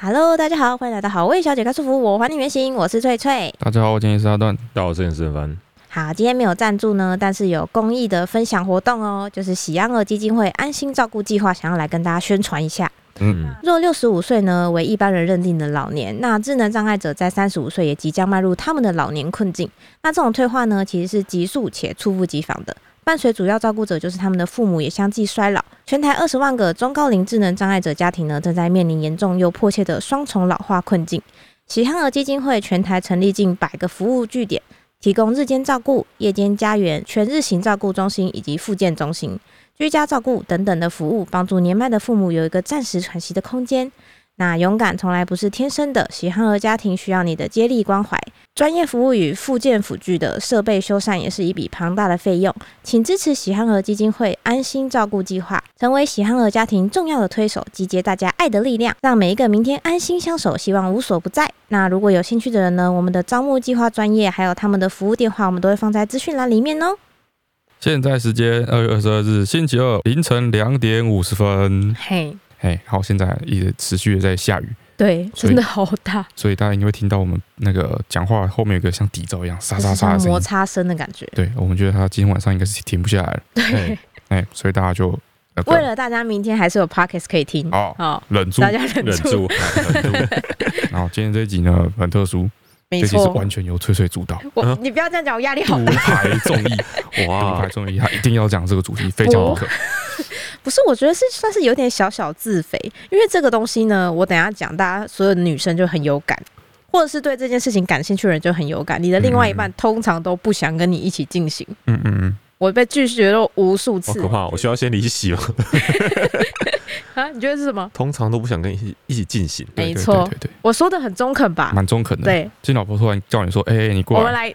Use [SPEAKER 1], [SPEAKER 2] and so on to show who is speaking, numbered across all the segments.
[SPEAKER 1] Hello，大家好，欢迎来到好味小姐开束缚，我还你原形，我是翠翠。
[SPEAKER 2] 大家好，我今天是阿段。
[SPEAKER 3] 大家好，我是严世凡。
[SPEAKER 1] 好，今天没有赞助呢，但是有公益的分享活动哦，就是喜安儿基金会安心照顾计划，想要来跟大家宣传一下。
[SPEAKER 3] 嗯，
[SPEAKER 1] 若六十五岁呢为一般人认定的老年，那智能障碍者在三十五岁也即将迈入他们的老年困境。那这种退化呢，其实是急速且猝不及防的，伴随主要照顾者就是他们的父母也相继衰老。全台二十万个中高龄智能障碍者家庭呢，正在面临严重又迫切的双重老化困境。喜憨儿基金会全台成立近百个服务据点，提供日间照顾、夜间家园、全日型照顾中心以及复健中心。居家照顾等等的服务，帮助年迈的父母有一个暂时喘息的空间。那勇敢从来不是天生的，喜憨儿家庭需要你的接力关怀。专业服务与附件辅具的设备修缮也是一笔庞大的费用，请支持喜憨儿基金会安心照顾计划，成为喜憨儿家庭重要的推手，集结大家爱的力量，让每一个明天安心相守，希望无所不在。那如果有兴趣的人呢，我们的招募计划专业还有他们的服务电话，我们都会放在资讯栏里面哦。
[SPEAKER 2] 现在时间二月二十二日星期二凌晨两点五十分。
[SPEAKER 1] 嘿，
[SPEAKER 2] 哎，好，现在一直持续的在下雨，
[SPEAKER 1] 对，
[SPEAKER 2] 所以真的
[SPEAKER 1] 好大。
[SPEAKER 2] 所以大家应该会听到我们那个讲话后面有个像底噪一样啊沙
[SPEAKER 1] 就是
[SPEAKER 2] 沙沙的声
[SPEAKER 1] 摩
[SPEAKER 2] 音。
[SPEAKER 1] 擦声的感觉。
[SPEAKER 2] 对，我们觉得他今天晚上应该是停不下来了。
[SPEAKER 3] 对，
[SPEAKER 2] 哎，所以大家就呃那
[SPEAKER 1] 为
[SPEAKER 2] 个
[SPEAKER 1] 了大家明天还是有 podcast 可以听
[SPEAKER 2] 哦
[SPEAKER 1] 哦，
[SPEAKER 2] 忍住
[SPEAKER 1] 大，家忍
[SPEAKER 3] 忍
[SPEAKER 1] 住，
[SPEAKER 3] 住，
[SPEAKER 2] 然后今天这一集呢很特殊，
[SPEAKER 1] 没
[SPEAKER 2] 这集是
[SPEAKER 1] 错。
[SPEAKER 2] 完全由翠翠主导，
[SPEAKER 1] 我
[SPEAKER 3] 嗯
[SPEAKER 1] 你不要这样讲，我压力好
[SPEAKER 2] 独
[SPEAKER 1] 大。
[SPEAKER 2] 排众议，独
[SPEAKER 3] 哇
[SPEAKER 2] 排，众议，他一定要讲这个主题，非讲不可。
[SPEAKER 1] 不是，我觉得是算是有点小小自肥，因为这个东西呢，我等一下讲，大家所有的女生就很有感。或者是对这件事情感兴趣的人就很有感，你的另外一半通常都不想跟你一起进行。
[SPEAKER 2] 嗯嗯嗯，
[SPEAKER 1] 我被拒绝了无数
[SPEAKER 3] 好
[SPEAKER 1] 次
[SPEAKER 3] 可怕！我需要先离席吗？
[SPEAKER 1] 啊！你觉得是什么？
[SPEAKER 3] 通常都不想跟你一起一起进行。
[SPEAKER 2] 对
[SPEAKER 1] 没
[SPEAKER 2] 对
[SPEAKER 1] 错
[SPEAKER 2] 对对
[SPEAKER 1] 我说的很中肯吧
[SPEAKER 2] 对，？蛮中肯的。
[SPEAKER 1] 对，
[SPEAKER 2] 金老婆突然叫你说：“哎、哎你
[SPEAKER 1] 我
[SPEAKER 2] 过
[SPEAKER 1] 们
[SPEAKER 2] 来。
[SPEAKER 1] 来，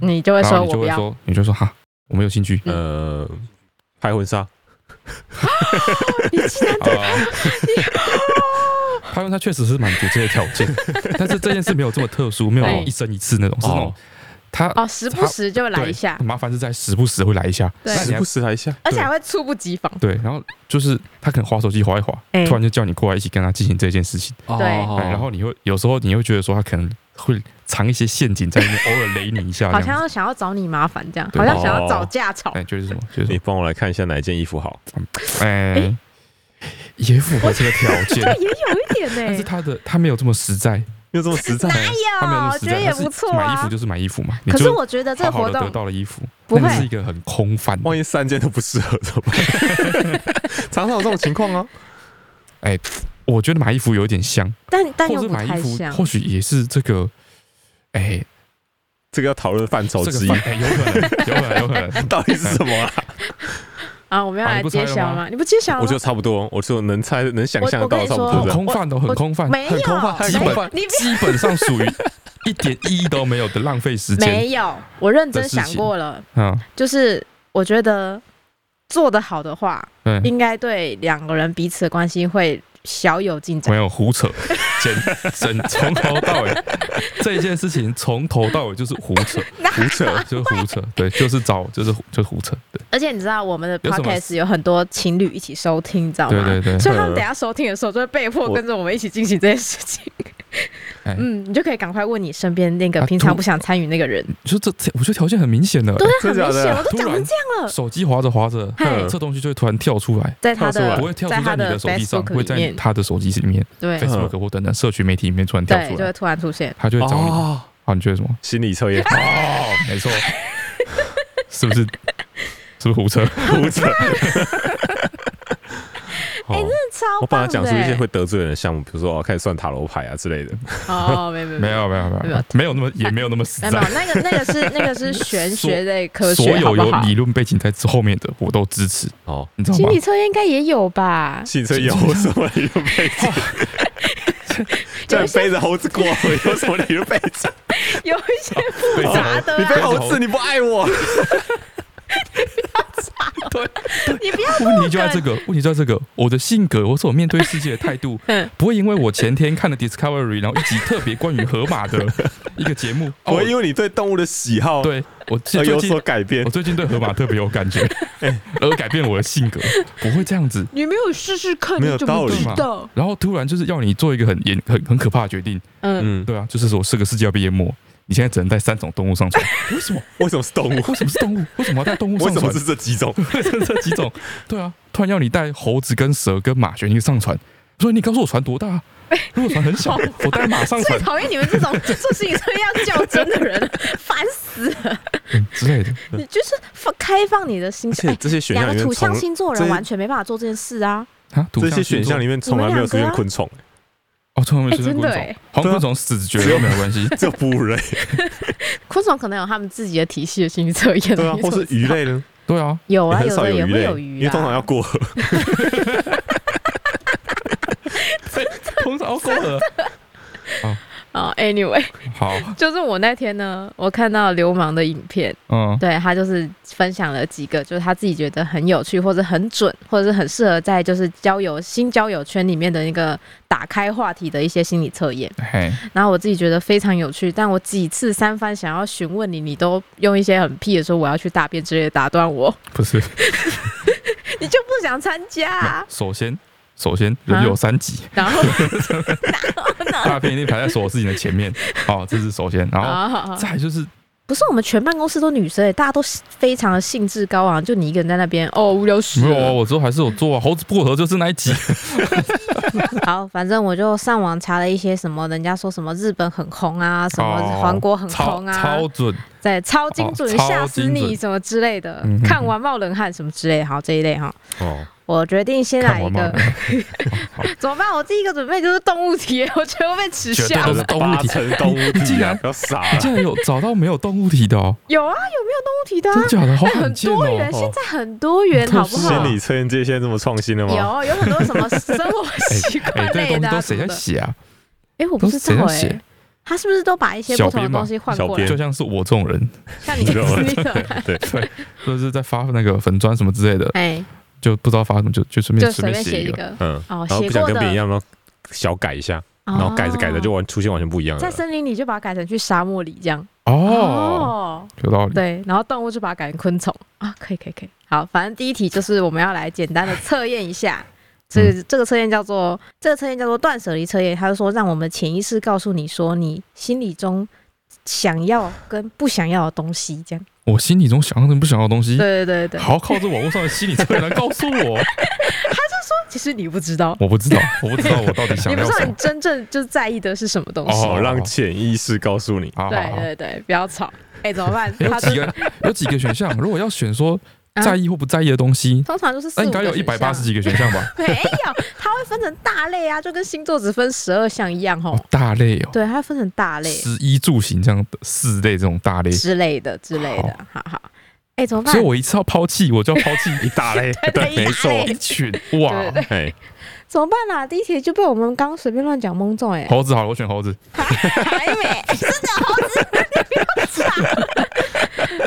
[SPEAKER 1] 你就”会
[SPEAKER 2] 然
[SPEAKER 1] 说
[SPEAKER 2] 后你
[SPEAKER 1] 我
[SPEAKER 2] 就
[SPEAKER 1] 不
[SPEAKER 2] 会
[SPEAKER 1] 要。
[SPEAKER 2] 说：“你就说哈，我没有 兴趣。
[SPEAKER 3] 呃，拍婚纱，
[SPEAKER 1] 你竟然
[SPEAKER 2] 啊， 他说他确实是满足这些条件， 但是这件事没有这么特殊，没有
[SPEAKER 1] 对
[SPEAKER 2] 一生一次那种，是那种
[SPEAKER 3] 哦
[SPEAKER 2] 他
[SPEAKER 1] 哦，时不时就来
[SPEAKER 2] 对
[SPEAKER 1] 一下，
[SPEAKER 2] 麻烦是在时不时会来一下，
[SPEAKER 1] 对
[SPEAKER 2] 那你
[SPEAKER 3] 时
[SPEAKER 2] 还
[SPEAKER 3] 不时来一下。
[SPEAKER 1] 而且还会猝不及防。
[SPEAKER 2] 对，然后就是他可能划手机划一划，
[SPEAKER 1] 哎哦
[SPEAKER 2] 突然就叫你过来一起跟他进行这件事情，
[SPEAKER 3] 对
[SPEAKER 2] 哎然后你会有时候你会觉得说他可能会藏一些陷阱 在里面，偶尔雷你一下，
[SPEAKER 1] 好
[SPEAKER 2] 这
[SPEAKER 1] 像
[SPEAKER 2] 样子
[SPEAKER 1] 要想要找你麻烦这样，
[SPEAKER 2] 对
[SPEAKER 1] 好像想要找架吵。
[SPEAKER 2] 哎，就是什么，就是什
[SPEAKER 3] 你
[SPEAKER 2] 么
[SPEAKER 3] 帮我来看一下哪一件衣服好。
[SPEAKER 2] 哎，也符合这个条件，
[SPEAKER 1] 也有一点呢、
[SPEAKER 2] 但 是他的他没有这么实在。
[SPEAKER 3] 又这么实在，
[SPEAKER 2] 他没有那
[SPEAKER 1] 哎
[SPEAKER 2] 么
[SPEAKER 1] 我觉
[SPEAKER 2] 实
[SPEAKER 1] 得
[SPEAKER 2] 在，
[SPEAKER 1] 也
[SPEAKER 2] 但是
[SPEAKER 1] 不错
[SPEAKER 2] 买衣
[SPEAKER 1] 啊
[SPEAKER 2] 服。就是买衣服嘛，你
[SPEAKER 1] 可是
[SPEAKER 2] 就
[SPEAKER 1] 我觉得这
[SPEAKER 2] 好
[SPEAKER 1] 个
[SPEAKER 2] 好
[SPEAKER 1] 活
[SPEAKER 2] 的得
[SPEAKER 1] 动
[SPEAKER 2] 到了衣服，
[SPEAKER 1] 不
[SPEAKER 2] 那个
[SPEAKER 1] 会
[SPEAKER 2] 是一个很空泛的。
[SPEAKER 3] 万一三件都不适合怎么办？ 常常有这种情况啊。
[SPEAKER 2] 我觉得买衣服有点像，
[SPEAKER 1] 但但
[SPEAKER 2] 或
[SPEAKER 1] 又
[SPEAKER 2] 者
[SPEAKER 1] 不
[SPEAKER 2] 买
[SPEAKER 1] 太
[SPEAKER 2] 衣服
[SPEAKER 1] 像。
[SPEAKER 2] 或许也是这个，哎，
[SPEAKER 3] 这个要讨论范畴
[SPEAKER 2] 这个
[SPEAKER 3] 之一，
[SPEAKER 2] 范嗯哎有可能，有可能，有可能。
[SPEAKER 3] 到底是什么啊？
[SPEAKER 1] 啊，我们要
[SPEAKER 2] 啊
[SPEAKER 1] 来
[SPEAKER 2] 你不猜
[SPEAKER 1] 揭
[SPEAKER 2] 了
[SPEAKER 1] 晓
[SPEAKER 2] 吗
[SPEAKER 1] 吗？你不揭晓吗？
[SPEAKER 3] 我觉得差不多，我就能猜能想象
[SPEAKER 1] 我
[SPEAKER 3] 得
[SPEAKER 1] 我跟
[SPEAKER 3] 到
[SPEAKER 1] 你
[SPEAKER 3] 差不
[SPEAKER 1] 说
[SPEAKER 3] 多
[SPEAKER 2] 很
[SPEAKER 3] 这样。
[SPEAKER 2] 空泛的，很
[SPEAKER 1] 我
[SPEAKER 2] 空泛，
[SPEAKER 1] 没有，
[SPEAKER 3] 很空泛很
[SPEAKER 2] 基
[SPEAKER 3] 空
[SPEAKER 2] 本
[SPEAKER 3] 泛
[SPEAKER 1] 你
[SPEAKER 2] 基本上属于一点意义都没有的浪费时间。
[SPEAKER 1] 没有，我认真
[SPEAKER 2] 的事
[SPEAKER 1] 想
[SPEAKER 2] 情
[SPEAKER 1] 过了，
[SPEAKER 2] 嗯，
[SPEAKER 1] 就是我觉得做得好的话，
[SPEAKER 2] 对，
[SPEAKER 1] 应该对两个人彼此的关系会小有进
[SPEAKER 2] 没
[SPEAKER 1] 展。
[SPEAKER 2] 有胡扯，整整 从头到尾这一件事情从头到尾就是胡 扯，
[SPEAKER 3] 胡扯，
[SPEAKER 2] 就是胡扯，对，就是找就是就是胡扯，对。
[SPEAKER 1] 而且你知道我们的
[SPEAKER 2] 有什么
[SPEAKER 1] podcast 有很多情侣一起收听，你知道吗？
[SPEAKER 2] 对对对
[SPEAKER 1] 所以他们等一下收听的时候就会被迫
[SPEAKER 3] 我
[SPEAKER 1] 跟着我们一起进行这件事情。
[SPEAKER 2] 哎
[SPEAKER 1] 嗯，你就可以赶快问你身边那个
[SPEAKER 2] 啊
[SPEAKER 1] 平常
[SPEAKER 2] 突
[SPEAKER 1] 不想参与那个人，
[SPEAKER 2] 就这，这我觉得条件很明显的，
[SPEAKER 1] 对啊，
[SPEAKER 3] 真
[SPEAKER 1] 很
[SPEAKER 3] 的
[SPEAKER 1] 明
[SPEAKER 3] 假的
[SPEAKER 1] 显，我都
[SPEAKER 2] 突
[SPEAKER 1] 讲成
[SPEAKER 2] 然
[SPEAKER 1] 这样了，
[SPEAKER 2] 手机滑着滑着，呃
[SPEAKER 1] 嘿
[SPEAKER 2] 这东西就会突然跳出来，
[SPEAKER 1] 在他
[SPEAKER 3] 跳出来
[SPEAKER 1] 的
[SPEAKER 2] 不会跳
[SPEAKER 1] 在
[SPEAKER 2] 出
[SPEAKER 1] 他
[SPEAKER 2] 在
[SPEAKER 1] 的
[SPEAKER 2] 你的手机上，
[SPEAKER 1] Facebook
[SPEAKER 2] 会
[SPEAKER 1] 里
[SPEAKER 2] 在
[SPEAKER 1] 面，
[SPEAKER 2] 他的手机里面
[SPEAKER 1] 对
[SPEAKER 3] 嗯
[SPEAKER 2] ，Facebook 或等等社群媒体里面突然跳
[SPEAKER 1] 对，
[SPEAKER 2] 出
[SPEAKER 1] 就会
[SPEAKER 2] 来，
[SPEAKER 1] 突然出现。
[SPEAKER 2] 他就会找你。
[SPEAKER 3] 哦，
[SPEAKER 2] 啊，你觉得什么？
[SPEAKER 3] 心 理测验，
[SPEAKER 2] 哦，没错， 是不是？是不是 胡扯？
[SPEAKER 3] 胡扯。哦
[SPEAKER 1] 超
[SPEAKER 3] 我本
[SPEAKER 1] 棒
[SPEAKER 3] 来
[SPEAKER 1] 哎的
[SPEAKER 3] 讲出一些
[SPEAKER 1] 欸
[SPEAKER 3] 会得罪人的项目，比如说哦，开始算塔罗牌啊之类的。
[SPEAKER 1] 哦，没有没有
[SPEAKER 2] 没。有没有没
[SPEAKER 1] 没
[SPEAKER 2] 有
[SPEAKER 1] 有，
[SPEAKER 2] 没有那么也没有那么实
[SPEAKER 1] 没有，没有
[SPEAKER 2] 在。
[SPEAKER 1] 那个那个是那个 是玄学类科
[SPEAKER 2] 所
[SPEAKER 1] 学，好
[SPEAKER 2] 有
[SPEAKER 1] 不
[SPEAKER 2] 有
[SPEAKER 1] 好？
[SPEAKER 2] 理论背景在后面的，我都支持，
[SPEAKER 3] 哦，
[SPEAKER 2] 你知道
[SPEAKER 1] 心
[SPEAKER 2] 吗
[SPEAKER 1] 理？测验应该也有 吧？
[SPEAKER 3] 汽车有什么理论背 景？叫你背着猴子过河有什么理论背景？
[SPEAKER 1] 有一些复杂的
[SPEAKER 3] 你
[SPEAKER 1] 啊
[SPEAKER 3] 背猴子你不爱我，
[SPEAKER 1] 你不要
[SPEAKER 2] 问题就在这 个，问题就在这个，我的性格或是我面对世界的态度
[SPEAKER 1] 嗯，
[SPEAKER 2] 不会因为我前天看了 Discovery，然后一集特别关于河马的一个节 目，
[SPEAKER 3] 我哎
[SPEAKER 2] 哦，
[SPEAKER 3] 因为你对动物的喜好
[SPEAKER 2] 对我最
[SPEAKER 3] 而有所
[SPEAKER 2] 近
[SPEAKER 3] 改变
[SPEAKER 2] 我，最近对河马特别有感 觉，
[SPEAKER 3] 哎
[SPEAKER 2] 而改变我的性格，不会这样子。
[SPEAKER 4] 你没有试试看，
[SPEAKER 3] 没有
[SPEAKER 4] 你怎么
[SPEAKER 3] 道理
[SPEAKER 4] 知
[SPEAKER 2] 嘛
[SPEAKER 4] 道？
[SPEAKER 2] 然后突然就是要你做一个很严、很很可怕的决定，
[SPEAKER 1] 嗯，
[SPEAKER 3] 嗯，
[SPEAKER 2] 对啊，就是说这个世界要被淹没，你现在只能带三种动物上 船。为什么？
[SPEAKER 3] 为什么是动物？
[SPEAKER 2] 为什么是动物？为什么要带动物
[SPEAKER 3] 为
[SPEAKER 2] 上
[SPEAKER 3] 什么
[SPEAKER 2] 船
[SPEAKER 3] 是？这几种？
[SPEAKER 2] 对，就是这几种。 对啊，突然要你带猴子、跟蛇、跟马选一个上船，所以你告诉我船多 大、啊？如果船很小，我带马上
[SPEAKER 1] 最
[SPEAKER 2] 船、
[SPEAKER 1] 讨厌你们这种 做事情这样较真的人， 烦死了！
[SPEAKER 2] 嗯、之类的。
[SPEAKER 1] 你就是放开放你的心
[SPEAKER 3] 而
[SPEAKER 1] 胸
[SPEAKER 3] 且。这些选
[SPEAKER 1] 两
[SPEAKER 3] 项
[SPEAKER 1] 个
[SPEAKER 3] 里面
[SPEAKER 1] 土象
[SPEAKER 3] 从
[SPEAKER 1] 星座
[SPEAKER 3] 这
[SPEAKER 1] 人完全没办法做这件事啊！
[SPEAKER 2] 啊，土
[SPEAKER 3] 这
[SPEAKER 2] 象
[SPEAKER 3] 些
[SPEAKER 2] 星
[SPEAKER 3] 选
[SPEAKER 2] 座
[SPEAKER 3] 项里面从来没有出现昆虫，
[SPEAKER 2] 哦，从来没有
[SPEAKER 1] 哎
[SPEAKER 2] 出现
[SPEAKER 1] 真
[SPEAKER 2] 昆
[SPEAKER 1] 的
[SPEAKER 2] 虫
[SPEAKER 1] 哎，
[SPEAKER 2] 黄
[SPEAKER 3] 对啊
[SPEAKER 2] 昆虫死绝了没有关系。
[SPEAKER 3] 只有哺乳类，
[SPEAKER 1] 昆虫可能有他们自己的体系的心理测验，
[SPEAKER 3] 对啊，
[SPEAKER 1] 你
[SPEAKER 3] 或
[SPEAKER 1] 怎么
[SPEAKER 3] 是
[SPEAKER 1] 知
[SPEAKER 3] 鱼
[SPEAKER 1] 道
[SPEAKER 3] 类呢？
[SPEAKER 2] 对啊，
[SPEAKER 1] 有啊，
[SPEAKER 3] 很
[SPEAKER 1] 有
[SPEAKER 3] 少
[SPEAKER 1] 的也
[SPEAKER 3] 鱼
[SPEAKER 1] 会
[SPEAKER 3] 类
[SPEAKER 1] 有，鱼啊，
[SPEAKER 3] 因为通常要过河。
[SPEAKER 2] 通常过河。
[SPEAKER 1] 啊，anyway，
[SPEAKER 2] 好，
[SPEAKER 1] 就是我那天呢，我看到流氓的影片，
[SPEAKER 2] 嗯，
[SPEAKER 1] 对他就是分享了几个，就是他自己觉得很有趣，或者很准，或者是很适合在就是交友新交友圈里面的那个打开话题的一些心理测验。
[SPEAKER 2] 嘿，
[SPEAKER 1] 然后我自己觉得非常有趣，但我几次三番想要询问你，你都用一些很屁的说我要去大便之类的打断我，
[SPEAKER 2] 不是。
[SPEAKER 1] 你就不想参加啊、
[SPEAKER 2] 首先，首先人有三级，
[SPEAKER 1] 然后
[SPEAKER 2] 大便一定排在所有事情的 前面。哦，这是首先，然后
[SPEAKER 1] 啊，
[SPEAKER 2] 再来就是
[SPEAKER 1] 不是我们全办公室都女生、欸，大家都非常的兴致高昂，就你一个人在那边哦无聊死
[SPEAKER 2] 没有啊，
[SPEAKER 1] 了。
[SPEAKER 2] 我之后还是有做啊。猴子过河就是那一集，
[SPEAKER 1] 好，反正我就上网查了一些什么，人家说什么日本很红啊，什么韩国很
[SPEAKER 2] 哦超
[SPEAKER 1] 红啊，
[SPEAKER 2] 超准。
[SPEAKER 1] 对，超精准
[SPEAKER 2] 哦
[SPEAKER 1] 吓死
[SPEAKER 2] 超精
[SPEAKER 1] 你
[SPEAKER 2] 准
[SPEAKER 1] 什么之类的
[SPEAKER 2] 嗯，哼
[SPEAKER 1] 看完冒冷汗什么之类，好这一类哈。
[SPEAKER 3] 哦，
[SPEAKER 1] 我决定先来
[SPEAKER 2] 看
[SPEAKER 1] 一
[SPEAKER 2] 完吗？
[SPEAKER 1] 个，
[SPEAKER 2] 好
[SPEAKER 1] 怎么办？我第一个准备就是动物题，我觉得会被耻
[SPEAKER 2] 绝对
[SPEAKER 1] 笑
[SPEAKER 2] 都。是动物体
[SPEAKER 3] 八成动物
[SPEAKER 2] 你竟
[SPEAKER 3] 体啊
[SPEAKER 2] 然，
[SPEAKER 3] 不要傻
[SPEAKER 2] 你
[SPEAKER 3] 了，
[SPEAKER 2] 竟然有找到没有动物体的哦，
[SPEAKER 1] 有啊，有没有动物题的啊？
[SPEAKER 2] 真 假的，好
[SPEAKER 1] 哎很
[SPEAKER 2] 罕见
[SPEAKER 1] 多元，
[SPEAKER 2] 哦。
[SPEAKER 1] 现在很多元，好不好
[SPEAKER 3] 心？理测验界现在这么创新了吗？
[SPEAKER 1] 有有很多什么生活习
[SPEAKER 2] 哎
[SPEAKER 1] 惯，
[SPEAKER 2] 这个
[SPEAKER 1] 类的啊
[SPEAKER 2] 东西都
[SPEAKER 1] 什
[SPEAKER 2] 谁
[SPEAKER 1] 么
[SPEAKER 2] 在
[SPEAKER 1] 的。
[SPEAKER 2] 写啊？
[SPEAKER 1] 哎，我不知道
[SPEAKER 2] 都是谁在
[SPEAKER 1] 哎
[SPEAKER 2] 写，
[SPEAKER 1] 他是不是都把一些不同的东西换过
[SPEAKER 3] 小
[SPEAKER 1] 来
[SPEAKER 3] 编？
[SPEAKER 2] 就像是我这种人，
[SPEAKER 1] 像 你就是那个，
[SPEAKER 3] 对，
[SPEAKER 2] 就是在发那个粉砖什么之类的，
[SPEAKER 1] 哎，
[SPEAKER 2] 就不知道发什么，就就顺
[SPEAKER 1] 就
[SPEAKER 2] 便
[SPEAKER 1] 随便
[SPEAKER 2] 随便
[SPEAKER 1] 写
[SPEAKER 2] 写
[SPEAKER 1] 一
[SPEAKER 2] 一个。
[SPEAKER 1] 个。
[SPEAKER 3] 嗯，
[SPEAKER 1] 哦，
[SPEAKER 3] 然后
[SPEAKER 1] 写
[SPEAKER 3] 不想
[SPEAKER 1] 过
[SPEAKER 3] 跟
[SPEAKER 1] 的
[SPEAKER 3] 别人一，样，然后小改一下，
[SPEAKER 1] 然
[SPEAKER 3] 然后改着改
[SPEAKER 2] 哦
[SPEAKER 3] 着就完出现完全不一样的
[SPEAKER 1] 在
[SPEAKER 3] 了。
[SPEAKER 1] 森林里就把它改成去沙漠里这样。
[SPEAKER 2] 哦，，有道理。
[SPEAKER 1] 对，然后动物就把它改成昆虫啊，可以可以可以。好，反正第一题就是我们要来简单的测验一 下。这这个测验叫做这个测验叫做断舍离测验，它就说让我们潜意识告诉你说你心里中想要跟不想要的东西，这样。
[SPEAKER 2] 我心里中想要跟不想要的东西，
[SPEAKER 1] 嗯对对对对，
[SPEAKER 2] 好靠着网络上的心理测验来告诉我。
[SPEAKER 1] 其实你不知道，
[SPEAKER 2] 我不知道，我不知道我到底 想
[SPEAKER 1] 你不
[SPEAKER 2] 要
[SPEAKER 1] 知道
[SPEAKER 2] 什
[SPEAKER 1] 你
[SPEAKER 2] 么。
[SPEAKER 1] 真正就在意的是什么东西。
[SPEAKER 2] 哦
[SPEAKER 3] 哦，让潜意识告 诉你，
[SPEAKER 2] 好好
[SPEAKER 1] 对
[SPEAKER 2] 好，
[SPEAKER 1] 对对，不要吵。哎，怎么办？
[SPEAKER 2] 有
[SPEAKER 1] 他
[SPEAKER 2] 几个有几个选项，如果要选说
[SPEAKER 1] 啊
[SPEAKER 2] 在意或不在意的东西，
[SPEAKER 1] 通常就是四
[SPEAKER 2] 那
[SPEAKER 1] 五
[SPEAKER 2] 应该
[SPEAKER 1] 个
[SPEAKER 2] 有一
[SPEAKER 1] 选
[SPEAKER 2] 百八
[SPEAKER 1] 项
[SPEAKER 2] 十几个选项吧？
[SPEAKER 1] 没有，它会分成大类啊，就跟星座只分十二项一样吼
[SPEAKER 2] 哦。大类哦，
[SPEAKER 1] 对，它会分成大类
[SPEAKER 2] 食衣住行这样的四类这种大类，
[SPEAKER 1] 之类的之类的。好好，哎、怎么办
[SPEAKER 2] 所以？我一次要抛弃，我就要抛弃一大类，
[SPEAKER 1] 对
[SPEAKER 3] 没错
[SPEAKER 1] 一大
[SPEAKER 2] 一
[SPEAKER 1] 类
[SPEAKER 2] 群
[SPEAKER 1] 对
[SPEAKER 2] 哇
[SPEAKER 1] 对。
[SPEAKER 3] 哎，
[SPEAKER 1] 怎么办啦、啊？第一题就被我们刚随便乱讲蒙中 哎、
[SPEAKER 2] 猴子好了，我选猴子。
[SPEAKER 1] 还没，是 的猴子，你不要吵。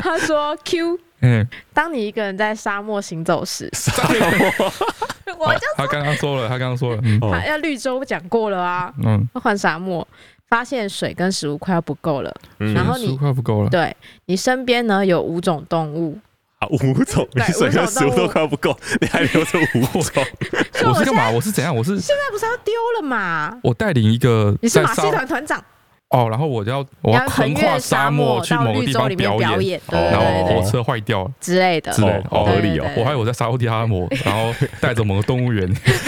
[SPEAKER 1] 他说 Q。
[SPEAKER 2] 嗯，
[SPEAKER 1] 当你一个人在沙漠行走时，我
[SPEAKER 2] 好
[SPEAKER 1] 就
[SPEAKER 2] 他刚刚说了，他刚刚说了，嗯
[SPEAKER 3] 哦
[SPEAKER 1] 还要绿洲讲过了啊，
[SPEAKER 2] 嗯，
[SPEAKER 1] 要换沙漠，发现水跟食物快要不够了。
[SPEAKER 3] 嗯
[SPEAKER 1] 然后你
[SPEAKER 2] 书快不够了，
[SPEAKER 1] 对你身边呢有五种动物，
[SPEAKER 3] 啊五 种，你
[SPEAKER 1] 对
[SPEAKER 3] 水
[SPEAKER 1] 五种
[SPEAKER 3] 跟食物
[SPEAKER 1] 动
[SPEAKER 3] 都
[SPEAKER 1] 物
[SPEAKER 3] 快要不够，你还留着五种，
[SPEAKER 1] 所以
[SPEAKER 2] 我
[SPEAKER 1] 我现
[SPEAKER 2] 是干
[SPEAKER 1] 在
[SPEAKER 2] 嘛？我是怎样？我是
[SPEAKER 1] 现在不是要丢了嘛？
[SPEAKER 2] 我带领一个
[SPEAKER 1] 你是
[SPEAKER 2] 在
[SPEAKER 1] 马戏
[SPEAKER 2] 沙
[SPEAKER 1] 团团长。
[SPEAKER 2] 哦，然后我要我要
[SPEAKER 1] 横
[SPEAKER 2] 横
[SPEAKER 1] 越
[SPEAKER 2] 跨
[SPEAKER 1] 沙
[SPEAKER 2] 沙
[SPEAKER 1] 漠
[SPEAKER 2] 漠去
[SPEAKER 1] 到
[SPEAKER 2] 某个
[SPEAKER 1] 绿
[SPEAKER 2] 地
[SPEAKER 1] 洲
[SPEAKER 2] 方
[SPEAKER 1] 里面表
[SPEAKER 2] 表
[SPEAKER 1] 演，对
[SPEAKER 3] 哦
[SPEAKER 1] 对
[SPEAKER 2] 然后
[SPEAKER 1] 对
[SPEAKER 2] 火
[SPEAKER 1] 对
[SPEAKER 2] 车坏掉了
[SPEAKER 1] 之类的
[SPEAKER 2] 之。类的。
[SPEAKER 3] 哦
[SPEAKER 2] 哦
[SPEAKER 3] 合理哦
[SPEAKER 1] 对对对
[SPEAKER 2] 我还有我在沙地阿 摩，然后带着某个动物园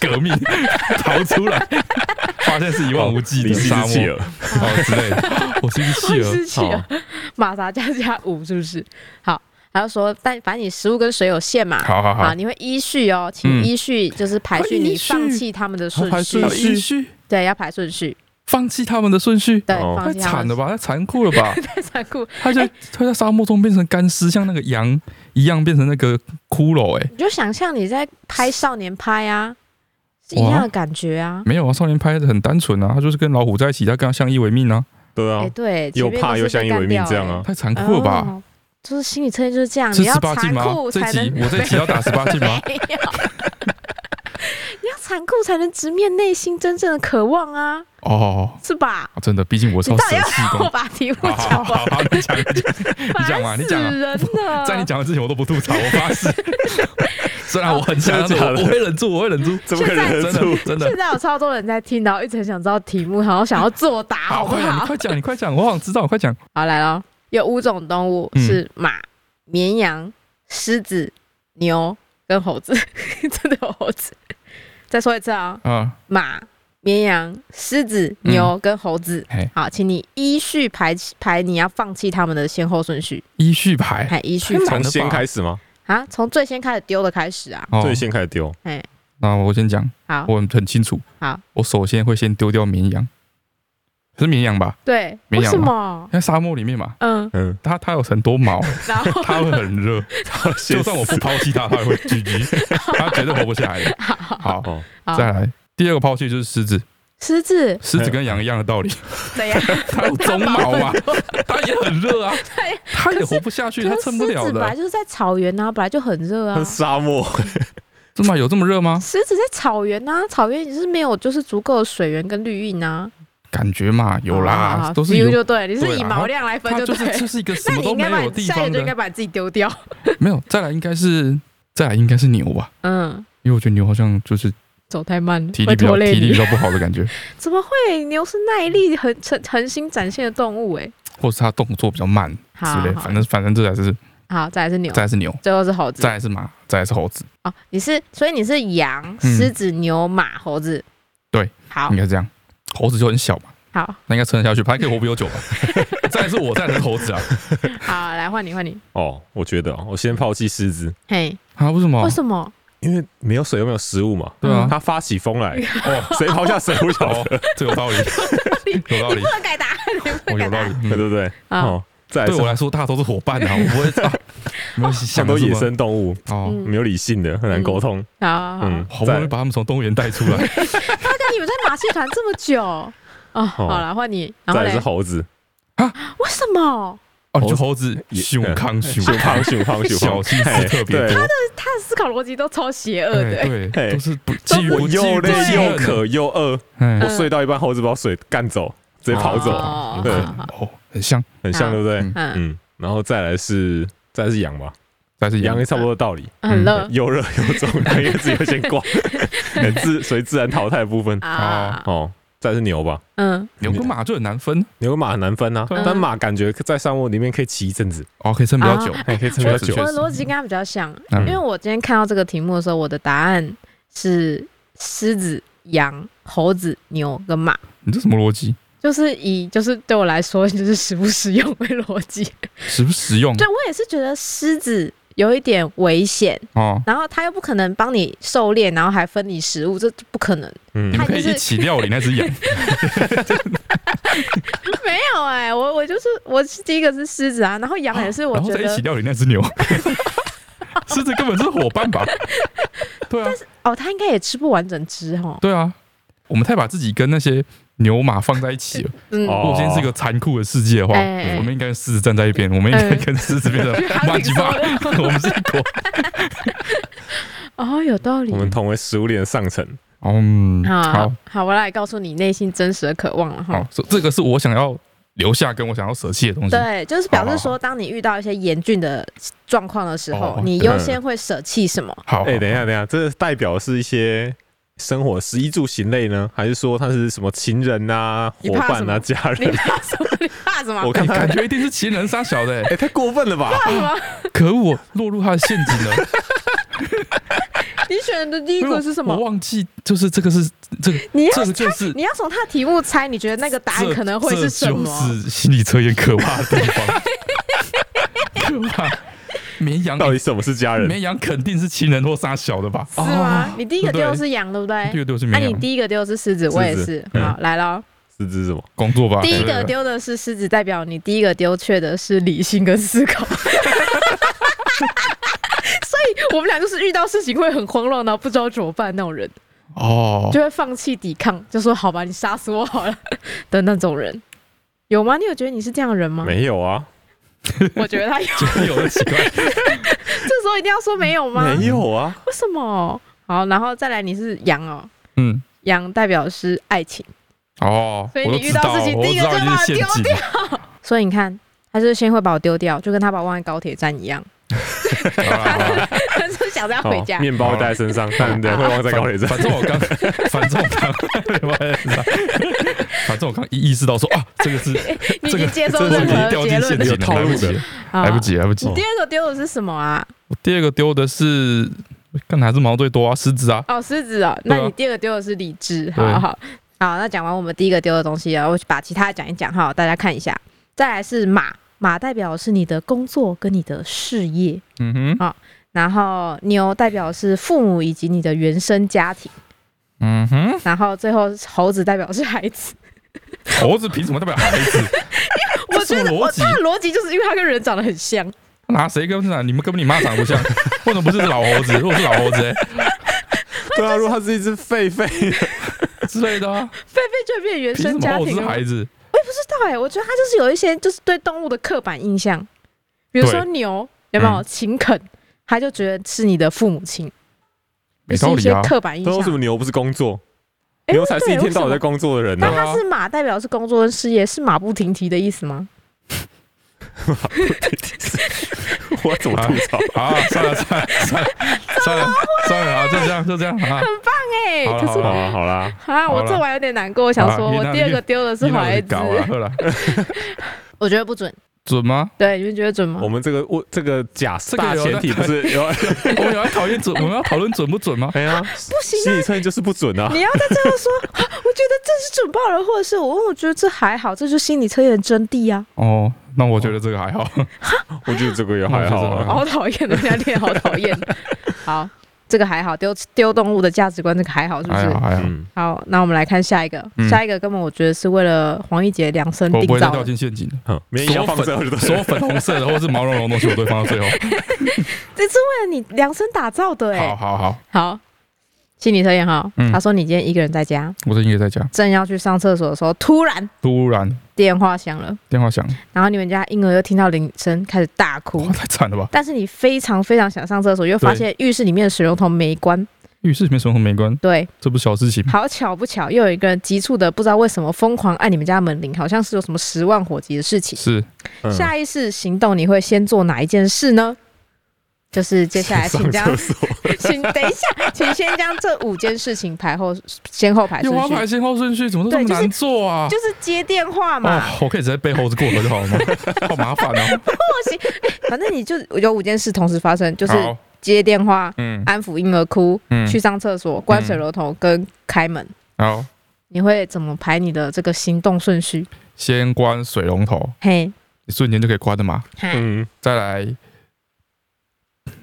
[SPEAKER 2] 革命 逃出来， 发现是一望无际
[SPEAKER 3] 你
[SPEAKER 2] 的
[SPEAKER 3] 是一
[SPEAKER 2] 沙
[SPEAKER 3] 只
[SPEAKER 2] 漠
[SPEAKER 3] 企鹅，
[SPEAKER 2] 哦之类的。我是一只 企鹅，
[SPEAKER 1] 是企鹅，马达加斯加五是不是？好，还要说，但反正你食物跟水有限嘛，
[SPEAKER 2] 好好好
[SPEAKER 1] 你会依序哦，请
[SPEAKER 2] 嗯
[SPEAKER 1] 依序就是排序，
[SPEAKER 2] 啊
[SPEAKER 1] 你
[SPEAKER 2] 依序
[SPEAKER 1] 放弃他们的顺
[SPEAKER 2] 还
[SPEAKER 1] 序
[SPEAKER 2] 顺，序序
[SPEAKER 1] 对，要排顺序，
[SPEAKER 2] 放弃他们的顺序，
[SPEAKER 1] 对，
[SPEAKER 3] 哦
[SPEAKER 1] 放
[SPEAKER 2] 太
[SPEAKER 1] 弃他
[SPEAKER 2] 惨
[SPEAKER 1] 们
[SPEAKER 2] 了
[SPEAKER 1] 的
[SPEAKER 2] 吧，太残酷了吧！
[SPEAKER 1] 太残酷。
[SPEAKER 2] 他就他在沙漠中变成干尸，像那个羊一样变成那个骷髅，哎，
[SPEAKER 1] 你就想象你在拍少年拍啊，是一样的感觉啊。
[SPEAKER 2] 没有啊，少年拍的很单纯啊，他就是跟老虎在一起，他跟他相依为命啊，
[SPEAKER 3] 对
[SPEAKER 1] 哎，
[SPEAKER 3] 啊，
[SPEAKER 1] 对，
[SPEAKER 3] 又
[SPEAKER 1] 前面
[SPEAKER 3] 怕
[SPEAKER 1] 都是
[SPEAKER 3] 又
[SPEAKER 1] 被
[SPEAKER 3] 相依
[SPEAKER 1] 干
[SPEAKER 3] 为命
[SPEAKER 1] 掉
[SPEAKER 3] 这样
[SPEAKER 1] 哎
[SPEAKER 3] 啊，
[SPEAKER 2] 太残酷了吧？
[SPEAKER 1] 哦就是心理测验就是这样，
[SPEAKER 2] 是
[SPEAKER 1] 你要
[SPEAKER 2] 十八禁
[SPEAKER 1] 残
[SPEAKER 2] 吗？
[SPEAKER 1] 酷
[SPEAKER 2] 这
[SPEAKER 1] 才能
[SPEAKER 2] 集我这集要打十八禁吗？
[SPEAKER 1] 没有， 你要残酷才能直面内心真正的渴望啊，
[SPEAKER 2] 哦，
[SPEAKER 1] 是吧？
[SPEAKER 2] 啊真的，毕竟我是
[SPEAKER 1] 你
[SPEAKER 2] 要
[SPEAKER 1] 到底
[SPEAKER 2] 舍
[SPEAKER 1] 要
[SPEAKER 2] 弃
[SPEAKER 1] 不要我
[SPEAKER 2] 的。
[SPEAKER 1] 把题目
[SPEAKER 2] 好嗯好
[SPEAKER 1] 讲
[SPEAKER 2] 好
[SPEAKER 1] 完？
[SPEAKER 2] 好，你讲，你讲你讲嘛，你讲
[SPEAKER 1] 烦死
[SPEAKER 2] 啊。
[SPEAKER 1] 人了，
[SPEAKER 2] 在你讲完之前，我都不吐槽，我发誓。虽然我很想要
[SPEAKER 3] 真的假
[SPEAKER 2] 我
[SPEAKER 3] 的
[SPEAKER 2] 我会忍住，我会忍住，
[SPEAKER 3] 怎么可能
[SPEAKER 1] 现
[SPEAKER 2] 真
[SPEAKER 3] 忍住
[SPEAKER 2] 的？真的
[SPEAKER 1] 现。在有啊超多人在听，然后一直很想知道题目，然后想要作答，好
[SPEAKER 2] 好，
[SPEAKER 1] 不
[SPEAKER 2] 快讲，你
[SPEAKER 1] 好？
[SPEAKER 2] 快讲，你快讲，我好想知道，快讲。
[SPEAKER 1] 好来喽，有五种动物
[SPEAKER 2] 嗯
[SPEAKER 1] 是马、绵羊、狮子、牛跟猴子， 真的有猴子。再说一次啊、
[SPEAKER 2] 啊，
[SPEAKER 1] 马、绵羊、狮子、
[SPEAKER 2] 嗯
[SPEAKER 1] 牛跟猴子。
[SPEAKER 2] 嘿
[SPEAKER 1] 好，请你依序排排，你要放弃他们的先后顺序，
[SPEAKER 2] 依序排。
[SPEAKER 1] 还依序
[SPEAKER 2] 太
[SPEAKER 1] 排
[SPEAKER 2] 难
[SPEAKER 3] 从
[SPEAKER 2] 了吧
[SPEAKER 3] 先开始吗？
[SPEAKER 1] 啊，从最先开始丢的开始啊。
[SPEAKER 2] 哦
[SPEAKER 3] 最先开始丢，
[SPEAKER 2] 那我先讲，
[SPEAKER 1] 好，
[SPEAKER 2] 我很很清楚。
[SPEAKER 1] 好，
[SPEAKER 2] 我首先会先丢掉绵羊，是绵羊吧？
[SPEAKER 1] 对，
[SPEAKER 2] 绵
[SPEAKER 1] 为
[SPEAKER 2] 羊
[SPEAKER 1] 什么？
[SPEAKER 2] 在沙漠里面嘛，
[SPEAKER 1] 嗯，
[SPEAKER 3] 嗯，
[SPEAKER 2] 它它有很 多毛，
[SPEAKER 1] 然后
[SPEAKER 2] 它会很 热， 就算 我不抛弃它，它 也会 GG，它绝对活不下来的。好，
[SPEAKER 3] 哦，
[SPEAKER 1] 好
[SPEAKER 2] 再来第二个抛弃就是狮子，
[SPEAKER 1] 狮子
[SPEAKER 2] 狮子跟羊一样的道理，
[SPEAKER 1] 怎样？
[SPEAKER 2] 它有鬃毛嘛，它也很热啊，它也
[SPEAKER 1] 可是
[SPEAKER 2] 活不下去，它
[SPEAKER 1] 可是
[SPEAKER 2] 撑不了
[SPEAKER 1] 狮子本来
[SPEAKER 2] 的。
[SPEAKER 1] 就是在草原啊，本来就很热啊
[SPEAKER 3] 很。哦沙漠，
[SPEAKER 2] 这么有这么热吗？
[SPEAKER 1] 狮子在草原啊，草原也是没有就是足够的水源跟绿荫啊。
[SPEAKER 2] 感觉嘛，有
[SPEAKER 1] 好好
[SPEAKER 2] 啦
[SPEAKER 1] 好，
[SPEAKER 2] 都是
[SPEAKER 1] view
[SPEAKER 2] 有，
[SPEAKER 1] 就对，你是
[SPEAKER 2] 对
[SPEAKER 1] 以
[SPEAKER 2] 啦
[SPEAKER 1] 毛量来分
[SPEAKER 2] 它就
[SPEAKER 1] 对
[SPEAKER 2] 是
[SPEAKER 1] 了。
[SPEAKER 2] 就是一个什
[SPEAKER 1] 那
[SPEAKER 2] 么
[SPEAKER 1] 你
[SPEAKER 2] 都
[SPEAKER 1] 应
[SPEAKER 2] 没
[SPEAKER 1] 该把
[SPEAKER 2] 有
[SPEAKER 1] 你
[SPEAKER 2] 的地
[SPEAKER 1] 下一
[SPEAKER 2] 方
[SPEAKER 1] 个就应该
[SPEAKER 2] 的。
[SPEAKER 1] 把你自己丢 掉。
[SPEAKER 2] 没有，再来应该是再来应该是牛吧，
[SPEAKER 1] 嗯，
[SPEAKER 2] 因为我觉得牛好像就是
[SPEAKER 1] 走太慢了，
[SPEAKER 2] 体
[SPEAKER 1] 会
[SPEAKER 2] 力比较
[SPEAKER 1] 拖累
[SPEAKER 2] 体力比
[SPEAKER 1] 你。
[SPEAKER 2] 较不好的 感觉，
[SPEAKER 1] 怎么会？牛是耐力很诚诚心展现的动物哎。
[SPEAKER 2] 或是它动作比较慢之
[SPEAKER 1] 好
[SPEAKER 2] 类，
[SPEAKER 1] 好
[SPEAKER 2] 反正反正这才是
[SPEAKER 1] 好，再来是牛，
[SPEAKER 2] 再来是牛，
[SPEAKER 1] 最后是猴子
[SPEAKER 2] 再。来是马，再来是猴子，
[SPEAKER 1] 哦，你是所以你是羊、
[SPEAKER 2] 嗯
[SPEAKER 1] 狮子、牛、马、猴子。
[SPEAKER 2] 对，嗯
[SPEAKER 1] 好
[SPEAKER 2] 应该这样。猴子就很小嘛，
[SPEAKER 1] 好
[SPEAKER 2] 那应该撑得下去，它可以活比 我久吧。再来是我，再来是猴子啊
[SPEAKER 1] 好，来换你换你。
[SPEAKER 3] 哦，我觉得哦我先抛弃狮子，
[SPEAKER 1] 嘿，
[SPEAKER 2] 啊！为什么
[SPEAKER 1] 为？什么？
[SPEAKER 3] 因为没有水又没有食物嘛，
[SPEAKER 2] 对啊，
[SPEAKER 3] 它发起疯来，
[SPEAKER 2] 哦
[SPEAKER 3] 谁抛下谁不晓
[SPEAKER 2] 哦
[SPEAKER 3] 得，，
[SPEAKER 2] 这有道 理，有道理，
[SPEAKER 1] 不能改答案，你不
[SPEAKER 2] 哦
[SPEAKER 1] 能改答
[SPEAKER 2] 有道
[SPEAKER 1] 案。
[SPEAKER 2] 理。嗯
[SPEAKER 3] 对 不对？
[SPEAKER 1] 啊，
[SPEAKER 3] 哦，再来
[SPEAKER 2] 对
[SPEAKER 3] 是
[SPEAKER 2] 我来说，大家都是伙伴啊，我不会啊， 没有想
[SPEAKER 3] 很
[SPEAKER 2] 得
[SPEAKER 3] 多
[SPEAKER 2] 这么
[SPEAKER 3] 野生动物，
[SPEAKER 2] 哦，
[SPEAKER 1] 嗯
[SPEAKER 3] 没有理性的，很难
[SPEAKER 2] 嗯
[SPEAKER 3] 沟通。
[SPEAKER 1] 好好好。
[SPEAKER 3] 嗯，
[SPEAKER 2] 好不
[SPEAKER 3] 再
[SPEAKER 2] 容易把他们从动物园带出来，
[SPEAKER 1] 那你们在马戏团这么久？哦，好了，换你。然后
[SPEAKER 3] 再
[SPEAKER 1] 嘞
[SPEAKER 3] 来是，猴子，
[SPEAKER 1] 为什么？
[SPEAKER 2] 哦，你就猴子
[SPEAKER 3] 也
[SPEAKER 2] 胸 康胸
[SPEAKER 3] 熊胖熊胖熊
[SPEAKER 2] 小
[SPEAKER 3] 胖，
[SPEAKER 2] 心思特别
[SPEAKER 3] 哎对
[SPEAKER 2] 多，
[SPEAKER 1] 他的思考逻辑都超邪恶的、
[SPEAKER 2] 哎对，
[SPEAKER 3] 哎
[SPEAKER 2] 都是不基于
[SPEAKER 3] 我
[SPEAKER 2] 不基
[SPEAKER 3] 又
[SPEAKER 2] 于不
[SPEAKER 3] 累
[SPEAKER 2] 信
[SPEAKER 3] 又
[SPEAKER 2] 任的，
[SPEAKER 3] 渴又饿，
[SPEAKER 2] 哎
[SPEAKER 3] 我睡到一半，猴子把我水干走，直接跑走，
[SPEAKER 1] 哦
[SPEAKER 3] 对
[SPEAKER 1] 好好好
[SPEAKER 2] 哦，很像，
[SPEAKER 3] 很像，对不对？
[SPEAKER 2] 啊嗯
[SPEAKER 1] 嗯，
[SPEAKER 3] 嗯，然后再来是再来是羊吧，
[SPEAKER 2] 但是
[SPEAKER 3] 羊
[SPEAKER 2] 羊
[SPEAKER 3] 也差不多的道理，
[SPEAKER 2] 嗯
[SPEAKER 1] 很热、
[SPEAKER 3] 又热又 重，它应该只有先挂，很自随自然淘汰的部分。
[SPEAKER 1] 啊，
[SPEAKER 3] 哦，再来是牛吧，
[SPEAKER 1] 嗯，
[SPEAKER 2] 牛跟马就很难分，
[SPEAKER 3] 牛跟马很难分啊，
[SPEAKER 2] 对
[SPEAKER 1] 啊
[SPEAKER 3] 但马感觉在沙漠里面可以骑一阵子，
[SPEAKER 2] 哦，可以撑比较久，
[SPEAKER 3] 还可以撑比
[SPEAKER 1] 我
[SPEAKER 3] 较
[SPEAKER 1] 我
[SPEAKER 2] 确实
[SPEAKER 3] 久。
[SPEAKER 1] 的逻辑跟他比较像，
[SPEAKER 2] 嗯
[SPEAKER 1] 因为我今天看到这个题目的时候，我的答案是狮子、羊、猴子、牛跟马。
[SPEAKER 2] 你这什么逻辑？
[SPEAKER 1] 就是以就是对我来说就是实不实用为逻辑，
[SPEAKER 2] 实不实用？
[SPEAKER 1] 对我也是觉得狮子有一点危险，
[SPEAKER 2] 哦，
[SPEAKER 1] 然后他又不可能帮你狩猎，然后还分你食物，这不可能。
[SPEAKER 2] 你
[SPEAKER 3] 嗯
[SPEAKER 2] 们
[SPEAKER 1] 它
[SPEAKER 2] 可
[SPEAKER 1] 就
[SPEAKER 2] 以
[SPEAKER 1] 是
[SPEAKER 2] 一起料理那 只羊，
[SPEAKER 1] 没有哎、我我就是我是第一个是狮子啊，然后羊也是我
[SPEAKER 2] 然后
[SPEAKER 1] 觉
[SPEAKER 2] 再一
[SPEAKER 1] 得
[SPEAKER 2] 起料理那只牛， 狮子根本是伙伴吧？ 对啊，
[SPEAKER 1] 哦，它应该也吃不完整只哦。
[SPEAKER 2] 对啊，我们太把自己跟那些牛马放在一起了。
[SPEAKER 1] 嗯，
[SPEAKER 2] 如
[SPEAKER 3] 哦
[SPEAKER 2] 果今天是一个残酷的世界的话，
[SPEAKER 1] 哎哎
[SPEAKER 2] 我们应该跟狮子站在一边，我们应该
[SPEAKER 1] 哎
[SPEAKER 2] 跟狮子变成 马吉巴， 我们是一国。
[SPEAKER 1] 哦，有道理
[SPEAKER 3] 我。们同为食物链的上层，
[SPEAKER 2] 嗯，
[SPEAKER 1] 好
[SPEAKER 2] 好
[SPEAKER 1] 好，我来告诉你内心真实的渴望了哈
[SPEAKER 2] 好。，所以这个是我想要留下跟我想要舍弃的东西。
[SPEAKER 1] 对，就是表示说，当你遇到一些严峻的状况的时
[SPEAKER 2] 哦
[SPEAKER 1] 候，你
[SPEAKER 2] 对
[SPEAKER 1] 优先会舍弃什么？
[SPEAKER 2] 好，
[SPEAKER 3] 哎、等一下，等一下，这代表是一些生活食衣住行类呢，还是说他是什么情人啊、
[SPEAKER 1] 你
[SPEAKER 3] 伙
[SPEAKER 1] 怕
[SPEAKER 3] 伴啊、
[SPEAKER 1] 什么
[SPEAKER 3] 家
[SPEAKER 1] 你
[SPEAKER 3] 人？
[SPEAKER 1] 怕什么？你怕什么？
[SPEAKER 3] 我
[SPEAKER 2] 哎
[SPEAKER 3] 看他，
[SPEAKER 2] 感
[SPEAKER 3] 哎、
[SPEAKER 2] 觉一定是情人杀 小的、欸，
[SPEAKER 3] 太过分了吧？
[SPEAKER 1] 怕什么？
[SPEAKER 2] 可恶，我落入他的陷阱 了。
[SPEAKER 1] 你选的第一
[SPEAKER 2] 因为
[SPEAKER 1] 个
[SPEAKER 2] 我
[SPEAKER 1] 是什
[SPEAKER 2] 我
[SPEAKER 1] 么？
[SPEAKER 2] 忘记，就是这个是这个，
[SPEAKER 1] 你要
[SPEAKER 2] 这个就是
[SPEAKER 1] 你要从他题目猜，你觉得那个答案可能会是什么？
[SPEAKER 2] 这就是心理测验可怕的地方，可怕。绵羊，
[SPEAKER 3] 到底什么是家人？
[SPEAKER 2] 绵羊肯定是情人或杀小的吧？哦
[SPEAKER 1] 是吗？你第一个
[SPEAKER 2] 对
[SPEAKER 1] 丢的是羊，对不对？
[SPEAKER 2] 第二丢是
[SPEAKER 1] 那、
[SPEAKER 2] 绵
[SPEAKER 1] 你
[SPEAKER 2] 羊，
[SPEAKER 1] 第一个丢的是狮子，
[SPEAKER 3] 子
[SPEAKER 1] 我也是。
[SPEAKER 3] 嗯
[SPEAKER 1] 好，来咯。
[SPEAKER 3] 是指什么？
[SPEAKER 2] 工作吧。
[SPEAKER 1] 第一
[SPEAKER 2] 对
[SPEAKER 1] 个，丢的是狮子，代表你第一个丢却的是理性跟思考。 所以我们俩就是遇到事情会很慌乱，然后不知道怎么办那种人，
[SPEAKER 2] 对哦
[SPEAKER 1] 就，会放弃抵抗，就说好吧，你 杀死我好了的那种人，有吗？你有觉得你是这样的人吗？
[SPEAKER 3] 没有啊，
[SPEAKER 1] 我觉得他有，
[SPEAKER 2] 觉得有的奇怪，
[SPEAKER 1] 这时候一定要说没有吗？
[SPEAKER 3] 没有啊，
[SPEAKER 1] 为什么？好，然后再来你是羊哦，
[SPEAKER 2] 嗯，
[SPEAKER 1] 羊代表是爱情，
[SPEAKER 2] 哦，
[SPEAKER 1] 所以
[SPEAKER 2] 我
[SPEAKER 1] 你
[SPEAKER 2] 都
[SPEAKER 1] 遇
[SPEAKER 2] 知
[SPEAKER 1] 到
[SPEAKER 2] 道，
[SPEAKER 1] 事情
[SPEAKER 2] 我
[SPEAKER 1] 第
[SPEAKER 2] 都
[SPEAKER 1] 一
[SPEAKER 2] 知
[SPEAKER 1] 个
[SPEAKER 2] 道
[SPEAKER 1] 就
[SPEAKER 2] 你
[SPEAKER 1] 把它
[SPEAKER 2] 是陷
[SPEAKER 1] 丢
[SPEAKER 2] 阱，
[SPEAKER 5] 所以你看，他就是先会把我丢掉，就跟他把我忘在高铁站一 样，
[SPEAKER 2] 好啦好啦
[SPEAKER 5] 就是想着要回家
[SPEAKER 3] 哦。面包带在身上，
[SPEAKER 1] 哦
[SPEAKER 3] 但对，会忘在高铁站
[SPEAKER 2] 反。正我 刚，反正我刚，反正我刚意意识到说啊，这个是
[SPEAKER 1] 你已
[SPEAKER 2] 这个
[SPEAKER 1] 经接受
[SPEAKER 2] 这个
[SPEAKER 1] 任
[SPEAKER 2] 已经掉
[SPEAKER 1] 何结
[SPEAKER 2] 进
[SPEAKER 1] 论啊哦
[SPEAKER 2] 陷阱
[SPEAKER 3] 有
[SPEAKER 2] 了，
[SPEAKER 3] 套
[SPEAKER 2] 来
[SPEAKER 3] 路
[SPEAKER 2] 不及
[SPEAKER 3] 的
[SPEAKER 2] 了，
[SPEAKER 1] 好
[SPEAKER 2] 来不及，来不及
[SPEAKER 1] 你。第二个丢的是什么啊？
[SPEAKER 2] 我第二个丢的是，看哪只毛最多啊？狮子啊，
[SPEAKER 1] 哦，狮子哦，
[SPEAKER 2] 对啊
[SPEAKER 1] 那你第二个丢的是理智，好
[SPEAKER 2] 对
[SPEAKER 1] 好好。好那讲完我们第一个丢的东西啊了，我把其他的讲一讲哈，大家看一下。再来是马，
[SPEAKER 5] 马代表是你的工作跟你的事业，
[SPEAKER 2] 嗯哼，
[SPEAKER 5] 然后牛代表是父母以及你的原生家庭，
[SPEAKER 2] 嗯哼，
[SPEAKER 5] 然后最后猴子代表是孩子。
[SPEAKER 2] 猴子凭什么代表孩 子？
[SPEAKER 1] 我
[SPEAKER 2] 这
[SPEAKER 1] 觉
[SPEAKER 2] 什么
[SPEAKER 1] 得
[SPEAKER 2] 逻
[SPEAKER 1] 我
[SPEAKER 2] 辑
[SPEAKER 1] 他的逻辑就是因为他跟人长得很像，
[SPEAKER 2] 拿谁跟哪？你们跟你妈长得 不像，为什么不是老猴子？如果是老猴子、欸、
[SPEAKER 3] 对啊，如果它是一只狒狒，
[SPEAKER 2] 之类 的啊，
[SPEAKER 1] 狒狒就变原
[SPEAKER 2] 凭什
[SPEAKER 1] 生
[SPEAKER 2] 么
[SPEAKER 1] 家
[SPEAKER 2] 猴子
[SPEAKER 1] 庭
[SPEAKER 2] 是
[SPEAKER 1] 了。
[SPEAKER 2] 孩子？
[SPEAKER 5] 对，
[SPEAKER 1] 欸
[SPEAKER 5] 我觉得他就是有一些就是对动物的刻板印象，
[SPEAKER 1] 比如说
[SPEAKER 2] 对
[SPEAKER 1] 牛有没有
[SPEAKER 2] 嗯
[SPEAKER 1] 勤恳，他就觉得是你的父母亲，
[SPEAKER 2] 没
[SPEAKER 1] 就
[SPEAKER 2] 道
[SPEAKER 1] 是一
[SPEAKER 2] 理
[SPEAKER 1] 些
[SPEAKER 2] 啊，
[SPEAKER 1] 刻板印
[SPEAKER 3] 他
[SPEAKER 1] 象
[SPEAKER 3] 为。什么牛不是工作？
[SPEAKER 1] 诶
[SPEAKER 3] 牛才是一
[SPEAKER 1] 对
[SPEAKER 3] 天到晚在工作的人
[SPEAKER 1] 那
[SPEAKER 3] 呢。
[SPEAKER 1] 它是马，代表是工作跟事业，是马不停蹄的意思吗？
[SPEAKER 3] 我要怎么吐槽？
[SPEAKER 2] 啊，算了算了 算了算了算了啊，就这样就这样啊，
[SPEAKER 1] 哎、
[SPEAKER 2] 好
[SPEAKER 1] 可
[SPEAKER 2] 了
[SPEAKER 1] 是
[SPEAKER 2] 好了
[SPEAKER 3] 好啦哦好啦，
[SPEAKER 1] 啊，
[SPEAKER 2] 好
[SPEAKER 1] 我
[SPEAKER 2] 了
[SPEAKER 1] 这完有点难过，我想说
[SPEAKER 2] 好了
[SPEAKER 1] 我第二个丢的是
[SPEAKER 2] 你老
[SPEAKER 1] 孩
[SPEAKER 2] 是
[SPEAKER 1] 子
[SPEAKER 2] 搞， 啊，喝了
[SPEAKER 1] 我觉得不准。
[SPEAKER 2] 准吗？
[SPEAKER 1] 对，你们觉得准吗
[SPEAKER 3] 我？们这个我这个假
[SPEAKER 2] 个
[SPEAKER 3] 大
[SPEAKER 2] 有
[SPEAKER 3] 前
[SPEAKER 2] 在
[SPEAKER 3] 提不 是有？
[SPEAKER 2] 我们要讨厌准，我们要讨论准不准吗？
[SPEAKER 3] 哎呀，
[SPEAKER 1] 不行
[SPEAKER 3] 心
[SPEAKER 1] 啊
[SPEAKER 3] 理！测验就是不准啊
[SPEAKER 1] 你。要在最后说， 啊我觉得这是准爆了，或者是我问，我觉得这还好，这就是心理测验的真谛啊！
[SPEAKER 2] 哦，那我觉得这个还好，
[SPEAKER 1] 哦
[SPEAKER 3] 我觉得这个也还 好
[SPEAKER 2] 我觉得这个还
[SPEAKER 3] 啊。
[SPEAKER 1] 好讨厌，人家练好讨厌。好，这个还好，丢丢动物的价值观，这个还好，是不
[SPEAKER 2] 还
[SPEAKER 1] 是？
[SPEAKER 2] 好还好，
[SPEAKER 3] 嗯，
[SPEAKER 1] 好，那我们来看下一个，
[SPEAKER 2] 嗯
[SPEAKER 1] 下一个根本我觉得是为了黄奕杰量身
[SPEAKER 2] 我不
[SPEAKER 1] 定
[SPEAKER 2] 会再
[SPEAKER 1] 造
[SPEAKER 2] 掉
[SPEAKER 1] 的。
[SPEAKER 2] 进陷阱的。
[SPEAKER 3] 好没营养放射就
[SPEAKER 2] 嗯所
[SPEAKER 3] 对
[SPEAKER 2] 有
[SPEAKER 3] 了。
[SPEAKER 2] 粉红色的或者是毛茸茸的东西，我都会放到最后。
[SPEAKER 1] 这是为了你量身打造的哎、
[SPEAKER 2] 好好好，
[SPEAKER 1] 好，心理测验哈，
[SPEAKER 2] 嗯
[SPEAKER 1] 他说你今天一个人在家，
[SPEAKER 2] 我最近也在家，
[SPEAKER 1] 正要去上厕所的时候，突然
[SPEAKER 2] 突然
[SPEAKER 1] 电话响了，
[SPEAKER 2] 电话响，
[SPEAKER 1] 然后你们家婴儿又听到铃声，开始大哭
[SPEAKER 2] 哇，。太惨了吧！
[SPEAKER 1] 但是你非常非常想上厕所，又发现浴室里面的水龙头没关。
[SPEAKER 2] 浴室里面什么没关，
[SPEAKER 1] 对，
[SPEAKER 2] 这不是小事情吗。
[SPEAKER 1] 好巧不巧，又有一个人急促的不知道为什么疯狂按你们家门铃，好像是有什么十万火急的事情。
[SPEAKER 2] 是
[SPEAKER 3] 嗯
[SPEAKER 1] 下意识行动，你会先做哪一件事呢？就是接 下来，请
[SPEAKER 3] 上
[SPEAKER 1] 将
[SPEAKER 3] 厕所，
[SPEAKER 1] 请等一下，请先将这五件事情排后先后排
[SPEAKER 2] 有啊
[SPEAKER 1] 顺
[SPEAKER 2] 花
[SPEAKER 1] 序
[SPEAKER 2] 牌，先后顺序，怎么都这
[SPEAKER 1] 对
[SPEAKER 2] 么
[SPEAKER 1] 就是
[SPEAKER 2] 难做啊？
[SPEAKER 1] 就是接电话嘛。
[SPEAKER 2] 哦，我可以直接背猴子过河就 好了吗？好麻烦哦。
[SPEAKER 1] 反正你就有五件事同时发生，就是
[SPEAKER 2] 好，
[SPEAKER 1] 接电话、
[SPEAKER 2] 嗯
[SPEAKER 1] 安抚婴儿哭、
[SPEAKER 2] 嗯，
[SPEAKER 1] 去上厕所、关水龙头跟开门。
[SPEAKER 2] 好，
[SPEAKER 1] 你会怎么排你的这个行动顺序？
[SPEAKER 2] 先关水龙头，
[SPEAKER 1] 嘿，
[SPEAKER 2] 你瞬间就可以关的嘛。
[SPEAKER 1] 哈
[SPEAKER 3] 嗯，
[SPEAKER 2] 再来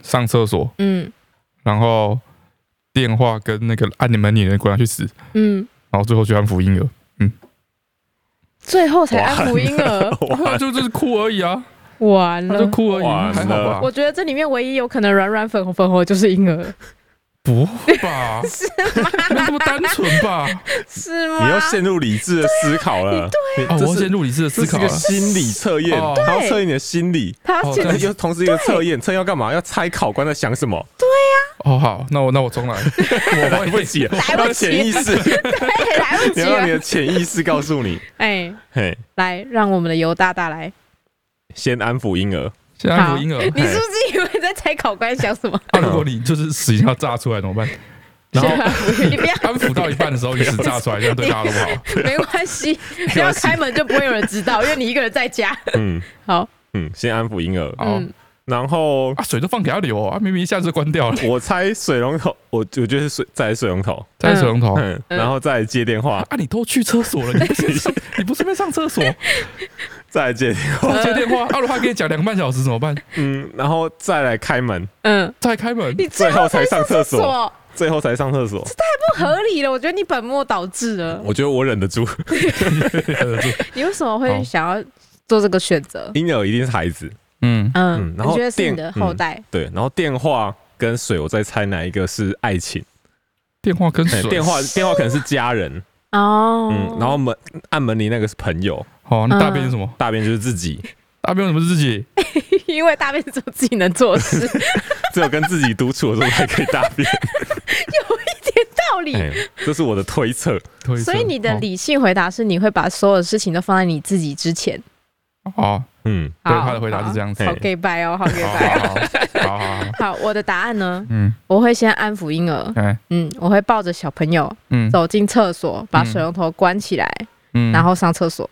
[SPEAKER 2] 上厕所，
[SPEAKER 1] 嗯
[SPEAKER 2] 然后电话跟那个按你门铃的人关上去死，
[SPEAKER 1] 嗯，
[SPEAKER 2] 然后最后去安抚婴 儿。
[SPEAKER 1] 最后才安抚婴儿，
[SPEAKER 2] 他啊就就是哭而已啊，
[SPEAKER 1] 完
[SPEAKER 2] 哦他就
[SPEAKER 1] 了。
[SPEAKER 2] 哭而
[SPEAKER 3] 完
[SPEAKER 2] 已，啊
[SPEAKER 3] 了
[SPEAKER 2] 还好吧
[SPEAKER 1] 我？觉得这里面唯一有可能软软粉红粉红就是婴儿，
[SPEAKER 2] 不会 吧？
[SPEAKER 1] 是
[SPEAKER 2] 没有那么单纯 吧？
[SPEAKER 1] 是吗？
[SPEAKER 3] 嗯你要陷入理智的思考了。对
[SPEAKER 2] 哦，
[SPEAKER 3] 这
[SPEAKER 2] 我
[SPEAKER 3] 是
[SPEAKER 2] 先入理智的
[SPEAKER 3] 这
[SPEAKER 2] 思
[SPEAKER 3] 是
[SPEAKER 2] 考
[SPEAKER 3] 一个
[SPEAKER 2] 了。
[SPEAKER 3] 心理测验
[SPEAKER 2] 哦，
[SPEAKER 3] 它要测验你的心理。
[SPEAKER 1] 他
[SPEAKER 2] 哦
[SPEAKER 1] 现
[SPEAKER 2] 对
[SPEAKER 1] 在
[SPEAKER 3] 这又同时一个测验，测验要干嘛？要猜考官在想什么？
[SPEAKER 2] 哦，好，那我那我重来， 我
[SPEAKER 3] 来
[SPEAKER 2] 会
[SPEAKER 3] 不及了，
[SPEAKER 1] 来不
[SPEAKER 3] 要
[SPEAKER 1] 及
[SPEAKER 3] 潜意识，
[SPEAKER 1] 对哎来不
[SPEAKER 3] 你
[SPEAKER 1] 及
[SPEAKER 3] 要让你
[SPEAKER 1] 了。
[SPEAKER 3] 的潜意识告诉你，
[SPEAKER 1] 哎，
[SPEAKER 3] 嘿，
[SPEAKER 1] 来，让我们的尤大大来。
[SPEAKER 3] 先安抚婴儿，
[SPEAKER 2] 先安抚婴
[SPEAKER 3] 嗯
[SPEAKER 2] 儿。
[SPEAKER 1] 你是不是以为在猜考官想什么？
[SPEAKER 2] 那如果你就是屎要炸出来怎么办？然后
[SPEAKER 1] 先安抚你不要
[SPEAKER 2] 安抚到一半的时候，你屎炸出来，这样对大家都不好。
[SPEAKER 1] 啊没关 系，只要开门就不会有人知道，因为你一个人在家。
[SPEAKER 3] 嗯
[SPEAKER 1] 好，
[SPEAKER 3] 嗯，先安抚婴儿，
[SPEAKER 2] 好
[SPEAKER 1] 嗯，
[SPEAKER 3] 然后
[SPEAKER 2] 啊，水都放给他流哦啊，明明一下子就关掉了，
[SPEAKER 3] 我猜水龙头，我我觉得是水，再来水龙头，
[SPEAKER 2] 在水龙头。
[SPEAKER 3] 嗯，然后再来接电话，
[SPEAKER 2] 啊，你都去厕所了，你 不是上， 你不顺便上厕所，
[SPEAKER 3] 再来接电话，
[SPEAKER 2] 我接电话，阿鲁他跟你讲两个半小时怎么办？
[SPEAKER 3] 嗯，然后再来开门，
[SPEAKER 1] 嗯，
[SPEAKER 2] 再开门，
[SPEAKER 1] 你
[SPEAKER 3] 最后才上厕
[SPEAKER 1] 厕
[SPEAKER 3] 所，最后才上厕所。
[SPEAKER 1] 不合理了，我觉得你本末倒置了。
[SPEAKER 3] 我觉得我忍得住，
[SPEAKER 1] 你为什么会想要做这个选择？
[SPEAKER 3] 婴儿一定是孩子，
[SPEAKER 2] 嗯，
[SPEAKER 1] 嗯，
[SPEAKER 3] 嗯然后
[SPEAKER 1] 我觉得是你
[SPEAKER 3] 电
[SPEAKER 1] 的后代。
[SPEAKER 3] 对，然后电话跟水，我在猜哪一个是爱情，
[SPEAKER 2] 电话跟
[SPEAKER 3] 嘿
[SPEAKER 1] 哎
[SPEAKER 2] 水，
[SPEAKER 3] 电话电话可能是家人，嗯
[SPEAKER 1] 哦
[SPEAKER 3] 嗯，然后门按门铃那个是朋友，
[SPEAKER 2] 哦好，那大便是什么？
[SPEAKER 3] 大便就是自己，
[SPEAKER 2] 大便为什么是自己？
[SPEAKER 1] 因为大便只有自己能做的 事，
[SPEAKER 3] 只有跟自己独处的时候才可以大 便。
[SPEAKER 1] 有道理。
[SPEAKER 3] 哎，这是我的推测。
[SPEAKER 2] 推测
[SPEAKER 1] 所以你的理性回答是，你会把所有的事情都放在你自己之前。
[SPEAKER 2] 哦，
[SPEAKER 3] 嗯，
[SPEAKER 2] 对
[SPEAKER 1] 好
[SPEAKER 2] 他的回答是这样子
[SPEAKER 1] 好
[SPEAKER 3] 嘿
[SPEAKER 1] ，gay 拜 哦，好 gay
[SPEAKER 2] 好
[SPEAKER 1] 拜。
[SPEAKER 2] 好好好好，好
[SPEAKER 1] 好，我的答案呢？
[SPEAKER 2] 嗯，
[SPEAKER 1] 我会先安抚婴儿，
[SPEAKER 2] 哎，
[SPEAKER 1] 嗯，我会抱着小朋友
[SPEAKER 2] 嗯
[SPEAKER 1] 走进厕所，把水龙头关起来，
[SPEAKER 2] 嗯，
[SPEAKER 1] 然后上厕所。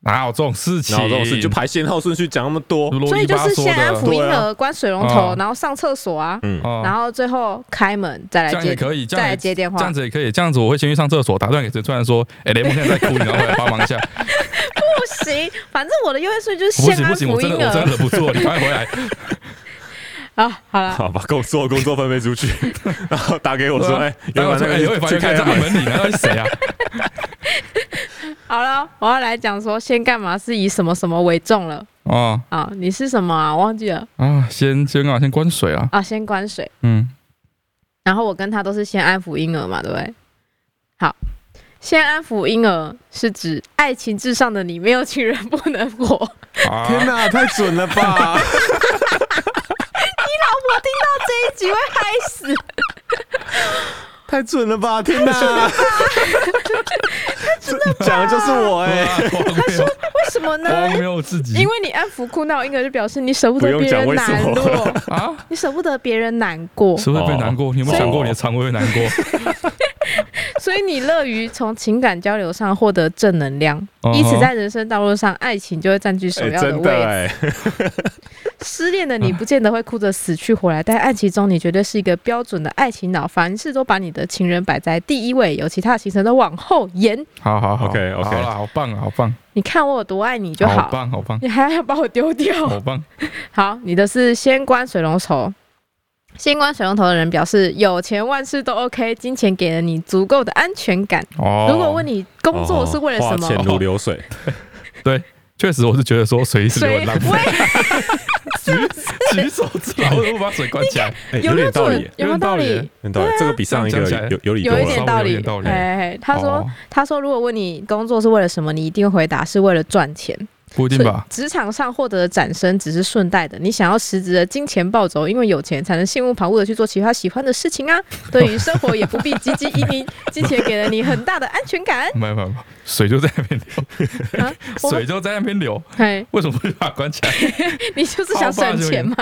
[SPEAKER 2] 哪有这种事情？
[SPEAKER 3] 然后这种事就排先后顺序讲那么多。
[SPEAKER 2] 啰
[SPEAKER 1] 所以
[SPEAKER 2] 里
[SPEAKER 1] 就
[SPEAKER 2] 吧
[SPEAKER 1] 是
[SPEAKER 2] 嗦
[SPEAKER 1] 先安
[SPEAKER 2] 的，
[SPEAKER 1] 抚婴儿，关水龙头
[SPEAKER 2] 哦，
[SPEAKER 1] 然后上厕所啊，
[SPEAKER 3] 嗯，
[SPEAKER 2] 哦
[SPEAKER 1] 然后最后开门再来
[SPEAKER 2] 这样
[SPEAKER 1] 接
[SPEAKER 2] 也，可以，这
[SPEAKER 1] 再
[SPEAKER 2] 样
[SPEAKER 1] 来
[SPEAKER 2] 也
[SPEAKER 1] 接电
[SPEAKER 2] 这样
[SPEAKER 1] 话。
[SPEAKER 2] 子也可以，这样子我会先去上厕所，打断给陈川说：“哎、雷蒙现在在哭，你要回来帮忙一 下。
[SPEAKER 1] 不行，反正我的优先顺序就”是
[SPEAKER 2] 不
[SPEAKER 1] 先
[SPEAKER 2] 行
[SPEAKER 1] 安
[SPEAKER 2] 不行，我
[SPEAKER 1] 抚
[SPEAKER 2] 真的
[SPEAKER 1] 婴
[SPEAKER 2] 我真的
[SPEAKER 1] 儿
[SPEAKER 2] 忍不住了，你快回来。
[SPEAKER 1] 啊。 好了，
[SPEAKER 3] 好，把工作工作分配出去， 然后打
[SPEAKER 2] 啊
[SPEAKER 3] 给我说，哎，
[SPEAKER 2] 然
[SPEAKER 3] 有
[SPEAKER 2] 后
[SPEAKER 3] 没
[SPEAKER 2] 我说：“
[SPEAKER 3] 有
[SPEAKER 2] 哎、
[SPEAKER 3] 那
[SPEAKER 2] 有伟
[SPEAKER 3] 个
[SPEAKER 2] 凡
[SPEAKER 3] 去
[SPEAKER 2] 又
[SPEAKER 3] 开
[SPEAKER 2] 开
[SPEAKER 3] 大
[SPEAKER 2] 大
[SPEAKER 3] 门？
[SPEAKER 2] 门，你那到底谁啊
[SPEAKER 1] 好了，我要来讲说先干嘛是以什么什么为重了？”
[SPEAKER 2] 哦
[SPEAKER 1] 啊？你是什么啊？我忘记了
[SPEAKER 2] 啊，先先啊，先关水啊，
[SPEAKER 1] 啊，先关水。
[SPEAKER 2] 嗯，
[SPEAKER 1] 然后我跟他都是先安抚婴儿嘛，对不对？好，先安抚婴儿是指爱情至上的你，没有情人不能活。 老婆听
[SPEAKER 2] 啊，
[SPEAKER 3] 天哪，太准了吧！
[SPEAKER 1] 到这一集会嗨死，
[SPEAKER 3] 太准了吧！天哪，真的讲的就是我
[SPEAKER 2] 对
[SPEAKER 3] 哎、
[SPEAKER 2] 啊荒
[SPEAKER 1] 为什么呢？
[SPEAKER 2] 谬，荒谬自己
[SPEAKER 1] 因为你安抚哭闹婴儿，就表示你舍嗯不
[SPEAKER 3] 不
[SPEAKER 1] 得
[SPEAKER 3] 用
[SPEAKER 1] 别
[SPEAKER 3] 讲
[SPEAKER 1] 人
[SPEAKER 3] 为什
[SPEAKER 1] 难
[SPEAKER 3] 么
[SPEAKER 1] 过，
[SPEAKER 2] 啊，
[SPEAKER 1] 你舍不得别人难过，
[SPEAKER 2] 是会被难过。你有没有想过你的肠胃会难过？
[SPEAKER 1] 所以你乐于从情感交流上获得正能量，
[SPEAKER 2] 哦
[SPEAKER 1] 因此在人生道路上，爱情就会占据首
[SPEAKER 3] 哎
[SPEAKER 1] 要的啊位
[SPEAKER 3] 真
[SPEAKER 1] 置。
[SPEAKER 3] 的哎、
[SPEAKER 1] 失恋的你不见得会哭着死去活来，但爱情中你绝对是一个标准的爱情脑，凡事都把你的情人摆在第一位，有其他的行程都往后延。
[SPEAKER 2] 哦好好好
[SPEAKER 3] OK，OK
[SPEAKER 2] 好啦，好棒，啊好棒，
[SPEAKER 1] 你看我有多爱你就好，
[SPEAKER 2] 好哦棒，好棒，
[SPEAKER 1] 你还要把我丢
[SPEAKER 2] 好
[SPEAKER 1] 掉。
[SPEAKER 2] 棒，
[SPEAKER 1] 好，你的是先关水龙头。先关水龙头的人表示，有钱万事都 OK，金钱给了你足够的安全感。
[SPEAKER 2] 哦。
[SPEAKER 1] 如果问你工作
[SPEAKER 3] 哦
[SPEAKER 1] 是为了什么
[SPEAKER 3] 花，钱如 流水，
[SPEAKER 2] 确实，我是觉得说水一直
[SPEAKER 1] 所
[SPEAKER 2] 流
[SPEAKER 1] 以
[SPEAKER 2] 很浪费。
[SPEAKER 1] 喂，
[SPEAKER 2] 举举手之 劳，我把水关起来。
[SPEAKER 3] 哎
[SPEAKER 1] 有
[SPEAKER 3] 有
[SPEAKER 1] 没有
[SPEAKER 3] 点道
[SPEAKER 1] 做
[SPEAKER 3] 理、
[SPEAKER 1] 有没有道理？
[SPEAKER 3] 有点道理。这个比上一个
[SPEAKER 2] 这样讲起来
[SPEAKER 3] 有有理多
[SPEAKER 1] 有
[SPEAKER 3] 了。
[SPEAKER 1] 一点道
[SPEAKER 2] 有
[SPEAKER 1] 理
[SPEAKER 2] 点道，理
[SPEAKER 1] 哎哎，哎他说
[SPEAKER 2] 哦
[SPEAKER 1] 他说，如果问你工作是为了什么，你一定会回答是为了赚钱。
[SPEAKER 2] 不一定
[SPEAKER 1] 所以
[SPEAKER 2] 吧？
[SPEAKER 1] 职场上获得的掌声只是顺带的，你想要实质的金钱暴走，因为有钱才能心无旁骛的去做其他喜欢的事情啊。对于生活也不必汲汲营营，金钱给了你很大的安全感。
[SPEAKER 2] 没有没有，没有水就在那边 流，
[SPEAKER 1] 啊，我
[SPEAKER 2] 水
[SPEAKER 1] 们
[SPEAKER 2] 就在那边流，
[SPEAKER 1] 嘿，
[SPEAKER 2] 为什么不把它关起来？
[SPEAKER 1] 哎你就是想省钱嘛。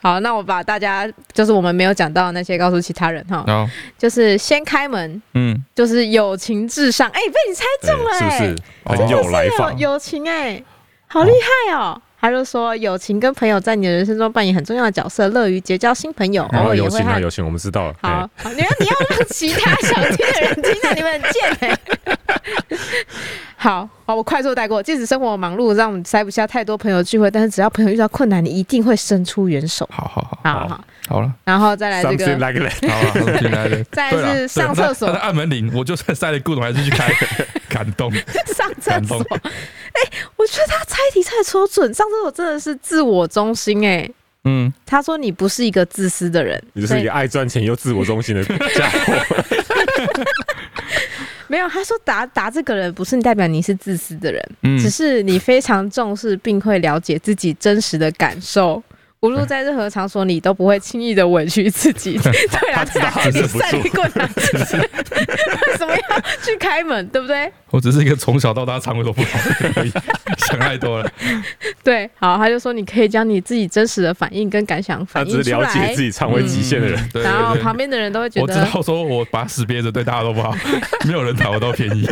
[SPEAKER 1] 好，那我把大家就是我们没有讲到的那些告诉其他人哈，
[SPEAKER 2] 然后，
[SPEAKER 1] 就是先开门，
[SPEAKER 2] 哦嗯，
[SPEAKER 1] 就是友情至上。哎、被你猜中了、哎
[SPEAKER 3] 哎是不
[SPEAKER 2] 哎
[SPEAKER 3] 是很有来
[SPEAKER 1] 有
[SPEAKER 3] 访？
[SPEAKER 1] 友情哎、好厉害哦！他就说，友情跟朋友在你的人生中扮演很重要的角色，乐于结交新朋友，偶
[SPEAKER 3] 然后
[SPEAKER 1] 尔也
[SPEAKER 3] 友
[SPEAKER 1] 会
[SPEAKER 3] 情啊，
[SPEAKER 1] 和
[SPEAKER 3] 友情，我们知道了。哎
[SPEAKER 1] 好，好你要你要让其他想听的人听到，你们很贱哎、 好好，我快速带过。即使生活忙碌，让我们塞不下太多朋友聚会，但是只要朋友遇到困难，你一定会伸出援手。
[SPEAKER 2] 好好好，
[SPEAKER 1] 好
[SPEAKER 3] 好
[SPEAKER 1] 好，
[SPEAKER 2] 好了，
[SPEAKER 1] 然后再来这
[SPEAKER 3] 欸 Something
[SPEAKER 1] 个
[SPEAKER 3] like that，
[SPEAKER 2] 好了，好进来了。
[SPEAKER 1] 再
[SPEAKER 2] 对啦
[SPEAKER 1] 是上厕所
[SPEAKER 2] 对他在按门铃，我就算塞了顾总还是 去开，感动，
[SPEAKER 1] 上厕
[SPEAKER 2] 感
[SPEAKER 1] 所
[SPEAKER 2] 动。
[SPEAKER 1] 哎、我觉得他猜题猜得超准，上厕所真的是自我中心哎、
[SPEAKER 2] 嗯，
[SPEAKER 1] 他说你不是一个自私的人，
[SPEAKER 3] 你就是一
[SPEAKER 1] 对
[SPEAKER 3] 个爱赚钱又自我 中心的家伙。
[SPEAKER 1] 没有。他说答答这个人不是代表你是自私的人，
[SPEAKER 2] 嗯
[SPEAKER 1] 只是你非常重视并会了解自己真实的感受。无论在任何场所，你都不会轻易的委屈自 己。对啊啦，
[SPEAKER 3] 他知
[SPEAKER 1] 对啦你
[SPEAKER 3] 道他，忍不住
[SPEAKER 1] 塞你棍啊！ 为什么要去开门，对不对？
[SPEAKER 2] 我只是一个从小到大肠胃都不好的人 而已，想太多了。
[SPEAKER 1] 对，好，他就说你可以将你自己真实的反应跟感想
[SPEAKER 3] 他
[SPEAKER 1] 反
[SPEAKER 3] 只
[SPEAKER 1] 映
[SPEAKER 3] 是
[SPEAKER 1] 出
[SPEAKER 3] 了
[SPEAKER 1] 来
[SPEAKER 3] 解自，己肠胃极限的人。
[SPEAKER 2] 嗯，对对
[SPEAKER 1] 然后
[SPEAKER 2] 对
[SPEAKER 1] 旁边的人都会觉
[SPEAKER 2] 我知
[SPEAKER 1] 得
[SPEAKER 2] 道，说我把屎憋着对大家都不好，没有人讨我到便 宜。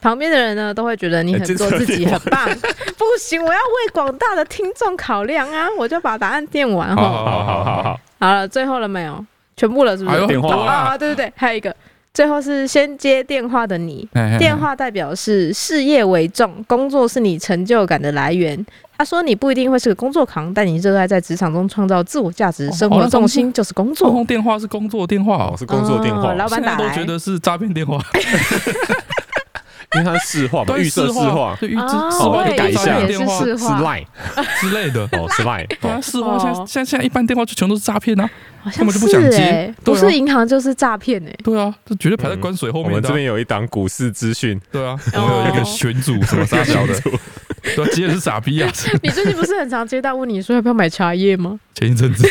[SPEAKER 1] 旁边的人呢都会觉得你
[SPEAKER 3] 哎这
[SPEAKER 1] 很做
[SPEAKER 3] 是
[SPEAKER 1] 自
[SPEAKER 3] 有
[SPEAKER 1] 己，
[SPEAKER 3] 点
[SPEAKER 1] 很棒。 不行，我要为广大的听众考量啊！我就把答案垫完
[SPEAKER 2] 好
[SPEAKER 1] 哈。
[SPEAKER 2] 哦好
[SPEAKER 3] 好好好好，
[SPEAKER 1] 好了，最后了没有？全部了是不
[SPEAKER 2] 还有
[SPEAKER 1] 是？
[SPEAKER 2] 很
[SPEAKER 3] 电话
[SPEAKER 2] 多
[SPEAKER 1] 啊
[SPEAKER 2] 啦
[SPEAKER 1] 啊，，对对对，还有一个，最后是先接电话的你。
[SPEAKER 2] 嘿嘿嘿
[SPEAKER 1] 电话代表是事业为重，工作是你成就感的来源。他说你不一定会是个工作狂，但你热爱在职场中创造自我价值，
[SPEAKER 2] 哦
[SPEAKER 1] 生
[SPEAKER 2] 好
[SPEAKER 1] 活
[SPEAKER 2] 了
[SPEAKER 1] 重
[SPEAKER 2] 公司
[SPEAKER 1] 心就是工
[SPEAKER 2] 通
[SPEAKER 1] 作
[SPEAKER 2] 通。电话是工作电话
[SPEAKER 3] 哦
[SPEAKER 2] 哦，
[SPEAKER 3] 是工作电话
[SPEAKER 1] 哦，老板
[SPEAKER 2] 现在
[SPEAKER 1] 打
[SPEAKER 2] 都
[SPEAKER 1] 来，
[SPEAKER 2] 觉得是诈骗电话，
[SPEAKER 3] 因为他是市话嘛，
[SPEAKER 2] 对
[SPEAKER 3] 预设市话
[SPEAKER 2] 对预设
[SPEAKER 1] 哦
[SPEAKER 2] 市话
[SPEAKER 3] 对
[SPEAKER 2] 就改一
[SPEAKER 3] 预设
[SPEAKER 2] 下
[SPEAKER 3] 也
[SPEAKER 1] 是
[SPEAKER 2] 电话
[SPEAKER 1] 市
[SPEAKER 3] 是
[SPEAKER 1] 话
[SPEAKER 3] line
[SPEAKER 2] 之类的。
[SPEAKER 3] 哦，是 line
[SPEAKER 2] 对啊，
[SPEAKER 3] 哦，
[SPEAKER 2] 市话现在
[SPEAKER 1] 哦
[SPEAKER 2] 现在现在一般电话就全都是诈骗啊！
[SPEAKER 1] 好
[SPEAKER 2] 根
[SPEAKER 1] 像
[SPEAKER 2] 本就是不想接
[SPEAKER 1] 欸
[SPEAKER 2] 对
[SPEAKER 1] 不
[SPEAKER 2] 啊
[SPEAKER 1] 是银行就是诈骗哎。
[SPEAKER 2] 对啊，这绝对排在关水后
[SPEAKER 3] 我
[SPEAKER 2] 面
[SPEAKER 3] 们
[SPEAKER 2] 的
[SPEAKER 3] 这
[SPEAKER 2] 啊。
[SPEAKER 3] 边有一档股市资讯，
[SPEAKER 2] 对啊，我
[SPEAKER 1] 哦
[SPEAKER 2] 们有一个群主什么啥小的，对啊，接的是傻逼啊！
[SPEAKER 1] 你最近不是很常接到问你说要不要买茶叶吗？
[SPEAKER 2] 前一阵子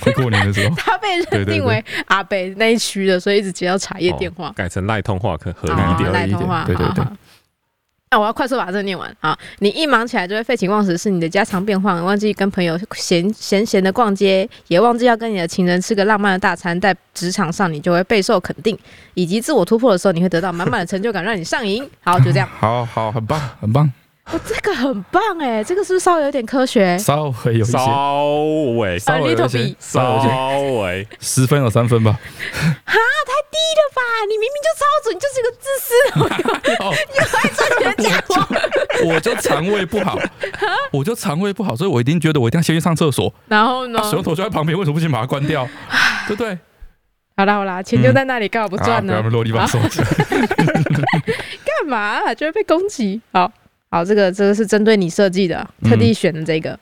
[SPEAKER 2] 快过年的时候，
[SPEAKER 1] 他被认定为阿北那一区的，所以一直接到茶叶电
[SPEAKER 3] 哦
[SPEAKER 1] 话。
[SPEAKER 3] 改成赖通话可合
[SPEAKER 1] 哦
[SPEAKER 3] 理一点。
[SPEAKER 1] 赖通话，
[SPEAKER 2] 对对对
[SPEAKER 1] 好。好那、我要快速把这个念完啊！你一忙起来就会废寝忘食，是你的家常便饭，忘记跟朋友闲闲闲的逛街，也忘记要跟你的情人吃个浪漫的大餐。在职场上，你就会备受肯定，以及自我突破的时候，你会得到满满的成就感，让你上 瘾。好，就这样。
[SPEAKER 2] 好好，很棒，很棒，
[SPEAKER 1] 哦，这个很棒哎，这个是不是稍微有点科 学？
[SPEAKER 2] 稍微有一些，
[SPEAKER 3] 稍微
[SPEAKER 1] 啊
[SPEAKER 2] 稍微有一
[SPEAKER 1] little
[SPEAKER 2] 些
[SPEAKER 1] bit，
[SPEAKER 2] 稍微有一些
[SPEAKER 3] 稍微，
[SPEAKER 2] 十分有三分吧。
[SPEAKER 1] 对吧？你明明就超准，你就是个自私的
[SPEAKER 2] 哦，
[SPEAKER 1] 人家 伙。
[SPEAKER 2] 我就肠胃不 好，我就肠胃不好，所以我一定觉得我一定要先去上厕所。
[SPEAKER 1] 然后呢
[SPEAKER 2] 啊、？水龙头就在旁边，为什么不先把它关 掉？对不对？
[SPEAKER 1] 好啦好啦，钱就在那里，干嘛不
[SPEAKER 2] 啊
[SPEAKER 1] 赚
[SPEAKER 2] 不
[SPEAKER 1] 呢
[SPEAKER 2] 要那么？啰里吧嗦。
[SPEAKER 1] 干嘛啊、就会被攻击？好好，这个这个是针对你设计的，
[SPEAKER 2] 嗯
[SPEAKER 1] 特地选的这个。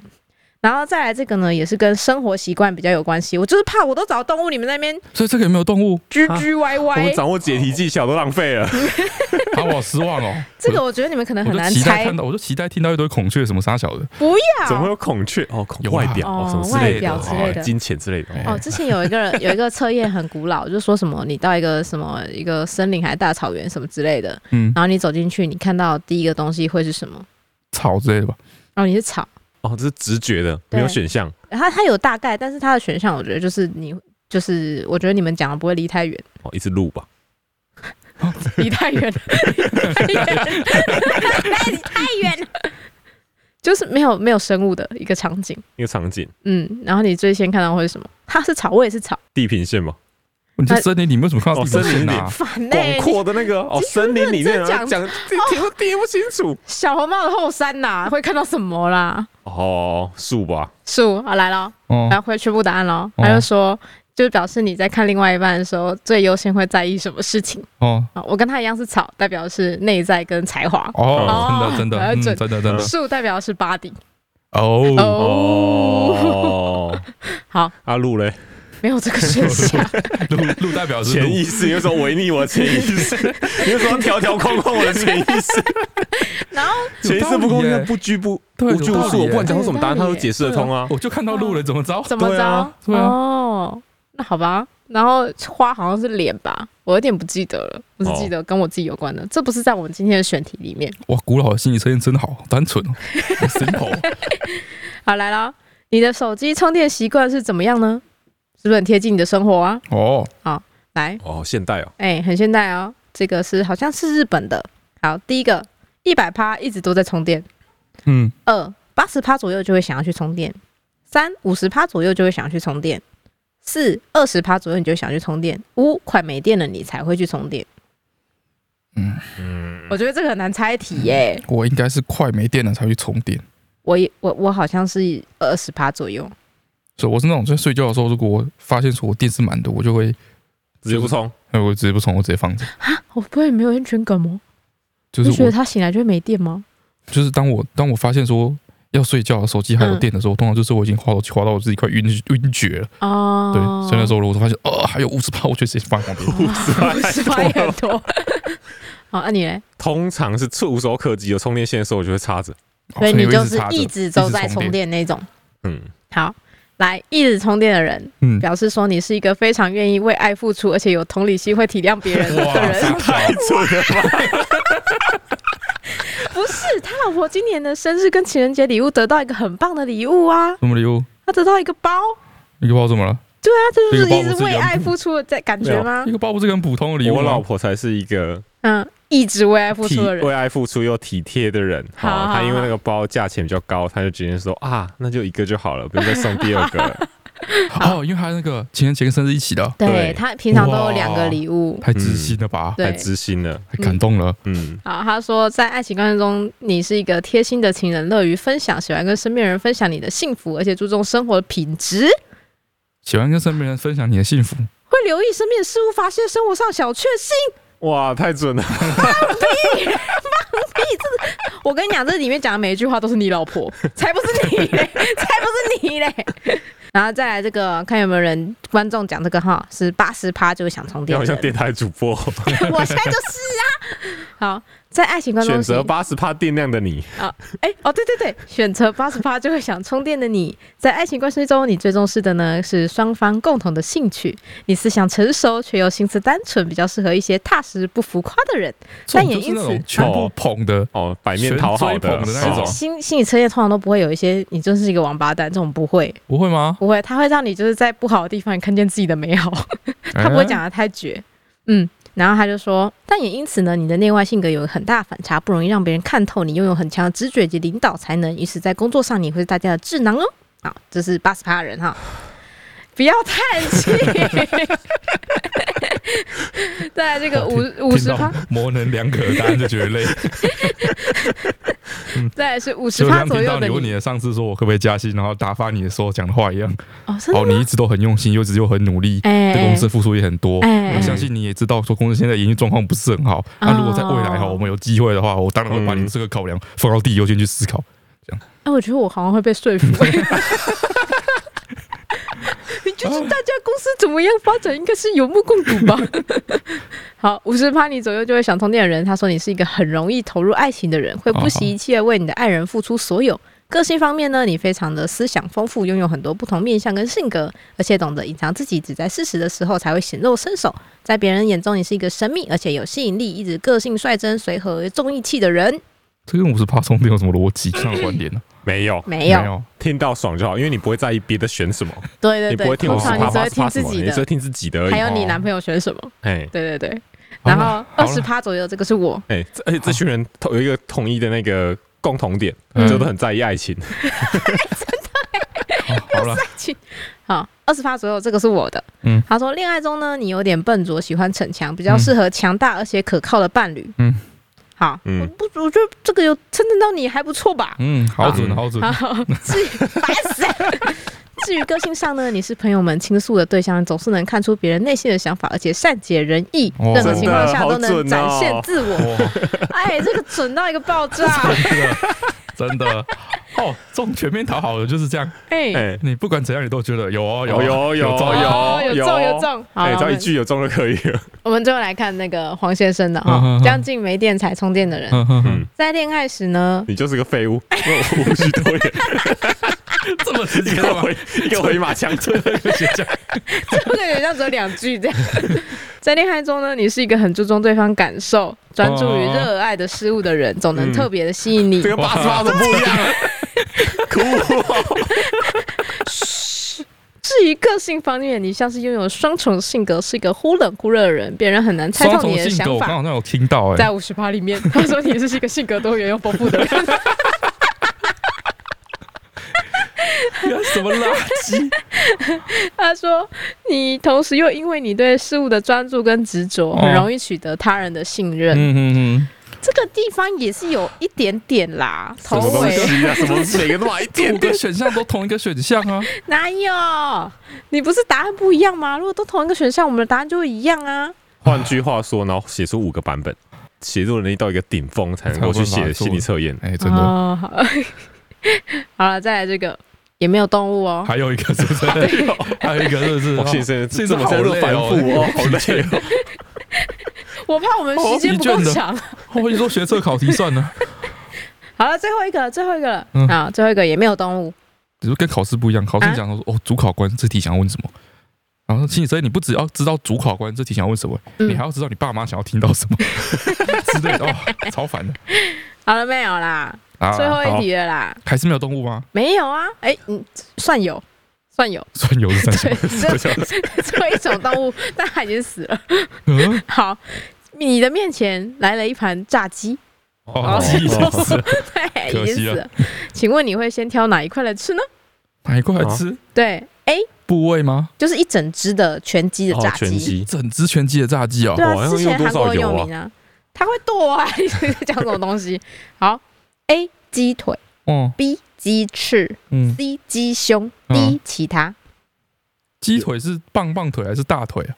[SPEAKER 1] 然后再来这个呢，也是跟生活习惯比较有关系。我就是怕我都找动物，你们在那边
[SPEAKER 2] 所以这个有没有动 物？
[SPEAKER 1] 居居歪
[SPEAKER 3] 我
[SPEAKER 1] 歪
[SPEAKER 3] 们。掌握解题技巧都浪 费了。
[SPEAKER 2] 啊，我好失望哦。
[SPEAKER 1] 这个我觉得你们可能
[SPEAKER 2] 我
[SPEAKER 1] 很
[SPEAKER 2] 就
[SPEAKER 1] 难
[SPEAKER 2] 期待
[SPEAKER 1] 猜
[SPEAKER 2] 看。到，我就期待听到一堆孔雀什么沙小的。
[SPEAKER 1] 不
[SPEAKER 3] 怎么会
[SPEAKER 1] 要
[SPEAKER 3] 有孔雀？哦，孔
[SPEAKER 2] 有啊
[SPEAKER 3] 外表
[SPEAKER 1] 啊哦
[SPEAKER 3] 哦，什么之类
[SPEAKER 2] 外
[SPEAKER 3] 的，
[SPEAKER 2] 表之类
[SPEAKER 1] 的
[SPEAKER 3] 哦金钱之类的。
[SPEAKER 1] 哦！之前有一个 人有一个测验很古老，就说什么你到一个什么一个森林还是大草原什么之类的，
[SPEAKER 2] 嗯，
[SPEAKER 1] 然后你走进去，你看到第一个东西会是什么？
[SPEAKER 2] 草之类的吧。
[SPEAKER 1] 然后你是草。
[SPEAKER 3] 哦，这是直觉的，
[SPEAKER 1] 对
[SPEAKER 3] 没有选项。
[SPEAKER 1] 它它有大概，但是它的选项我觉得就是你就是我觉得你们讲的不会离太远，
[SPEAKER 3] 哦，一直录吧。
[SPEAKER 1] 离太远，离太远，离太远了，就是没有没有生物的一个场景。
[SPEAKER 3] 一个场景，
[SPEAKER 1] 嗯，然后你最先看到会是什么？它是草，我也是草，
[SPEAKER 3] 地平 线嘛，
[SPEAKER 2] 你
[SPEAKER 1] 呃
[SPEAKER 2] 在森林里面为什么看到
[SPEAKER 3] 哦
[SPEAKER 2] 地平线
[SPEAKER 3] 森林
[SPEAKER 2] 啊？
[SPEAKER 1] 烦呢、
[SPEAKER 3] 广
[SPEAKER 1] 你
[SPEAKER 3] 阔的那个哦，森林里面
[SPEAKER 1] 认真
[SPEAKER 3] 然后
[SPEAKER 1] 讲
[SPEAKER 3] 讲这听都听不清楚。
[SPEAKER 1] 小红帽的后山呐、会看到什么啦？
[SPEAKER 3] 哦，树吧，
[SPEAKER 1] 树啊，来了，然
[SPEAKER 2] 哦，
[SPEAKER 1] 后会全部答案喽。
[SPEAKER 2] 哦
[SPEAKER 1] 他就说，就表示你在看另外一半的时候，最优先会在意什么事情
[SPEAKER 2] 哦，
[SPEAKER 1] 啊？我跟他一样是草，代表是内在跟才华。
[SPEAKER 2] 哦，
[SPEAKER 1] 哦
[SPEAKER 2] 真的，
[SPEAKER 1] 还要
[SPEAKER 2] 真的，嗯，
[SPEAKER 1] 准
[SPEAKER 2] 真的，真的。
[SPEAKER 1] 树代表的是 body
[SPEAKER 2] 哦，
[SPEAKER 1] 哦，
[SPEAKER 3] 哦，
[SPEAKER 1] 好，
[SPEAKER 3] 阿路嘞，
[SPEAKER 1] 没有这个选 项，
[SPEAKER 2] 鹿鹿代表是
[SPEAKER 3] 潜
[SPEAKER 2] 鹿，
[SPEAKER 3] 意识，你为什么违逆我的潜意识？ 你为什么要条条框框我的潜意识？
[SPEAKER 1] 然后
[SPEAKER 3] 潜意识不够，
[SPEAKER 2] 有道理耶
[SPEAKER 3] 那不拘不
[SPEAKER 2] 对
[SPEAKER 3] 无拘
[SPEAKER 2] 有
[SPEAKER 3] 无
[SPEAKER 2] 道理
[SPEAKER 3] 束，
[SPEAKER 2] 耶
[SPEAKER 3] 我不管讲出什么答案，
[SPEAKER 1] 有
[SPEAKER 3] 他
[SPEAKER 1] 道理
[SPEAKER 3] 都
[SPEAKER 1] 耶
[SPEAKER 3] 解释得通啊。
[SPEAKER 2] 我就看到鹿了，怎么着？
[SPEAKER 1] 哦怎么
[SPEAKER 3] 对
[SPEAKER 1] 着？
[SPEAKER 3] 啊
[SPEAKER 2] 对啊
[SPEAKER 1] 哦，那好吧，然后花好像是脸吧，我有点不记得了，我只记得跟我自己有关的，这不是在我们今天的选题里面。
[SPEAKER 2] 哇，古老的心理测验真好单纯哦好，simple。
[SPEAKER 1] 好，来了，你的手机充电习惯是怎么样呢？是不是很贴近你的生活 啊？
[SPEAKER 2] 哦，
[SPEAKER 1] 来，
[SPEAKER 3] 哦，现代哦，
[SPEAKER 1] 哎、很现代哦，这个是好像是日本的。好，第一个，一百趴一直都在充电。
[SPEAKER 2] 嗯，
[SPEAKER 1] 二八十趴左右就会想要去充电，三五十趴左右就会想要去充电，四二十趴左右你就想去充电，五快没电了你才会去充电。
[SPEAKER 2] 嗯
[SPEAKER 3] 嗯，
[SPEAKER 1] 我觉得这个很难猜题耶、
[SPEAKER 2] 我应该是快没电了才去充电，
[SPEAKER 1] 我也我我好像是二十趴左右，
[SPEAKER 2] 所以我是那种在睡觉的时候，如果我发现说我电是满的，我就会，
[SPEAKER 3] 直接不充。
[SPEAKER 2] 哎，我直接不充，我直接放着。
[SPEAKER 1] 我不会没有安全感吗？
[SPEAKER 2] 就
[SPEAKER 1] 你
[SPEAKER 2] 是
[SPEAKER 1] 觉得
[SPEAKER 2] 我，
[SPEAKER 1] 他醒来就会没电吗？
[SPEAKER 2] 就是当我当我发现说要睡觉，手机还
[SPEAKER 1] 嗯
[SPEAKER 2] 有电的时候，通常就是我已经滑到滑到我自己快晕晕厥了。
[SPEAKER 1] 哦，
[SPEAKER 2] 对，所 以 那时候如果发现哦还有五十趴，我就直接放旁边。哦
[SPEAKER 1] 五十趴也很多。好，那、你嘞？
[SPEAKER 3] 通常是触手可及有充电线的时候，我就会插着。
[SPEAKER 2] 哦
[SPEAKER 1] 所以你
[SPEAKER 2] 我
[SPEAKER 1] 就是
[SPEAKER 2] 插着
[SPEAKER 1] 一直都在
[SPEAKER 2] 一直
[SPEAKER 1] 充
[SPEAKER 2] 电。
[SPEAKER 1] 电那种。
[SPEAKER 3] 嗯，
[SPEAKER 1] 好，来，一直充电的人，
[SPEAKER 2] 嗯，
[SPEAKER 1] 表示说你是一个非常愿意为爱付出，而且有同理心、会体谅别人的人。
[SPEAKER 3] 太蠢了吧！
[SPEAKER 1] 不是，他老婆今年的生日跟情人节礼物得到一个很棒的礼物啊，
[SPEAKER 2] 什么礼物？
[SPEAKER 1] 他得到一个包。
[SPEAKER 2] 一个包怎么了？
[SPEAKER 1] 对啊，这就
[SPEAKER 2] 这个
[SPEAKER 1] 是
[SPEAKER 2] 包
[SPEAKER 1] 一
[SPEAKER 2] 不
[SPEAKER 1] 直
[SPEAKER 2] 是
[SPEAKER 1] 为
[SPEAKER 2] 一个
[SPEAKER 1] 爱付出的在感觉吗
[SPEAKER 2] 一？个包不是个很普通的礼物吗？啊
[SPEAKER 3] 我老婆才是一个
[SPEAKER 1] 嗯，一直为爱付
[SPEAKER 3] 体
[SPEAKER 1] 出的人
[SPEAKER 3] 为爱付出又体贴的人。
[SPEAKER 1] 好
[SPEAKER 3] 哦
[SPEAKER 1] 好
[SPEAKER 3] 她因为
[SPEAKER 1] 好
[SPEAKER 3] 那个包价钱比较高，她就直接说啊，那就一个就好了，不用再送第二个了。
[SPEAKER 2] 哦，因为他那个情人节跟生日一起的，
[SPEAKER 1] 对
[SPEAKER 3] 对
[SPEAKER 1] 他平常都有两个礼物。
[SPEAKER 2] 太知心了吧？
[SPEAKER 1] 嗯对
[SPEAKER 3] 太知心了。
[SPEAKER 2] 太感动了。
[SPEAKER 3] 嗯，
[SPEAKER 1] 好，他说在爱情关系中，你是一个贴心的情人，乐于分享，喜欢跟身边人分享你的幸福，而且注重生活品质，
[SPEAKER 2] 喜欢跟身边人分享你的幸福，
[SPEAKER 1] 会留意身边的事物，发现生活上小确幸。
[SPEAKER 3] 哇，太准了！
[SPEAKER 1] 我跟你讲，这里面讲的每一句话都是你老婆， 才不是你嘞，才不是你嘞。然后再来这个，看有没有人观众讲这个哈，是八十趴就会想充
[SPEAKER 3] 你
[SPEAKER 1] 电
[SPEAKER 3] 好
[SPEAKER 1] 的
[SPEAKER 3] 像
[SPEAKER 1] 人。
[SPEAKER 3] 电台主播，
[SPEAKER 1] 我现在就是啊。好，在爱情观
[SPEAKER 3] 选
[SPEAKER 1] 中
[SPEAKER 3] 择
[SPEAKER 1] 型
[SPEAKER 3] 八十帕电量的你，
[SPEAKER 1] 哎、哦，对对对，选择八十趴就会想充电的你，在爱情关系中，你最重视的呢是双方共同的兴趣。你思想成熟却又心思单纯，比较适合一些踏实不浮夸的人。
[SPEAKER 2] 这
[SPEAKER 1] 但
[SPEAKER 2] 种
[SPEAKER 1] 也
[SPEAKER 2] 就是
[SPEAKER 1] 因
[SPEAKER 2] 那
[SPEAKER 1] 此
[SPEAKER 2] 种全部捧的，
[SPEAKER 3] 哦，百面讨好
[SPEAKER 2] 旋
[SPEAKER 3] 的
[SPEAKER 2] 追捧的那一种
[SPEAKER 3] 哦
[SPEAKER 1] 心心理测验通常都不会有一些你真是一个王八蛋这种不会
[SPEAKER 2] 不会吗？
[SPEAKER 1] 不会，它会让你就是在不好的地方看见自己的美好。他不会讲的太绝，嗯。然后他就说，但也因此呢，你的内外性格有很大反差，不容易让别人看透你，拥有很强的直觉及领导才能，于是，在工作上你会是大家的智囊哦。好，这是八十趴人哈，不要叹气。 在这个五五
[SPEAKER 2] 哎听
[SPEAKER 1] 十
[SPEAKER 2] 到
[SPEAKER 1] 趴，
[SPEAKER 2] 模棱两可的答案就觉得累。
[SPEAKER 1] 再来是五 十
[SPEAKER 2] 嗯就
[SPEAKER 1] 趴
[SPEAKER 2] 像
[SPEAKER 1] 左
[SPEAKER 2] 听
[SPEAKER 1] 右
[SPEAKER 2] 到
[SPEAKER 1] 的
[SPEAKER 2] 你问
[SPEAKER 1] 你
[SPEAKER 2] 你的上司说我可不可以加薪，然后打发你的时候讲的话一样。
[SPEAKER 1] 哦，真的
[SPEAKER 2] 哦，
[SPEAKER 1] 吗
[SPEAKER 2] 你一直都很用心，又一直又很努力，
[SPEAKER 1] 哎
[SPEAKER 2] 对公司付出也很多。
[SPEAKER 1] 哎
[SPEAKER 2] 我相信你也知道，说公司现在营运状况不是很好。那如果在未来哈，
[SPEAKER 1] 哦
[SPEAKER 2] 我们有机会的话，我当然会把你这个考量放到第一优先去思考。
[SPEAKER 1] 哎，我觉得我好像会被说服。你就是大家公司怎么样发展，应该是有目共睹吧。 好，五十趴你左右就会想通电的人，他说你是一个很容易投入爱情的人，会不惜一切为你的爱人付出所有。个性方面呢，你非常的思想丰富，拥有很多不同面向跟性格，而且懂得隐藏自己，只在事实的时候才会显露身手。在别人眼中，你是一个神秘而且有吸引力、一直个性率真、随和、重义气的人。
[SPEAKER 2] 这跟五十趴充电有什么逻辑上的关联呢？
[SPEAKER 3] 没有
[SPEAKER 1] 没有，
[SPEAKER 3] 听到爽就好，因为你不会在意别的选什么，
[SPEAKER 1] 对对
[SPEAKER 3] 你
[SPEAKER 1] 对，
[SPEAKER 3] 不会听
[SPEAKER 1] 通
[SPEAKER 3] 我十
[SPEAKER 1] 常
[SPEAKER 3] 帕
[SPEAKER 1] 你只
[SPEAKER 3] 八
[SPEAKER 1] 会
[SPEAKER 3] 十
[SPEAKER 1] 听
[SPEAKER 3] 帕什
[SPEAKER 1] 自
[SPEAKER 3] 么，
[SPEAKER 1] 己
[SPEAKER 3] 你
[SPEAKER 1] 的
[SPEAKER 3] 只，会听自己的而
[SPEAKER 1] 还
[SPEAKER 3] 已。
[SPEAKER 1] 有你
[SPEAKER 2] 哦
[SPEAKER 1] 男朋友选什么？
[SPEAKER 3] 哎
[SPEAKER 1] 对对对，
[SPEAKER 2] 好啦
[SPEAKER 1] 然后
[SPEAKER 2] 好
[SPEAKER 1] 二
[SPEAKER 2] 啦
[SPEAKER 1] 十趴左右，这个是我。
[SPEAKER 3] 哎，这而且这群人同有一个统一的那个共同点，就都很在意爱情。
[SPEAKER 2] 好好了，
[SPEAKER 1] 好，二十趴左右，这个是我的。
[SPEAKER 2] 嗯，
[SPEAKER 1] 他说恋爱中呢，你有点笨拙，喜欢逞强，比较适合强大而且可靠的伴侣。
[SPEAKER 2] 嗯，
[SPEAKER 1] 好，
[SPEAKER 3] 嗯
[SPEAKER 1] 我不，我觉得这个有称赞到你还不错吧。
[SPEAKER 2] 嗯，好准，
[SPEAKER 3] 好
[SPEAKER 2] 好准。
[SPEAKER 1] 好，至于烦死了。至于个性上呢，你是朋友们倾诉的对象，总是能看出别人内心的想法，而且善解人意，
[SPEAKER 2] 哦
[SPEAKER 1] 任何情况下
[SPEAKER 3] 真的
[SPEAKER 1] 都能
[SPEAKER 3] 好准
[SPEAKER 1] 展
[SPEAKER 3] 哦
[SPEAKER 1] 现自我。
[SPEAKER 2] 哇，
[SPEAKER 1] 哎，这个准到一个爆炸！
[SPEAKER 2] 真的哦，这种全面讨好的就是这样，
[SPEAKER 1] 哎，
[SPEAKER 3] 哎，
[SPEAKER 2] 你不管怎样你都觉得有哦
[SPEAKER 3] 有
[SPEAKER 2] 有
[SPEAKER 3] 有有
[SPEAKER 2] 招有。
[SPEAKER 1] 哦有中有中，好，
[SPEAKER 3] 哎，
[SPEAKER 1] 了，我
[SPEAKER 3] 只要一
[SPEAKER 1] 们
[SPEAKER 3] 句有中就可以了。
[SPEAKER 1] 我们最后来看那个黄先生的
[SPEAKER 2] 嗯
[SPEAKER 1] 哈
[SPEAKER 2] 嗯，嗯
[SPEAKER 1] 将近没电才充电的人，
[SPEAKER 2] 嗯哼哼
[SPEAKER 3] 嗯，
[SPEAKER 1] 在恋爱时 呢，
[SPEAKER 3] 你就是个废物，
[SPEAKER 1] 嗯
[SPEAKER 3] 我无需多 言，
[SPEAKER 2] 这么直
[SPEAKER 3] 一
[SPEAKER 2] 接
[SPEAKER 3] 个
[SPEAKER 2] 吗？
[SPEAKER 3] 回一个回 马枪，真的
[SPEAKER 2] 直接讲
[SPEAKER 1] 不可以像只有两句这样。 在恋爱中呢，你是一个很注重对方感受、专注于热爱的事物的
[SPEAKER 2] 嗯
[SPEAKER 1] 人，总能特别的吸引你
[SPEAKER 3] 这。个八十八怎么不一 样啊？哭！啊
[SPEAKER 1] 至于个性方面，你像是拥有双重性格，是一个忽冷忽热的人，别人很难猜
[SPEAKER 2] 双
[SPEAKER 1] 透你
[SPEAKER 2] 重
[SPEAKER 1] 的
[SPEAKER 2] 性
[SPEAKER 1] 想
[SPEAKER 2] 格，我
[SPEAKER 1] 法
[SPEAKER 2] 刚。好像有听到哎、
[SPEAKER 1] 在五十趴里面，他说你是一个性格多元又丰富的人。
[SPEAKER 2] 什么垃 圾？
[SPEAKER 1] 他说：“你同时又因为你对事物的专注跟执着，
[SPEAKER 2] 哦
[SPEAKER 1] 很容易取得他人的信任。
[SPEAKER 2] 嗯嗯
[SPEAKER 1] 这个地方也是有一点点啦，
[SPEAKER 3] 什
[SPEAKER 1] 头
[SPEAKER 3] 么东
[SPEAKER 1] 尾
[SPEAKER 3] 西啊？什么每个都买一
[SPEAKER 2] 嗯，
[SPEAKER 3] 点
[SPEAKER 2] 五个
[SPEAKER 3] 点？
[SPEAKER 2] 选项都同一个选项啊，
[SPEAKER 1] 哪有？你不是答案不一样吗？如果都同一个选项，我们的答案就会一样啊。
[SPEAKER 3] 换句话说，然后写出五个版本，写作能力到一个顶峰才能够去写心理测 验。
[SPEAKER 2] 哎、真的、
[SPEAKER 1] 哦、好 好了，再来这个也没有动物哦。
[SPEAKER 2] 还有一个是不是？ 还有一个是不 是？
[SPEAKER 3] 哇，先生，
[SPEAKER 2] 这
[SPEAKER 3] 怎么
[SPEAKER 2] 哦好
[SPEAKER 3] 哦在
[SPEAKER 2] 累
[SPEAKER 3] 这反复哦，好累
[SPEAKER 2] 累
[SPEAKER 3] 哦。
[SPEAKER 1] 我怕我们时间不够长。
[SPEAKER 2] 哦。我跟你说，学测考题算 了，
[SPEAKER 1] 好了，最后一个，最后一个了。
[SPEAKER 2] 嗯
[SPEAKER 1] 好，最后一个也没有动物。
[SPEAKER 2] 你说跟考试不一样，考试
[SPEAKER 1] 啊
[SPEAKER 2] 你讲说、哦，主考官这题想要问什么？然后心理测验，你不只要知道主考官这题想要问什么，
[SPEAKER 1] 嗯
[SPEAKER 2] 你还要知道你爸妈想要听到什 么之类的，哦，超烦的
[SPEAKER 1] 好了，没有啦，
[SPEAKER 2] 啊！
[SPEAKER 1] 最后
[SPEAKER 2] 好
[SPEAKER 1] 一题了啦。
[SPEAKER 2] 还是没有动物吗？
[SPEAKER 1] 没有啊，哎、嗯，算有，算有。”
[SPEAKER 2] 算有是算 小
[SPEAKER 1] 对，，这这一种动物，但它已经死了。
[SPEAKER 2] 嗯，
[SPEAKER 1] 好，你的面前来了一盘炸鸡，
[SPEAKER 2] 哦，
[SPEAKER 1] 是
[SPEAKER 2] 鸡肉丝
[SPEAKER 1] 对，
[SPEAKER 2] 可
[SPEAKER 1] 已经
[SPEAKER 2] 惜
[SPEAKER 1] 死
[SPEAKER 2] 了
[SPEAKER 1] 了。请问你会先挑哪一块来吃呢？
[SPEAKER 2] 买过来吃，
[SPEAKER 1] 对，A
[SPEAKER 2] 部位吗？
[SPEAKER 1] 就是一整只的全鸡的
[SPEAKER 3] 哦
[SPEAKER 1] 炸，鸡，
[SPEAKER 3] 拳击，
[SPEAKER 2] 整只全鸡的炸鸡哦
[SPEAKER 1] 对，
[SPEAKER 3] 哇
[SPEAKER 1] 啊，
[SPEAKER 3] 要
[SPEAKER 1] 之前
[SPEAKER 3] 用多
[SPEAKER 1] 韩
[SPEAKER 3] 少
[SPEAKER 1] 国
[SPEAKER 3] 油
[SPEAKER 1] 有
[SPEAKER 3] 啊
[SPEAKER 1] 名啊，它会剁啊， 你在讲什么东西？好，A 鸡腿
[SPEAKER 2] 哦，
[SPEAKER 1] ，B 鸡翅
[SPEAKER 2] 嗯，
[SPEAKER 1] ，C 鸡胸
[SPEAKER 2] 嗯
[SPEAKER 1] ，D 其他。
[SPEAKER 2] 鸡腿是棒棒腿还是大腿啊？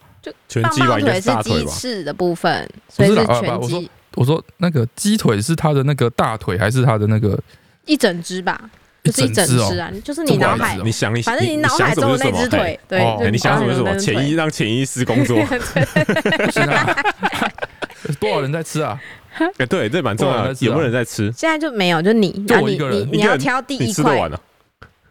[SPEAKER 3] 拳
[SPEAKER 1] 棒
[SPEAKER 3] 击吧，
[SPEAKER 1] 棒
[SPEAKER 3] 应该
[SPEAKER 1] 腿
[SPEAKER 3] 是大腿
[SPEAKER 1] 鸡
[SPEAKER 3] 吧？
[SPEAKER 1] 翅的部分，所以
[SPEAKER 2] 不是
[SPEAKER 1] 是
[SPEAKER 2] 啦啊
[SPEAKER 1] 全
[SPEAKER 2] 不我说
[SPEAKER 1] 鸡
[SPEAKER 2] 我说那个鸡腿是它的那个大腿还是它的那个
[SPEAKER 1] 一整只吧，就是一整
[SPEAKER 2] 只哦
[SPEAKER 1] 只？啊，就是
[SPEAKER 2] 这
[SPEAKER 1] 你
[SPEAKER 2] 么大
[SPEAKER 1] 脑
[SPEAKER 2] 一
[SPEAKER 1] 海
[SPEAKER 2] 只哦
[SPEAKER 3] 你想一，
[SPEAKER 1] 反正你脑
[SPEAKER 3] 想
[SPEAKER 1] 海
[SPEAKER 3] 什
[SPEAKER 1] 中
[SPEAKER 3] 么
[SPEAKER 1] 的
[SPEAKER 3] 是什
[SPEAKER 1] 那
[SPEAKER 3] 么
[SPEAKER 1] 只腿，，对，
[SPEAKER 2] 哦
[SPEAKER 1] 就
[SPEAKER 3] 哎哎你想什么
[SPEAKER 1] 是
[SPEAKER 3] 是什
[SPEAKER 1] 脑海
[SPEAKER 3] 么？
[SPEAKER 1] 中的那只
[SPEAKER 3] 潜意
[SPEAKER 1] 腿。
[SPEAKER 3] 让潜意识工作。
[SPEAKER 2] 不行啊，多少人在吃啊？
[SPEAKER 3] 哎，对，这蛮重
[SPEAKER 2] 不
[SPEAKER 3] 要
[SPEAKER 2] 然在。
[SPEAKER 3] 的
[SPEAKER 2] 吃啊
[SPEAKER 3] 有没有人在吃？
[SPEAKER 1] 现在就没有，就你，
[SPEAKER 2] 就
[SPEAKER 1] 然后
[SPEAKER 2] 我
[SPEAKER 1] 你
[SPEAKER 2] 一个人
[SPEAKER 1] 你你
[SPEAKER 3] 一个
[SPEAKER 1] 要
[SPEAKER 3] 人
[SPEAKER 1] 挑第
[SPEAKER 3] 你
[SPEAKER 1] 一
[SPEAKER 3] 吃得
[SPEAKER 1] 块
[SPEAKER 3] 完，啊了？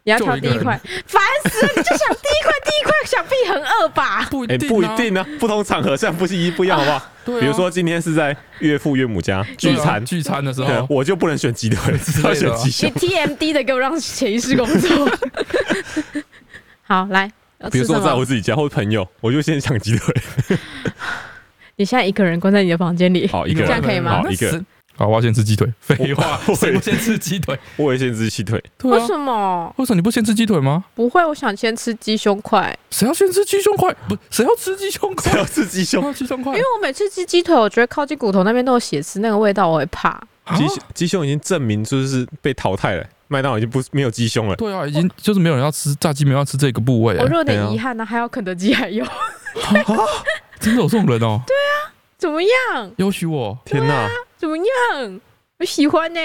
[SPEAKER 1] 你要
[SPEAKER 2] 就
[SPEAKER 1] 挑
[SPEAKER 2] 一
[SPEAKER 1] 第
[SPEAKER 2] 个
[SPEAKER 1] 一
[SPEAKER 2] 人
[SPEAKER 1] 块，烦死了！你就想第一块，第一块，想必很饿吧？
[SPEAKER 2] 不一
[SPEAKER 3] 哎，
[SPEAKER 2] 定、啊
[SPEAKER 3] 不一定啊，不同场合像不是一不一 样，好不好？
[SPEAKER 2] 对啊
[SPEAKER 3] 比如说今天是在岳父岳母家
[SPEAKER 2] 对啊
[SPEAKER 3] 聚餐，
[SPEAKER 2] 聚餐的时
[SPEAKER 3] 对
[SPEAKER 2] 候，
[SPEAKER 3] 我就不能选鸡腿，只
[SPEAKER 2] 啊
[SPEAKER 3] 要选鸡
[SPEAKER 1] 你
[SPEAKER 3] 胸。
[SPEAKER 1] TMD 的给我让潜意识工作。 好，来，要
[SPEAKER 3] 比
[SPEAKER 1] 吃
[SPEAKER 3] 如说
[SPEAKER 1] 什
[SPEAKER 3] 我在我
[SPEAKER 1] 么？
[SPEAKER 3] 自己家或朋友，我就先抢鸡腿。
[SPEAKER 1] 你现在一个人关在你的房间里，
[SPEAKER 3] 好，一个
[SPEAKER 1] 这样
[SPEAKER 3] 人，
[SPEAKER 1] 可以吗
[SPEAKER 3] 好一个人
[SPEAKER 2] 是好，我要先吃鸡腿。废话，
[SPEAKER 3] 我
[SPEAKER 2] 谁不先吃鸡腿？
[SPEAKER 3] 我也先吃鸡腿。
[SPEAKER 2] 对
[SPEAKER 1] 为
[SPEAKER 2] 啊，
[SPEAKER 1] 什么
[SPEAKER 2] 为什么你不先吃鸡腿吗？
[SPEAKER 1] 不会？我想先吃鸡胸块，
[SPEAKER 2] 谁要先吃鸡胸块？不，谁要吃鸡胸
[SPEAKER 3] 只 要
[SPEAKER 2] 块？
[SPEAKER 3] 吃鸡
[SPEAKER 2] 谁
[SPEAKER 3] 胸，
[SPEAKER 2] 要鸡胸块
[SPEAKER 1] 因？为我每次吃鸡腿，我觉得靠近骨头那边都有血丝，那个味道我会怕。
[SPEAKER 2] 啊
[SPEAKER 3] 鸡鸡胸已经证明就是被淘汰了，麦当劳已经不没有鸡胸了。
[SPEAKER 2] 对啊，已经就是没有人要吃炸鸡，没有人要吃这个部位、
[SPEAKER 1] 我
[SPEAKER 2] 哎
[SPEAKER 1] 就有
[SPEAKER 3] 对
[SPEAKER 1] 点
[SPEAKER 3] 啊
[SPEAKER 1] 遗憾呢，还有肯德基还有，
[SPEAKER 2] 真的有这种人哦、
[SPEAKER 1] 怎么样？
[SPEAKER 2] 要许我，
[SPEAKER 3] 天哪，
[SPEAKER 1] 怎么样？我喜欢呢、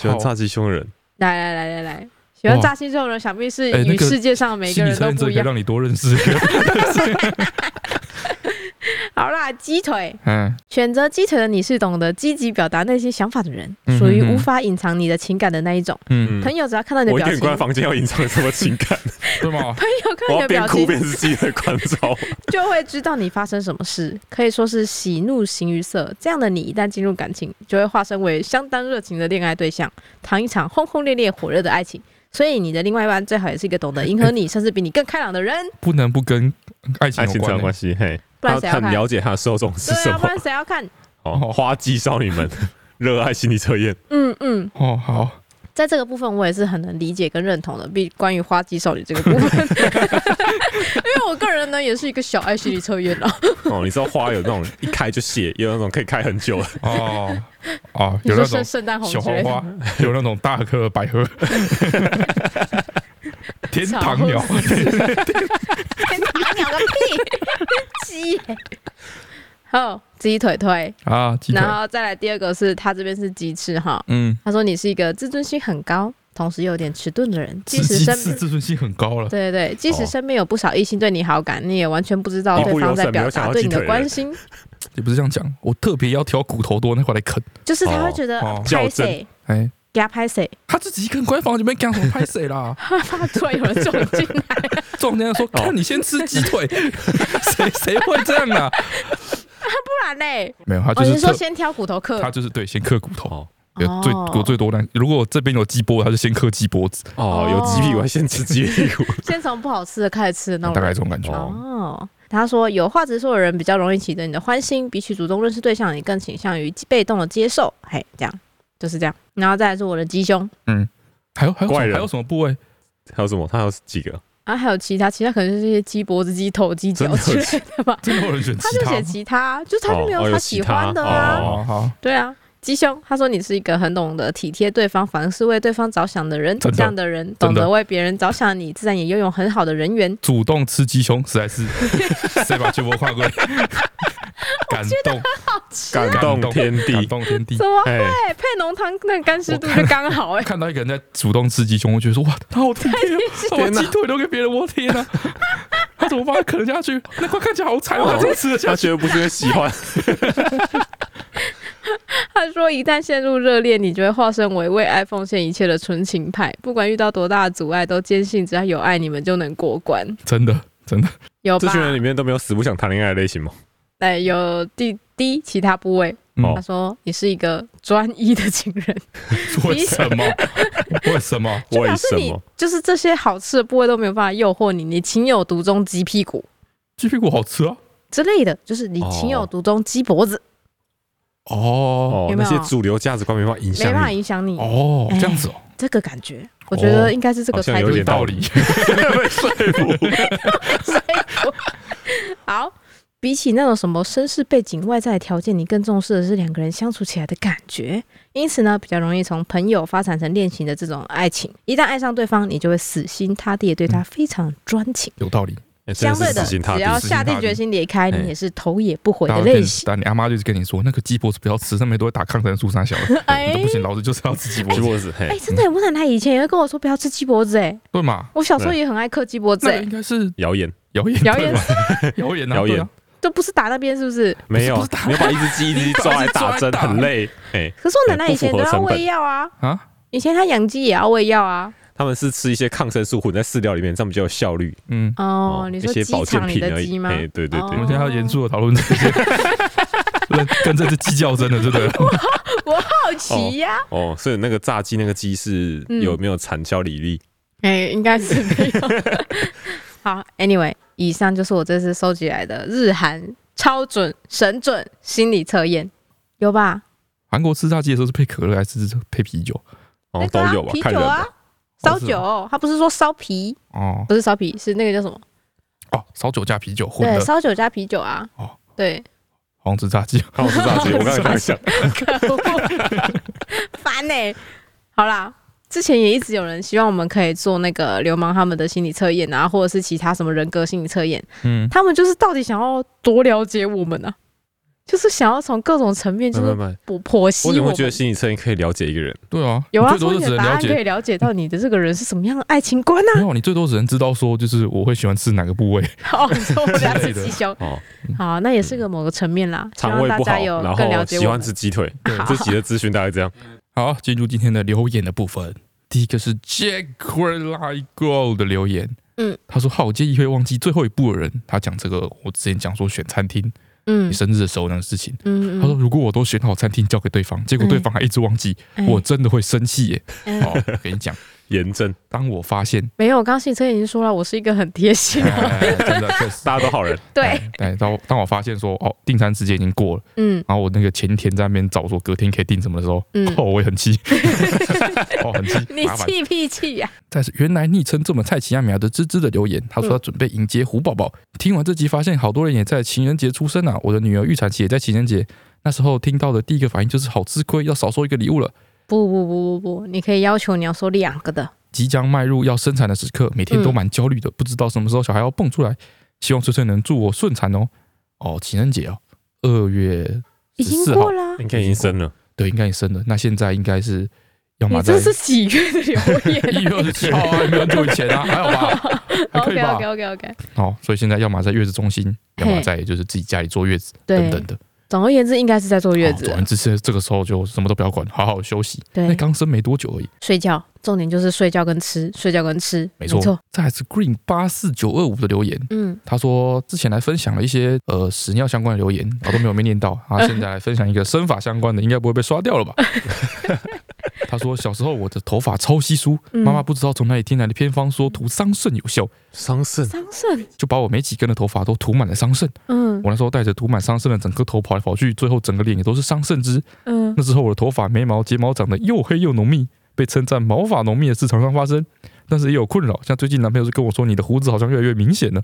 [SPEAKER 3] 喜欢炸鸡胸的人。
[SPEAKER 1] 来来来来来，喜欢
[SPEAKER 2] 哇
[SPEAKER 1] 炸鸡这种人，想必是
[SPEAKER 2] 哎那
[SPEAKER 1] 与
[SPEAKER 2] 个
[SPEAKER 1] 世界上每个
[SPEAKER 2] 心理
[SPEAKER 1] 人
[SPEAKER 2] 测
[SPEAKER 1] 都
[SPEAKER 2] 验真
[SPEAKER 1] 不
[SPEAKER 2] 的
[SPEAKER 1] 一
[SPEAKER 2] 可以
[SPEAKER 1] 样。
[SPEAKER 2] 让你多认识一个 人。
[SPEAKER 1] 好啦，鸡腿，
[SPEAKER 2] 嗯，
[SPEAKER 1] 选择鸡腿的你是懂得积极表达内心想法的人
[SPEAKER 2] 嗯，哼
[SPEAKER 1] 属于
[SPEAKER 2] 哼
[SPEAKER 1] 无法隐藏你的情感的那一种。
[SPEAKER 2] 嗯，
[SPEAKER 1] 朋友只要看到你的
[SPEAKER 3] 我一
[SPEAKER 1] 表
[SPEAKER 3] 个人
[SPEAKER 1] 情，
[SPEAKER 3] 关在
[SPEAKER 1] 朋
[SPEAKER 3] 房间要隐藏什么 情感？
[SPEAKER 2] 对吗？
[SPEAKER 1] 友看
[SPEAKER 3] 我
[SPEAKER 1] 到你
[SPEAKER 3] 要
[SPEAKER 1] 的
[SPEAKER 3] 边
[SPEAKER 1] 表
[SPEAKER 3] 哭
[SPEAKER 1] 情
[SPEAKER 3] 边吃鸡腿关 照。
[SPEAKER 1] 就会知道你发生什么事，可以说是喜怒形于色。这样的你一旦进入感情，就会化身为相当热情的恋爱对象，谈一场轰轰烈烈、火热的爱情。所以你的另外一半最好也是一个懂得迎 合你，甚至比你更开朗的人，
[SPEAKER 2] 不能不跟爱情
[SPEAKER 3] 爱
[SPEAKER 2] 有
[SPEAKER 3] 情这
[SPEAKER 2] 关、
[SPEAKER 3] 样
[SPEAKER 2] 欸
[SPEAKER 3] 关系，嘿，
[SPEAKER 1] 不然谁要
[SPEAKER 3] 他很
[SPEAKER 1] 看？
[SPEAKER 3] 了解他的受众是
[SPEAKER 1] 对
[SPEAKER 3] 什
[SPEAKER 1] 啊，不
[SPEAKER 3] 么
[SPEAKER 1] 然。谁要看？
[SPEAKER 3] 哦，花季少女们热爱心理测 验，
[SPEAKER 1] 嗯嗯，
[SPEAKER 2] 哦，好，
[SPEAKER 1] 在这个部分我也是很能理解跟认同的，比关于花季少女这个部 分，因为我个人呢也是一个小爱心理测验啦。
[SPEAKER 3] 哦，你知道花有那种一开就谢，也有那种可以开 很久的。
[SPEAKER 2] 哦，哦，
[SPEAKER 1] 你
[SPEAKER 2] 有那
[SPEAKER 1] 说
[SPEAKER 2] 种
[SPEAKER 1] 圣圣诞红
[SPEAKER 2] 小
[SPEAKER 1] 之
[SPEAKER 2] 黄
[SPEAKER 1] 类的，
[SPEAKER 2] 花，有那种大颗的百 合，天堂鸟，
[SPEAKER 1] 打鸟个屁，鸡耶。 好，鸡腿腿，
[SPEAKER 2] 啊，鸡腿，
[SPEAKER 1] 然后再来第二个是他这边是鸡翅哈，
[SPEAKER 2] 嗯，
[SPEAKER 1] 他说你是一个自尊心很高，同时又有点迟钝的人，即
[SPEAKER 2] 自
[SPEAKER 1] 使
[SPEAKER 2] 己
[SPEAKER 1] 身
[SPEAKER 2] 自自尊心很高了，
[SPEAKER 1] 对对对，即使身边有不少异性对你好感，你也完全不知道
[SPEAKER 3] 一不
[SPEAKER 1] 对方
[SPEAKER 3] 留神
[SPEAKER 1] 在
[SPEAKER 3] 没
[SPEAKER 1] 表
[SPEAKER 3] 有想
[SPEAKER 1] 达
[SPEAKER 3] 到
[SPEAKER 1] 对你
[SPEAKER 3] 鸡腿
[SPEAKER 1] 的
[SPEAKER 3] 了
[SPEAKER 1] 关心，
[SPEAKER 2] 也不是这样讲，我特别要挑骨头多那块来啃，
[SPEAKER 1] 就是他会
[SPEAKER 3] 哦
[SPEAKER 1] 觉得啊
[SPEAKER 2] 哦
[SPEAKER 3] 较
[SPEAKER 1] 拍
[SPEAKER 3] 真
[SPEAKER 1] 谁
[SPEAKER 2] 哎，
[SPEAKER 1] 给他拍 谁，
[SPEAKER 2] 他自己一个人关在房间里面干什么拍谁啦？
[SPEAKER 1] 怕突然有人撞进来，
[SPEAKER 2] 中间
[SPEAKER 3] 哦
[SPEAKER 2] 说，看你先吃鸡腿， 谁谁会这样啊？
[SPEAKER 1] 不然 嘞，
[SPEAKER 2] 没有，他
[SPEAKER 1] 哦，
[SPEAKER 2] 啊就
[SPEAKER 1] 你
[SPEAKER 2] 是
[SPEAKER 1] 说
[SPEAKER 2] 特，
[SPEAKER 1] 先挑骨头
[SPEAKER 2] 他
[SPEAKER 1] 嗑，
[SPEAKER 2] 就是对，先嗑骨头。有最我
[SPEAKER 1] 哦，
[SPEAKER 2] 最多那，如果这边有鸡脖，他就先嗑鸡脖子，
[SPEAKER 3] 哦，有鸡屁股还先吃鸡屁 股。
[SPEAKER 1] 先从不好吃的开始吃的那
[SPEAKER 2] 大
[SPEAKER 1] 种
[SPEAKER 2] 概
[SPEAKER 1] 人
[SPEAKER 2] 这。种感觉。
[SPEAKER 1] 哦，他说有话直说的人比较容易取得你的欢心，比起主动认识对象，你更倾向于被动的接受。嘿，这样就是这样。然后再来是我的鸡胸
[SPEAKER 2] 还有还有什
[SPEAKER 3] 怪
[SPEAKER 2] 么
[SPEAKER 3] 人
[SPEAKER 2] 还有什么部位？
[SPEAKER 3] 还有什么？他还有几个？
[SPEAKER 1] 啊，还有其他，其他可能就是一些鸡脖子、鸡头、鸡脚之类的吧。
[SPEAKER 2] 真的有人选
[SPEAKER 1] 他
[SPEAKER 2] 其
[SPEAKER 1] 就
[SPEAKER 2] 他
[SPEAKER 1] 写
[SPEAKER 2] 吗？
[SPEAKER 1] 其他，就他就没
[SPEAKER 3] 哦 哦
[SPEAKER 1] 有
[SPEAKER 3] 有
[SPEAKER 1] 他
[SPEAKER 3] 其
[SPEAKER 1] 喜欢的
[SPEAKER 3] 他
[SPEAKER 1] 啊。
[SPEAKER 2] 哦，好，
[SPEAKER 1] 对啊，鸡胸，他说你是一个很懂得体贴对方，凡事为对方着想的人。
[SPEAKER 2] 真的
[SPEAKER 1] 这样的人
[SPEAKER 2] 的
[SPEAKER 1] 懂得为别人着想，你自然也拥有很好的人缘。
[SPEAKER 3] 嗯
[SPEAKER 2] 主动吃鸡胸实 在是谁把鸡脖跨过来？感动，
[SPEAKER 3] 感
[SPEAKER 2] 动
[SPEAKER 3] 动天
[SPEAKER 2] 感
[SPEAKER 3] 地。
[SPEAKER 2] 动天地
[SPEAKER 1] 怎。么会
[SPEAKER 3] 哎，
[SPEAKER 1] 配浓汤？那干湿度就刚好 哎、
[SPEAKER 2] 看到一个人在主动吃鸡胸，我觉得说哇，他好体贴哦，他把
[SPEAKER 3] 天哪
[SPEAKER 2] 鸡腿留给别人，我天 哪！他怎么把它啃下去？那块看起来好惨，
[SPEAKER 3] 哦
[SPEAKER 2] 他怎么吃得下
[SPEAKER 3] 他
[SPEAKER 2] 去？
[SPEAKER 3] 绝对不是因 为喜欢，
[SPEAKER 1] 他说，一旦陷入热恋，你就会化身为为爱奉献一切的纯情派，不管遇到多大的阻碍，都坚信只要有爱，你们就能过关，
[SPEAKER 2] 真的，真的，
[SPEAKER 1] 有
[SPEAKER 3] 这
[SPEAKER 1] 吧
[SPEAKER 3] 群？人里面都没有死不想谈恋爱的类型吗？
[SPEAKER 1] 哎，有第第其他部位。
[SPEAKER 2] 哦
[SPEAKER 1] 他说，你是一个专一的情人，
[SPEAKER 2] 为什 么？为什么？
[SPEAKER 1] 就
[SPEAKER 3] 为
[SPEAKER 1] 表示
[SPEAKER 3] 什
[SPEAKER 1] 你
[SPEAKER 3] 么？
[SPEAKER 1] 就是这些好吃的部位都没有办法诱惑你，你情有独钟鸡屁股
[SPEAKER 2] 鸡屁股好吃啊！
[SPEAKER 1] 之类的，就是你
[SPEAKER 3] 哦
[SPEAKER 1] 情有独钟鸡脖子，
[SPEAKER 2] 哦
[SPEAKER 3] 哦，
[SPEAKER 1] 有没
[SPEAKER 3] 那
[SPEAKER 1] 有
[SPEAKER 3] 些主流价值观没办法影
[SPEAKER 1] 没办
[SPEAKER 3] 响
[SPEAKER 1] 法
[SPEAKER 3] 你，哦
[SPEAKER 1] 影响你、
[SPEAKER 2] 哦，这样子哦，
[SPEAKER 1] 这个感觉。我觉得应该是这
[SPEAKER 3] 好
[SPEAKER 1] 个
[SPEAKER 3] 像
[SPEAKER 1] 态度
[SPEAKER 3] 有点
[SPEAKER 2] 道理。
[SPEAKER 3] 被说服。
[SPEAKER 1] 好，比起那种什么身世背景、外在的条件，你更重视的是两个人相处起来的感觉。因此呢，比较容易从朋友发展成恋情的这种爱情。一旦爱上对方，你就会死心塌地的对他非常专情。
[SPEAKER 2] 有道理，
[SPEAKER 3] 哎真
[SPEAKER 1] 相
[SPEAKER 3] 的
[SPEAKER 1] 对
[SPEAKER 3] 是
[SPEAKER 1] 的，
[SPEAKER 3] 死心塌
[SPEAKER 1] 只
[SPEAKER 3] 地。
[SPEAKER 1] 要
[SPEAKER 2] 死心
[SPEAKER 1] 下
[SPEAKER 2] 塌
[SPEAKER 1] 定
[SPEAKER 2] 地
[SPEAKER 1] 决心离开，
[SPEAKER 2] 哎
[SPEAKER 1] 你也是头也不回
[SPEAKER 2] 大
[SPEAKER 1] 的
[SPEAKER 2] 家跟
[SPEAKER 1] 类
[SPEAKER 2] 你
[SPEAKER 1] 型。
[SPEAKER 2] 但你阿妈就是跟你说，那个鸡脖子不要吃，上面都会打抗生素杀小的。
[SPEAKER 1] 哎
[SPEAKER 2] 都不行，老子就是要吃鸡脖
[SPEAKER 3] 鸡
[SPEAKER 2] 子，
[SPEAKER 3] 脖子，嘿
[SPEAKER 1] 哎、，真的，我奶奶以前也会跟我说不要吃鸡脖子、哎，
[SPEAKER 2] 对嘛？
[SPEAKER 1] 我小时候也很爱嗑鸡脖子、
[SPEAKER 2] 那
[SPEAKER 1] 哎
[SPEAKER 2] 应该是
[SPEAKER 3] 谣言。
[SPEAKER 2] 谣言，
[SPEAKER 1] 谣言
[SPEAKER 2] 对吧，谣言啊，
[SPEAKER 3] 谣言
[SPEAKER 2] 对啊
[SPEAKER 1] 对就不是打那边是不是？
[SPEAKER 3] 没有
[SPEAKER 2] 不是不是，打
[SPEAKER 3] 你要把一只鸡一 只鸡抓来打
[SPEAKER 2] 你把一只鸡抓来
[SPEAKER 3] 针，
[SPEAKER 2] 打
[SPEAKER 3] 很累。哎，
[SPEAKER 1] 可是我奶奶以前都
[SPEAKER 3] 不
[SPEAKER 1] 要
[SPEAKER 3] 符合成本
[SPEAKER 1] 喂药啊，
[SPEAKER 2] 啊，
[SPEAKER 1] 以前她养鸡也要喂药啊。
[SPEAKER 3] 他们是吃一些抗生素混在饲料里面，这样比较有效率。
[SPEAKER 2] 嗯，
[SPEAKER 1] 哦，你
[SPEAKER 3] 一
[SPEAKER 1] 说
[SPEAKER 3] 些
[SPEAKER 1] 鸡
[SPEAKER 3] 保健
[SPEAKER 1] 场里
[SPEAKER 3] 品
[SPEAKER 1] 的
[SPEAKER 3] 而
[SPEAKER 1] 鸡
[SPEAKER 3] 已。
[SPEAKER 1] 吗？
[SPEAKER 3] 哎，对对
[SPEAKER 1] 哦
[SPEAKER 2] 我
[SPEAKER 3] 对
[SPEAKER 2] 们，现在要严肃的讨论这些， 跟跟这只鸡较真的，真的。
[SPEAKER 1] 好奇呀，
[SPEAKER 3] 哦，所以那个炸鸡那个鸡是
[SPEAKER 1] 嗯
[SPEAKER 3] 有没有产销履历？
[SPEAKER 1] 哎，应该是没有。 好，Anyway，以上就是我这次收集来的日韩超准神准心理测验，有吧？
[SPEAKER 2] 韩国吃炸鸡的时候是配可乐还是配啤酒？
[SPEAKER 3] 哦
[SPEAKER 1] 那，
[SPEAKER 3] 都
[SPEAKER 1] 个啊
[SPEAKER 3] 有吧
[SPEAKER 1] 啤，
[SPEAKER 3] 看
[SPEAKER 1] 酒
[SPEAKER 3] 人
[SPEAKER 1] 啊
[SPEAKER 3] 吧。，
[SPEAKER 1] 烧
[SPEAKER 2] 哦是啊
[SPEAKER 1] 酒，他不是说烧啤，
[SPEAKER 2] 哦
[SPEAKER 1] 不是烧啤，是那个叫什么？
[SPEAKER 2] 哦，烧酒加啤酒混
[SPEAKER 1] 对，
[SPEAKER 2] 的
[SPEAKER 1] 烧酒加啤酒啊。
[SPEAKER 2] 哦
[SPEAKER 1] 对，
[SPEAKER 2] 黄汁炸 鸡，
[SPEAKER 3] 看我是炸鸡，我刚才想想，
[SPEAKER 1] 可恶， 烦呢、好啦，之前也一直有人希望我们可以做那个流氓他们的心理测验啊，或者是其他什么人格心理测验，
[SPEAKER 2] 嗯，
[SPEAKER 1] 他们就是到底想要多了解我们啊，就是想要从各种层面就
[SPEAKER 3] 没没
[SPEAKER 1] 是
[SPEAKER 3] 没，
[SPEAKER 1] 剖剖
[SPEAKER 3] 我
[SPEAKER 1] 析
[SPEAKER 3] 怎么
[SPEAKER 1] 我
[SPEAKER 3] 会觉得
[SPEAKER 1] 们。
[SPEAKER 3] 心理测验可以了解一个人？
[SPEAKER 2] 对啊，
[SPEAKER 1] 有啊，
[SPEAKER 2] 你最
[SPEAKER 1] 所
[SPEAKER 2] 多
[SPEAKER 1] 以
[SPEAKER 2] 就
[SPEAKER 1] 你
[SPEAKER 2] 只
[SPEAKER 1] 的
[SPEAKER 2] 能
[SPEAKER 1] 答
[SPEAKER 2] 了
[SPEAKER 1] 案可
[SPEAKER 2] 解
[SPEAKER 1] 以了解到你的这个人是什么样的爱情观啊 呢、
[SPEAKER 2] 没有，你最多只能知道说，就是我会喜欢吃哪个部位。
[SPEAKER 1] 啊？哦，说我俩是鸡胸，
[SPEAKER 3] 哦，
[SPEAKER 1] 好，那也是个某个层面啦，希
[SPEAKER 3] 肠
[SPEAKER 1] 望
[SPEAKER 3] 胃
[SPEAKER 1] 大
[SPEAKER 3] 不
[SPEAKER 1] 家
[SPEAKER 3] 好，
[SPEAKER 1] 有
[SPEAKER 3] 然
[SPEAKER 1] 更了
[SPEAKER 3] 后
[SPEAKER 1] 解
[SPEAKER 3] 喜
[SPEAKER 1] 我
[SPEAKER 3] 欢
[SPEAKER 1] 们。
[SPEAKER 3] 吃鸡 腿。
[SPEAKER 2] 对
[SPEAKER 3] 这集的资讯大概这样。
[SPEAKER 2] 好，进入今天的留言的部分。第一个是 Jack Like Go 的留言，
[SPEAKER 1] 嗯，
[SPEAKER 2] 他说好，介意会忘记最后一步的人。他讲这个，我之前讲说选餐厅，
[SPEAKER 1] 嗯
[SPEAKER 2] 你生日的时候那个事情。
[SPEAKER 1] 嗯
[SPEAKER 2] 他说：“如果我都选好餐厅交给对方，结果对方还一直忘记，
[SPEAKER 1] 嗯，
[SPEAKER 2] 我真的会生气耶！
[SPEAKER 1] 哎
[SPEAKER 2] 哦，我跟你讲，
[SPEAKER 3] 炎症，
[SPEAKER 2] 当我发现，
[SPEAKER 1] 没有，我刚刚行车已经说了，我是一个很贴 心的。
[SPEAKER 2] 哎真的确实，
[SPEAKER 3] 大家都好人，
[SPEAKER 1] 对，
[SPEAKER 2] 哎，对，当我当我发现说，哦，订餐时间已经过了，
[SPEAKER 1] 嗯
[SPEAKER 2] 然后我那个前一天在那边找说隔天可以订什么的时候，
[SPEAKER 1] 嗯，
[SPEAKER 2] 哦，我也 很气，哦，很气，
[SPEAKER 1] 你
[SPEAKER 2] 麻烦。
[SPEAKER 1] 气屁气呀、
[SPEAKER 2] 但是原来昵称这么菜奇亚米亚的芝芝的留言，
[SPEAKER 1] 嗯
[SPEAKER 2] 他说他准备迎接虎宝宝。听完这集，发现好多人也在情人节出生啊！我的女儿预产期也在情人节，那时候听到的第一个反应就是好吃亏，要少收一个礼物了。
[SPEAKER 1] 不不不不不，你可以要求你要说两个的。
[SPEAKER 2] 即将迈入要生产的时刻，每天都蛮焦虑的，不知道什么时候小孩要蹦出来。希望翠翠能祝我顺产哦。哦，情人节哦，二月
[SPEAKER 1] 已经
[SPEAKER 2] 14号哎
[SPEAKER 1] 过啊啦、
[SPEAKER 3] 应该已经生了。
[SPEAKER 2] 对，应该也生了。那现在应该是要
[SPEAKER 1] 你
[SPEAKER 2] 么在
[SPEAKER 1] 这是几月的留言、
[SPEAKER 2] 一月 二十七号啊，也没有很久以前啊，还好吧， 还可以
[SPEAKER 1] OK
[SPEAKER 2] 吧
[SPEAKER 1] OK。OK OK，
[SPEAKER 2] 哦，所以现在要么在月子中心，要么
[SPEAKER 1] 嘿
[SPEAKER 2] 在就是自己家里坐月子等
[SPEAKER 1] 对，
[SPEAKER 2] 等的。
[SPEAKER 1] 总而言之应该是在坐月
[SPEAKER 2] 哦
[SPEAKER 1] 子
[SPEAKER 2] 总而
[SPEAKER 1] 了、
[SPEAKER 2] 言之，是这个时候就什么都不要管，好好休息。那
[SPEAKER 1] 对，
[SPEAKER 2] 刚生没多久而已，
[SPEAKER 1] 睡觉，重点就是睡觉跟吃，睡觉跟吃，没
[SPEAKER 2] 没错。再来是 Green 八四九二五的留言，
[SPEAKER 1] 嗯，
[SPEAKER 2] 他说之前来分享了一些呃屎尿相关的 留言，我都没有被念到。啊，现在来分享一个生发相关的，应该不会被 刷掉了吧？他说小时候我的头发超稀疏，
[SPEAKER 1] 嗯
[SPEAKER 2] 妈妈不知道从哪里听来的偏方说涂桑葚有效，
[SPEAKER 3] 桑葚，
[SPEAKER 1] 桑葚，
[SPEAKER 2] 就把我没几根的头发都涂满了桑葚。
[SPEAKER 1] 嗯
[SPEAKER 2] 我那时候带着涂满桑葚的整颗头跑来跑去，最后整个脸也都是桑葚汁。
[SPEAKER 1] 嗯，
[SPEAKER 2] 那时候我的头发、眉毛、睫毛长得又黑又浓密，被称赞毛发浓密的市场上发生，但是也有困扰，像最近男朋友就跟我说你的胡子好像越来越明显了。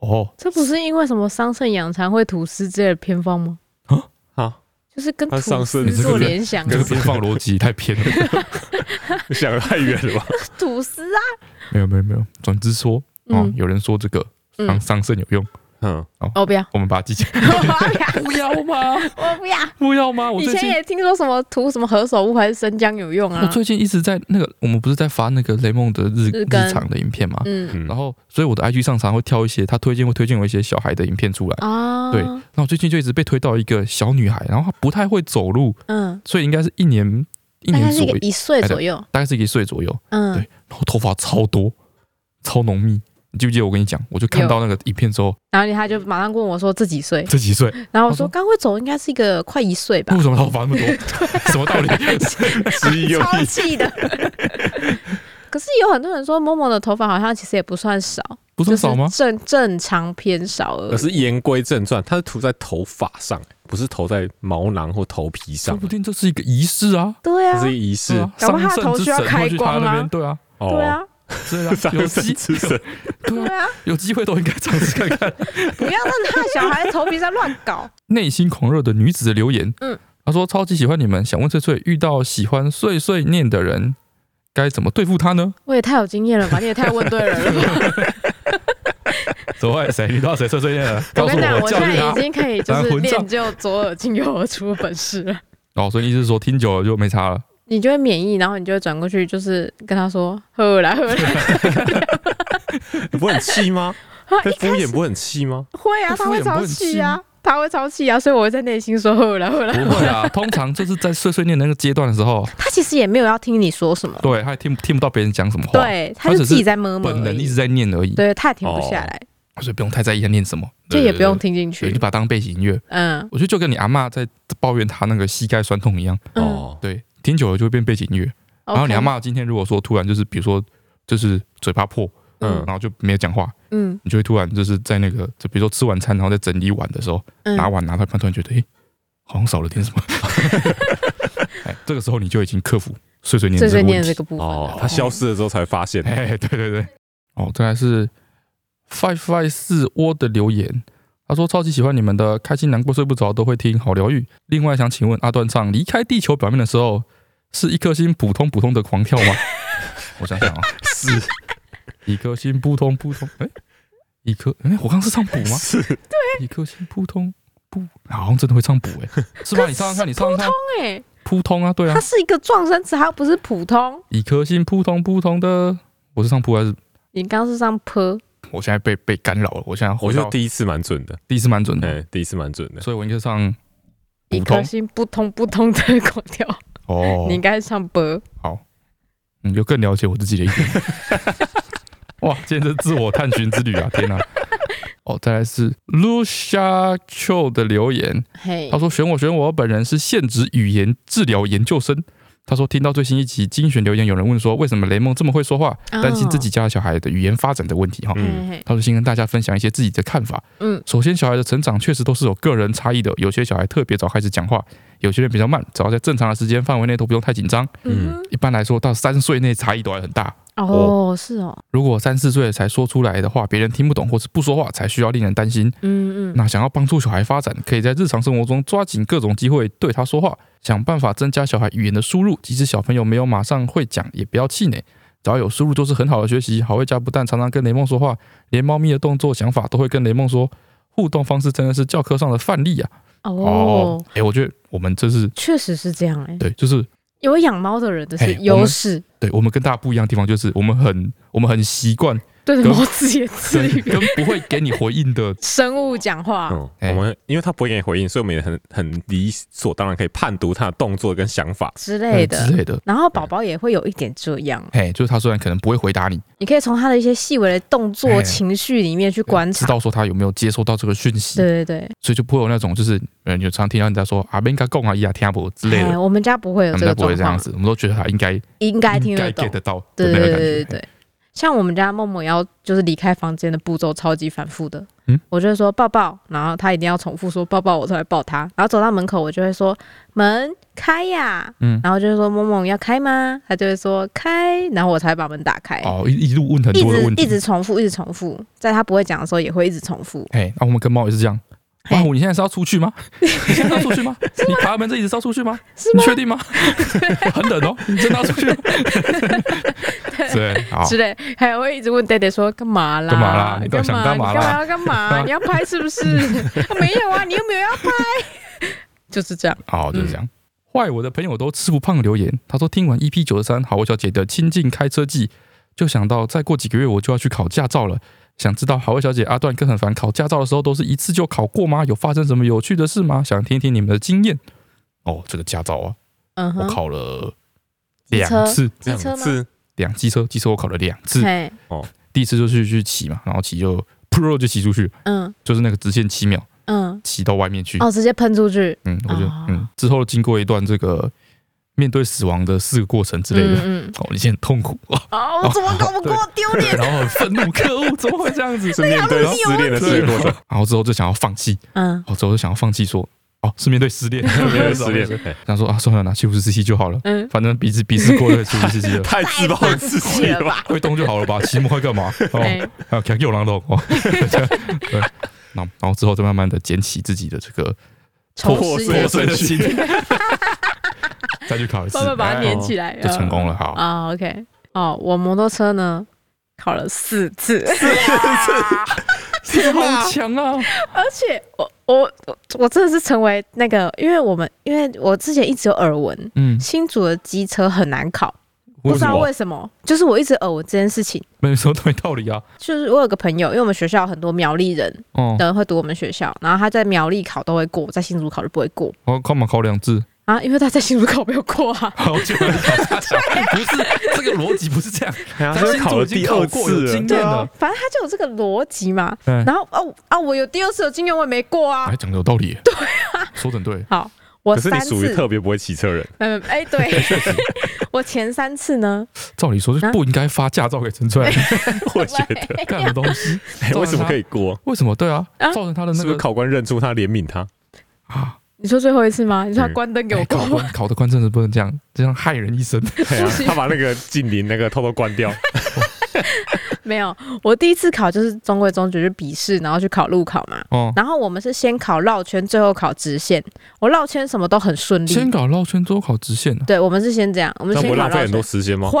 [SPEAKER 2] 哦，
[SPEAKER 1] 这不是因为什么桑葚养蚕会吐丝之类的偏方吗？
[SPEAKER 2] 啊
[SPEAKER 3] 啊，
[SPEAKER 1] 就是跟
[SPEAKER 3] 那
[SPEAKER 1] 吐
[SPEAKER 3] 桑葚
[SPEAKER 1] 司
[SPEAKER 3] 你这个
[SPEAKER 1] 做
[SPEAKER 3] 人
[SPEAKER 1] 联想
[SPEAKER 2] 你
[SPEAKER 1] 啊
[SPEAKER 2] 这，个偏放逻辑太偏了。
[SPEAKER 3] 想得太远了吧？
[SPEAKER 1] 吐司啊，
[SPEAKER 2] 没有没有没有，总之说啊、
[SPEAKER 1] 嗯
[SPEAKER 2] 有人说这个桑
[SPEAKER 1] 嗯，
[SPEAKER 2] 桑葚有用，
[SPEAKER 3] 嗯，
[SPEAKER 1] 哦 不要，
[SPEAKER 2] 我们把它记起来。
[SPEAKER 1] 我
[SPEAKER 2] 不要吗？
[SPEAKER 1] 不要，我不要。
[SPEAKER 2] 不要吗？我
[SPEAKER 1] 以
[SPEAKER 2] 最
[SPEAKER 1] 前
[SPEAKER 2] 近。
[SPEAKER 1] 也听说什么涂什么何首乌还是生姜有用
[SPEAKER 2] 我
[SPEAKER 1] 啊？
[SPEAKER 2] 最近一直在那个，我们不是在发那个雷梦的日
[SPEAKER 1] 日更
[SPEAKER 2] 日常的影片嘛，
[SPEAKER 1] 嗯
[SPEAKER 3] 嗯
[SPEAKER 2] 然后所以我的 IG 上常会挑一些他推荐会推荐我一些小孩的影片出来，
[SPEAKER 1] 啊，
[SPEAKER 2] 嗯对然后最近就一直被推到一个小女孩，然后她不太会走路，
[SPEAKER 1] 嗯，
[SPEAKER 2] 所以应该是一年一
[SPEAKER 1] 大概
[SPEAKER 2] 年
[SPEAKER 1] 是
[SPEAKER 2] 左
[SPEAKER 1] 一个
[SPEAKER 2] 右，
[SPEAKER 1] 一岁左右，
[SPEAKER 2] 大概是一岁左右，
[SPEAKER 1] 嗯
[SPEAKER 2] 对，然后头发超多，超浓密。你记不记得我跟你讲，我就看
[SPEAKER 1] 有
[SPEAKER 2] 到那个影片之后，
[SPEAKER 1] 然后他就马上问我说这几岁，
[SPEAKER 2] 这几岁
[SPEAKER 1] 然后我
[SPEAKER 2] 他说
[SPEAKER 1] 说刚会走应该是一个快一岁吧
[SPEAKER 2] 为，什么头发那 么多？什么道理？
[SPEAKER 3] 知意又
[SPEAKER 1] 超
[SPEAKER 3] 意，
[SPEAKER 1] 气的。可是有很多人说某某的头发好像其实也不算少，
[SPEAKER 2] 不
[SPEAKER 1] 就是
[SPEAKER 2] 少吗？
[SPEAKER 1] 正正常偏少而
[SPEAKER 3] 可
[SPEAKER 1] 已。
[SPEAKER 3] 是言归正传，它是涂在头发上，不是涂在毛囊或头皮
[SPEAKER 2] 说
[SPEAKER 3] 上，
[SPEAKER 2] 不定这是一个仪式啊，
[SPEAKER 1] 对
[SPEAKER 3] 这
[SPEAKER 1] 啊，
[SPEAKER 3] 是一个仪式
[SPEAKER 2] 对啊，
[SPEAKER 1] 搞不
[SPEAKER 2] 桑
[SPEAKER 1] 好他的
[SPEAKER 2] 葚
[SPEAKER 1] 头
[SPEAKER 2] 之
[SPEAKER 1] 需要
[SPEAKER 2] 神
[SPEAKER 1] 开
[SPEAKER 2] 会去他
[SPEAKER 1] 光
[SPEAKER 2] 那
[SPEAKER 1] 啊
[SPEAKER 2] 边，对啊，
[SPEAKER 3] 哦。
[SPEAKER 1] 对啊，
[SPEAKER 2] 对 啊，
[SPEAKER 3] 桑
[SPEAKER 2] 有
[SPEAKER 3] 葚
[SPEAKER 2] 机
[SPEAKER 3] 之神，
[SPEAKER 2] 对
[SPEAKER 1] 对
[SPEAKER 2] 啊，
[SPEAKER 1] 啊，
[SPEAKER 2] 有机会都应该尝试看 看。
[SPEAKER 1] 不要让他的小孩头皮上乱搞。
[SPEAKER 2] 内心狂热的女子的留言，嗯
[SPEAKER 1] 嗯，
[SPEAKER 2] 她说超级喜欢你们，想问翠翠，遇到喜欢碎碎念的人，该怎么对付他呢？
[SPEAKER 1] 我也太有经验了吧，你也太问对人了吧。
[SPEAKER 2] 所谓谁遇到谁碎碎念了，
[SPEAKER 1] 我
[SPEAKER 2] 告诉
[SPEAKER 1] 跟你讲，
[SPEAKER 2] 我
[SPEAKER 1] 我
[SPEAKER 2] 教
[SPEAKER 1] 现在
[SPEAKER 2] 训他
[SPEAKER 1] 已。经可以就
[SPEAKER 2] 咱
[SPEAKER 1] 是
[SPEAKER 2] 混账
[SPEAKER 1] 练就左耳进右耳出的本事了，
[SPEAKER 2] 哦，所以意思是说听久了就没差了。
[SPEAKER 1] 你就会免疫，然后你就会转过 去，就是跟他说喝啦喝啦
[SPEAKER 3] 你不会很气吗？但敷衍不会很气吗？
[SPEAKER 1] 会啊，
[SPEAKER 2] 不
[SPEAKER 1] 他
[SPEAKER 2] 敷衍
[SPEAKER 1] 会
[SPEAKER 2] 不
[SPEAKER 1] 超
[SPEAKER 2] 很气
[SPEAKER 1] 气啊，他会超气啊，所以我会在内心说后来后来。
[SPEAKER 2] 不会啊，通常就是在碎碎念那个阶段的时候，
[SPEAKER 5] 他其实也没有要听你说什么，
[SPEAKER 2] 对，他也听听不到别人讲什么话，
[SPEAKER 1] 对，
[SPEAKER 5] 他
[SPEAKER 2] 他
[SPEAKER 5] 就
[SPEAKER 2] 只
[SPEAKER 5] 自己
[SPEAKER 2] 是
[SPEAKER 5] 在摸摸
[SPEAKER 2] 本
[SPEAKER 5] 而
[SPEAKER 2] 能一
[SPEAKER 5] 已
[SPEAKER 2] 直。在念而已，
[SPEAKER 1] 对他也停不下来，
[SPEAKER 2] 所以不用太在意他念什么，
[SPEAKER 1] 就
[SPEAKER 2] 对
[SPEAKER 1] 也
[SPEAKER 2] 对
[SPEAKER 1] 不用
[SPEAKER 2] 对
[SPEAKER 1] 听进
[SPEAKER 2] 哦对，
[SPEAKER 1] 去
[SPEAKER 2] 你。把它当背景音乐。
[SPEAKER 1] 嗯
[SPEAKER 2] 我觉得就跟你阿嬷在抱怨她那个膝盖酸痛一样，
[SPEAKER 1] 嗯，
[SPEAKER 3] 哦，
[SPEAKER 2] 对，听久了就会变背景音乐。然后你阿
[SPEAKER 1] OK，
[SPEAKER 2] 嬷今天如果说突然就是比如说就是嘴巴破，嗯
[SPEAKER 3] 嗯，
[SPEAKER 2] 然后就没有讲话，
[SPEAKER 1] 嗯
[SPEAKER 2] 你就会突然就是在那个就比如说吃晚餐，然后在整理碗的时候，
[SPEAKER 1] 嗯
[SPEAKER 2] 拿碗拿到一半突然觉得，诶，好像少了点 什么。 哎，这个时候你就已经克服碎碎念
[SPEAKER 1] 碎
[SPEAKER 2] 这
[SPEAKER 1] 碎
[SPEAKER 2] 个
[SPEAKER 1] 念
[SPEAKER 2] 问
[SPEAKER 1] 这
[SPEAKER 2] 题。
[SPEAKER 1] 个部分
[SPEAKER 3] 哦
[SPEAKER 1] 了，
[SPEAKER 3] 他消失了之后才发现，
[SPEAKER 2] 哎，对对对，哦，再来是 five five 四窝的留言，他说超级喜欢你们的，开心难过睡不着都会听，好疗愈。另外想请问阿段唱离开地球表面的时候，是一颗心扑通扑通的狂跳 吗？我想想啊，
[SPEAKER 3] 是
[SPEAKER 2] 一颗心扑通扑通， 哎、一颗，哎、我刚是唱补 吗？
[SPEAKER 3] 是，
[SPEAKER 2] 一颗心扑通扑，好像真的会唱补哎、是吧？你唱唱看，你唱唱看，
[SPEAKER 1] 哎，
[SPEAKER 2] 扑通啊，对啊
[SPEAKER 1] 它，是一个撞声词，它不是普通。
[SPEAKER 2] 一颗心扑通扑通的，我是唱扑还是？
[SPEAKER 1] 你刚刚是上坡，
[SPEAKER 2] 我现在被被干扰了，我现在
[SPEAKER 3] 我
[SPEAKER 2] 回
[SPEAKER 3] 觉
[SPEAKER 2] 到
[SPEAKER 3] 得第一次蛮准的，
[SPEAKER 2] 第一次蛮准的，
[SPEAKER 3] 哎，第一次蛮准的，
[SPEAKER 2] 所以我应该唱
[SPEAKER 1] 一
[SPEAKER 2] 普
[SPEAKER 1] 颗
[SPEAKER 2] 通
[SPEAKER 1] 心扑通扑通的狂跳，
[SPEAKER 2] 哦
[SPEAKER 1] 你应该上坡。
[SPEAKER 2] 你就更了解我自己的一点。 哇，今天这是自我探寻之旅啊！天哪、 哦，再来是 Lucia Cho 的留言，
[SPEAKER 1] 嘿
[SPEAKER 2] 他，说选我选我，本人是现职语言治疗研究生。他说听到最新一集精选留言，有人问说为什么雷蒙这么会说话，担心自己家的小孩的语言发展的问题哈。
[SPEAKER 3] 嗯，
[SPEAKER 1] 啊嘿，
[SPEAKER 2] 他说先跟大家分享一些自己的看法。
[SPEAKER 1] 嗯，
[SPEAKER 2] 首先，小孩的成长确实都是有个人差异的，有些小孩特别早开始讲话，有些人比较慢，只要在正常的时间范围内都不用太紧张。
[SPEAKER 1] 嗯
[SPEAKER 3] 嗯
[SPEAKER 2] 一般来说，到三岁内差异都还很大。
[SPEAKER 1] 哼，哦，是哦，
[SPEAKER 2] 如果三四岁才说出来的话，别人听不懂或是不说话，才需要令人担心。
[SPEAKER 1] 嗯嗯，
[SPEAKER 2] 那想要帮助小孩发展，可以在日常生活中抓紧各种机会对他说话，想办法增加小孩语言的输入。即使小朋友没有马上会讲，也不要气馁，只要有输入就是很好的学习。好味家不但常常跟雷梦说话，连猫咪的动作、想法都会跟雷梦说。互动方式真的是教科上的范例啊！
[SPEAKER 1] 哦，，
[SPEAKER 2] 哎、我觉得我们这是
[SPEAKER 1] 确实是这样哎。
[SPEAKER 2] 对，就是
[SPEAKER 1] 有养猫的人的是
[SPEAKER 2] 嘿我
[SPEAKER 1] 优
[SPEAKER 2] 们
[SPEAKER 1] 势，
[SPEAKER 2] 对我们跟大家不一样的地方，就是我们很我们很习 惯
[SPEAKER 1] 对着
[SPEAKER 2] 跟
[SPEAKER 1] 猫自言自
[SPEAKER 2] 跟
[SPEAKER 1] 语，
[SPEAKER 2] 跟不会给你回应的
[SPEAKER 1] 生物讲话，
[SPEAKER 3] 嗯，
[SPEAKER 2] 哎
[SPEAKER 3] 我们因为他不会给你回应，所以我们也很很理所当然可以判读他的动作跟想法。
[SPEAKER 1] 之类的。
[SPEAKER 2] 嗯之类的。
[SPEAKER 1] 然后宝宝也会有一点这样，
[SPEAKER 2] 嘿，就是他虽然可能不会回答你，
[SPEAKER 1] 你可以从他的一些细微的动作、
[SPEAKER 2] 哎
[SPEAKER 1] 情绪里面去观
[SPEAKER 2] 知
[SPEAKER 1] 察。
[SPEAKER 2] 道说他有没有接收到这个讯息，
[SPEAKER 1] 对对对，
[SPEAKER 2] 所以就不会有那种就是呃，你常听到人家说啊，不应该供啊，呀，听不之类
[SPEAKER 1] 哎，
[SPEAKER 2] 的，
[SPEAKER 1] 我们家不会有
[SPEAKER 2] 他
[SPEAKER 1] 这
[SPEAKER 2] 们家
[SPEAKER 1] 个
[SPEAKER 2] 不会
[SPEAKER 1] 状
[SPEAKER 2] 这样
[SPEAKER 1] 况，
[SPEAKER 2] 子，我们都觉得他应该
[SPEAKER 1] 应该听
[SPEAKER 2] 应
[SPEAKER 1] 得
[SPEAKER 2] 该
[SPEAKER 1] 懂
[SPEAKER 2] get。得到的
[SPEAKER 1] 对
[SPEAKER 2] 那
[SPEAKER 1] 对
[SPEAKER 2] 个
[SPEAKER 1] 对
[SPEAKER 2] 感
[SPEAKER 1] 对
[SPEAKER 2] 觉。
[SPEAKER 1] 对，像我们家默默要就是离开房间的步骤超级反复的，
[SPEAKER 2] 嗯
[SPEAKER 1] 我就会说抱抱，然后他一定要重复说抱抱，我才会抱他。然后走到门口，我就会说门开呀，
[SPEAKER 2] 嗯，
[SPEAKER 1] 然后就会说萌萌要开吗？他就会说开，然后我才把门打开。
[SPEAKER 2] 哦，一一路问很
[SPEAKER 1] 一
[SPEAKER 2] 多的
[SPEAKER 1] 直
[SPEAKER 2] 问
[SPEAKER 1] 一直
[SPEAKER 2] 题。
[SPEAKER 1] 重复，一直重复，在他不会讲的时候也会一直重复。
[SPEAKER 2] 哎，那我们跟猫也是这样。
[SPEAKER 1] 嘿
[SPEAKER 2] 哇，你现在是要出 去吗？你现在要出去吗？你爬门这椅子是要出去吗？
[SPEAKER 1] 是
[SPEAKER 2] 你
[SPEAKER 1] 吗？
[SPEAKER 2] 确定吗？ 很冷哦，你真的要出去吗？ 对，好，
[SPEAKER 1] 之类，还有会一直问 d a d y 说干嘛啦？
[SPEAKER 2] 哦干嘛啦你到底想
[SPEAKER 1] 干
[SPEAKER 2] 干
[SPEAKER 1] 嘛？
[SPEAKER 2] 嘛
[SPEAKER 1] 你干嘛
[SPEAKER 2] 啦
[SPEAKER 1] 要干 嘛？你要拍是不是？啊没有啊，你又没有要拍， 就是这样。
[SPEAKER 2] 哦，就是这样。坏我的朋友都吃不胖留言，他说听完 EP 九十三好我小姐的亲近开车记，就想到再过几个月我就要去考驾照了。想知道好味小姐阿段跟很凡考驾照的时候都是一次就考过吗？有发生什么有趣的事吗？想听听你们的经验。哦，这个驾照啊，
[SPEAKER 1] 嗯
[SPEAKER 2] 我
[SPEAKER 1] 哼，
[SPEAKER 2] 考了
[SPEAKER 1] 机车
[SPEAKER 2] 两次，
[SPEAKER 1] 机车
[SPEAKER 3] 两
[SPEAKER 1] 吗？
[SPEAKER 3] 次
[SPEAKER 2] 两机车，机车我考了两次。
[SPEAKER 1] 嘿，
[SPEAKER 2] 第一次就是去骑嘛，然后骑就 pro 就骑出去，
[SPEAKER 1] 嗯
[SPEAKER 2] 就是那个直线七秒，
[SPEAKER 1] 嗯，
[SPEAKER 2] 骑到外面去。
[SPEAKER 1] 哦，直接喷出去
[SPEAKER 2] 嗯，我就
[SPEAKER 1] 哦
[SPEAKER 2] 嗯，之后经过一段这个面对死亡的四个过程之类的，
[SPEAKER 1] 嗯嗯，
[SPEAKER 2] 哦，你现在很痛苦哇，
[SPEAKER 1] 哦，我怎么搞不过，丢脸。
[SPEAKER 2] 然后很愤怒，可恶，怎么会这样子？
[SPEAKER 3] 是面
[SPEAKER 1] 啊
[SPEAKER 3] 对啊失恋的
[SPEAKER 2] 对
[SPEAKER 3] 结果程，
[SPEAKER 2] 然后之后就想要放弃，
[SPEAKER 1] 嗯
[SPEAKER 2] 哦，之后就想要放弃说，哦，是面对失恋，面
[SPEAKER 3] 面对失恋，哎
[SPEAKER 2] 想说啊，算了，拿七五十 cc 就好了，
[SPEAKER 1] 嗯，
[SPEAKER 2] 反正彼此彼此过得七五十 cc 了，
[SPEAKER 3] 太自暴自弃了吧？
[SPEAKER 2] 会动就好了吧，骑摩会干嘛？哦，
[SPEAKER 1] 哎，
[SPEAKER 2] 还有看右狼洞哦， 对，然后然后之后再慢慢的捡起自己的这个
[SPEAKER 1] 重
[SPEAKER 3] 破
[SPEAKER 1] 试
[SPEAKER 3] 碎
[SPEAKER 1] 一
[SPEAKER 2] 破
[SPEAKER 1] 次，
[SPEAKER 2] 碎的心，再去考一 次，
[SPEAKER 1] 慢慢把它
[SPEAKER 2] 哎
[SPEAKER 1] 粘起来，
[SPEAKER 2] 就成功了，
[SPEAKER 1] 嗯。
[SPEAKER 2] 好。
[SPEAKER 1] 啊，OK，哦，我摩托车呢，考了四次。
[SPEAKER 2] 这个好强啊！
[SPEAKER 1] 而且 我我我我真的是成为那个，因为我们因为我之前一直有耳闻，
[SPEAKER 2] 嗯，
[SPEAKER 1] 新竹的机车很难考，不
[SPEAKER 2] 为
[SPEAKER 1] 知
[SPEAKER 2] 什
[SPEAKER 1] 道
[SPEAKER 2] 么
[SPEAKER 1] 为什么，就是我一直偶这件事情。
[SPEAKER 2] 没什么都没道理啊。
[SPEAKER 1] 就是我有个朋友，因为我们学校有很多苗栗人
[SPEAKER 2] 哦，
[SPEAKER 1] 的会读我们学校，然后他在苗栗考都会过，在新竹考就不会过
[SPEAKER 2] 我干嘛考两次？
[SPEAKER 1] 啊，因为他在新竹考没有过 啊。
[SPEAKER 2] 好久了，大小 不是这个逻辑不是这样。
[SPEAKER 3] 哎他
[SPEAKER 2] 他
[SPEAKER 3] 是
[SPEAKER 2] 新
[SPEAKER 3] 考
[SPEAKER 2] 竹
[SPEAKER 3] 了
[SPEAKER 2] 已经
[SPEAKER 3] 第
[SPEAKER 2] 考
[SPEAKER 3] 二
[SPEAKER 2] 过有
[SPEAKER 3] 次
[SPEAKER 2] 经
[SPEAKER 3] 了，
[SPEAKER 2] 验
[SPEAKER 3] 对啊
[SPEAKER 2] 了，
[SPEAKER 1] 反正他就有这个逻辑嘛。
[SPEAKER 2] 嗯，
[SPEAKER 1] 然后哦啊，我有第二次有经验，我也没过啊
[SPEAKER 2] 哎，。讲的有道理。对啊，说的很对。
[SPEAKER 1] 好，我
[SPEAKER 3] 可是你
[SPEAKER 1] 三
[SPEAKER 3] 属于
[SPEAKER 1] 次，
[SPEAKER 3] 特别不会骑车 人，
[SPEAKER 1] 嗯，哎， 对，我前三次呢，
[SPEAKER 2] 照理说是不应该发驾照给陈翠兰，啊
[SPEAKER 3] 我觉得 嗯
[SPEAKER 2] 干的东西
[SPEAKER 3] 哎，为什么可
[SPEAKER 2] 以？
[SPEAKER 3] 以过？
[SPEAKER 2] 为什么？对啊，
[SPEAKER 1] 啊
[SPEAKER 2] 造成他的
[SPEAKER 3] 是
[SPEAKER 2] 那
[SPEAKER 3] 不是
[SPEAKER 2] 个
[SPEAKER 3] 考官认出他怜悯 他？
[SPEAKER 2] 啊，
[SPEAKER 1] 你说最后一次吗？你说他
[SPEAKER 3] 嗯
[SPEAKER 1] 关灯给我
[SPEAKER 2] 哎
[SPEAKER 1] 过
[SPEAKER 2] 考
[SPEAKER 1] 吗，
[SPEAKER 2] 官考的官真的不能这样，这样害人一 生。
[SPEAKER 3] 对啊，他把那个近邻那个偷偷 关掉，
[SPEAKER 1] 没有。我第一次考就是中规中矩，就笔试，然后去考路考
[SPEAKER 3] 嗯
[SPEAKER 1] 嘛。
[SPEAKER 2] 哦，
[SPEAKER 1] 然后我们是先考绕圈，最后考直线。我绕圈什么都很顺利，
[SPEAKER 2] 先搞绕圈，之后考直线啊。
[SPEAKER 1] 对，我们是先这样，我们
[SPEAKER 3] 那
[SPEAKER 1] 先
[SPEAKER 3] 不会
[SPEAKER 1] 考
[SPEAKER 3] 浪费
[SPEAKER 1] 绕
[SPEAKER 3] 很多
[SPEAKER 1] 圈。
[SPEAKER 3] 时间吗？
[SPEAKER 1] 会，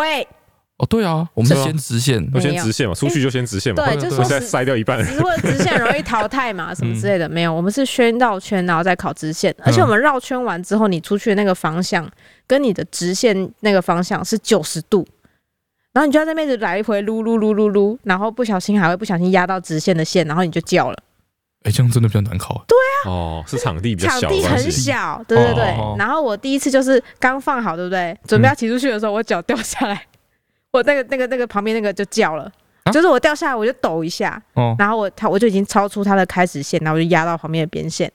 [SPEAKER 2] 哦，对啊，我们是
[SPEAKER 3] 是吗
[SPEAKER 2] 先直线。
[SPEAKER 3] 就先直线嘛，出去就先直线嘛，
[SPEAKER 1] 哎对，
[SPEAKER 2] 对
[SPEAKER 1] 就
[SPEAKER 2] 对
[SPEAKER 1] 说
[SPEAKER 3] 现在嗯
[SPEAKER 1] 是
[SPEAKER 3] 塞掉一 半的人，
[SPEAKER 1] 只是为了直线容易淘汰嘛，什么之类的，没有，我们是先绕圈，然后再考直线，
[SPEAKER 3] 嗯
[SPEAKER 1] 而且我们绕圈完之后，你出去的那个方向跟你的直线那个方向是九十度，然后你就在那边一直来回撸撸撸撸撸，然后不小心还会不小心压到直线的线，然后你就叫了。
[SPEAKER 2] 哎，这样真的比较难考。
[SPEAKER 3] 哦，是场地比较
[SPEAKER 1] 场
[SPEAKER 3] 小的
[SPEAKER 1] 地
[SPEAKER 3] 关
[SPEAKER 1] 很
[SPEAKER 3] 系。
[SPEAKER 1] 小，对对对。
[SPEAKER 2] 哦
[SPEAKER 1] 然后我第一次就是刚放好，对不对？准备
[SPEAKER 3] 嗯
[SPEAKER 1] 要骑出去的时候，我脚掉下来， 我那个那个那个旁边那个就叫了。
[SPEAKER 2] 啊
[SPEAKER 1] 就是我掉下来，我就抖一下，
[SPEAKER 2] 哦，
[SPEAKER 1] 然后我他我就已经超出他的开始线，然后我就压到旁边的边线，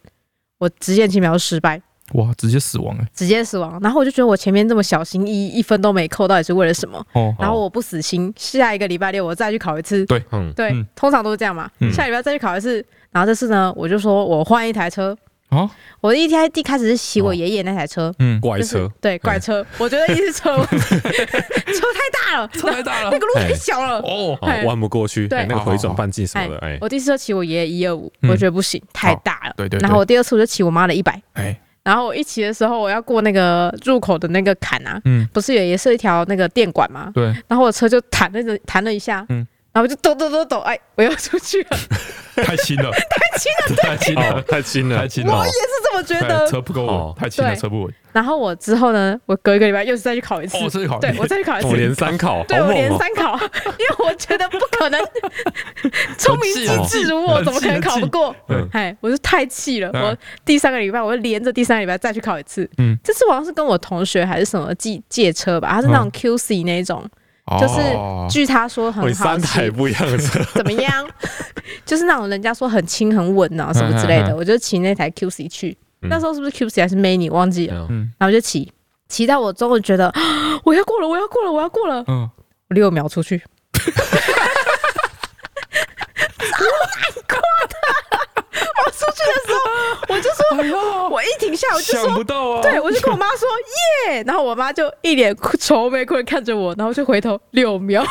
[SPEAKER 1] 我直线七秒失败，
[SPEAKER 2] 哇，直接死亡哎。
[SPEAKER 1] 直接死亡。然后我就觉得我前面这么小心翼翼，一分都没扣，到底是为了什么？
[SPEAKER 2] 哦，
[SPEAKER 1] 然后我不死心，下一个礼拜六我再去考一次。
[SPEAKER 3] 嗯，
[SPEAKER 1] 对，
[SPEAKER 2] 嗯
[SPEAKER 1] 通常都是这样嘛。
[SPEAKER 2] 嗯
[SPEAKER 1] 下礼拜再去考一次，然后这次呢，我就说我换一台车。
[SPEAKER 2] 啊，
[SPEAKER 1] 我 E 一天一开始是骑我
[SPEAKER 2] 哦
[SPEAKER 1] 爷爷那台车，
[SPEAKER 2] 嗯，
[SPEAKER 3] 怪
[SPEAKER 1] 就是
[SPEAKER 3] 车，
[SPEAKER 1] 对怪车，我 觉得一直车车太大了，
[SPEAKER 2] 车太大了
[SPEAKER 1] 那。个路太小了。
[SPEAKER 2] 哦，
[SPEAKER 3] 哦，弯不过去，
[SPEAKER 1] 对
[SPEAKER 3] 哎那个回转半径什么的，哎，
[SPEAKER 1] 我第一次就骑我爷爷一二五，
[SPEAKER 2] 嗯
[SPEAKER 1] 我觉得不行，太大了。
[SPEAKER 2] 对对对
[SPEAKER 1] 然后我第二次我就骑我妈的一百，
[SPEAKER 2] 哎，
[SPEAKER 1] 然后我一骑的时候，我要过那个入口的那个坎啊，
[SPEAKER 2] 嗯，
[SPEAKER 1] 不是有也是一条那个电管吗？
[SPEAKER 2] 对，
[SPEAKER 1] 然后我车就弹了一弹了一下，
[SPEAKER 2] 嗯
[SPEAKER 1] 然后我就抖抖抖抖，哎， 我要出去了，
[SPEAKER 2] 太轻了， 太轻
[SPEAKER 3] 哦
[SPEAKER 2] 了，，
[SPEAKER 3] 太轻了，
[SPEAKER 2] 太轻
[SPEAKER 1] 我
[SPEAKER 2] 了
[SPEAKER 1] 也，是这么觉
[SPEAKER 2] 太
[SPEAKER 1] 得。
[SPEAKER 2] 哎车不够稳，
[SPEAKER 3] 哦
[SPEAKER 2] 太轻了，
[SPEAKER 1] 对
[SPEAKER 2] 车不稳。
[SPEAKER 1] 然后我之后呢，我隔一个礼拜又是再去考一次，
[SPEAKER 2] 哦，这个好，
[SPEAKER 1] 对我再去考一次，
[SPEAKER 3] 我连三考，
[SPEAKER 1] 对
[SPEAKER 3] 好
[SPEAKER 1] 我
[SPEAKER 3] 猛
[SPEAKER 1] 连
[SPEAKER 3] 哦！
[SPEAKER 1] 三考， 因为我觉得不可 能，聪明
[SPEAKER 2] 很
[SPEAKER 1] 机
[SPEAKER 2] 气哦
[SPEAKER 1] 智如我，
[SPEAKER 2] 很气
[SPEAKER 1] 怎么可能考不过？
[SPEAKER 2] 嗯
[SPEAKER 1] 哎，我就太气了。
[SPEAKER 2] 嗯
[SPEAKER 1] 我第三个礼拜，我就连着第三个礼拜再去考一次。
[SPEAKER 2] 嗯
[SPEAKER 1] 这次我好像是跟我同学还是什么借借车吧，他是那种 QC 那一种， 就是
[SPEAKER 2] 嗯哦
[SPEAKER 1] 据他说很
[SPEAKER 3] 哦，你
[SPEAKER 1] 好
[SPEAKER 3] 三台
[SPEAKER 1] 骑，
[SPEAKER 3] 不一样 的车，
[SPEAKER 1] 怎么样？就是那种人家说很轻很稳啊什么之类
[SPEAKER 2] 嗯嗯
[SPEAKER 1] 的，我就骑那台 QC 去。
[SPEAKER 3] 嗯
[SPEAKER 1] 那时候是不是 QC 还是 Mini 忘记了？
[SPEAKER 3] 嗯
[SPEAKER 2] 嗯
[SPEAKER 1] 然后就骑，骑到我终于觉得 我要过了，我要过了，我要过了。
[SPEAKER 2] 嗯，
[SPEAKER 1] 六秒出去。我出去的时候，我就说，我一停下，我就
[SPEAKER 2] 想
[SPEAKER 1] 说
[SPEAKER 2] 不，到啊，
[SPEAKER 1] 对我就跟我妈说耶，然后我妈就一脸哭愁眉苦脸看着我，然后就回头六
[SPEAKER 2] 哎
[SPEAKER 1] 秒，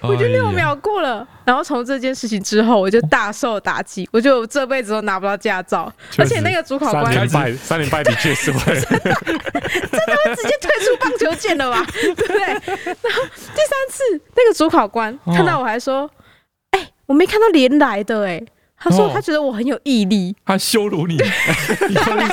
[SPEAKER 2] 我
[SPEAKER 1] 就六秒过了。然后从这件事情之后，我就大受打击，我就这辈子都拿不到驾照，
[SPEAKER 2] 确
[SPEAKER 1] 而
[SPEAKER 2] 实
[SPEAKER 1] 且那个主考
[SPEAKER 3] 三
[SPEAKER 1] 官
[SPEAKER 3] 连败，三连败的确是 会，
[SPEAKER 1] 直接退出棒球界 了吧，对不对？然后第三次那个主考官
[SPEAKER 2] 哦
[SPEAKER 1] 看到我还说：“哎、我没看到连来的哎、他说
[SPEAKER 2] 哦
[SPEAKER 1] 他觉得我很有毅力，
[SPEAKER 2] 还羞辱 你，你看你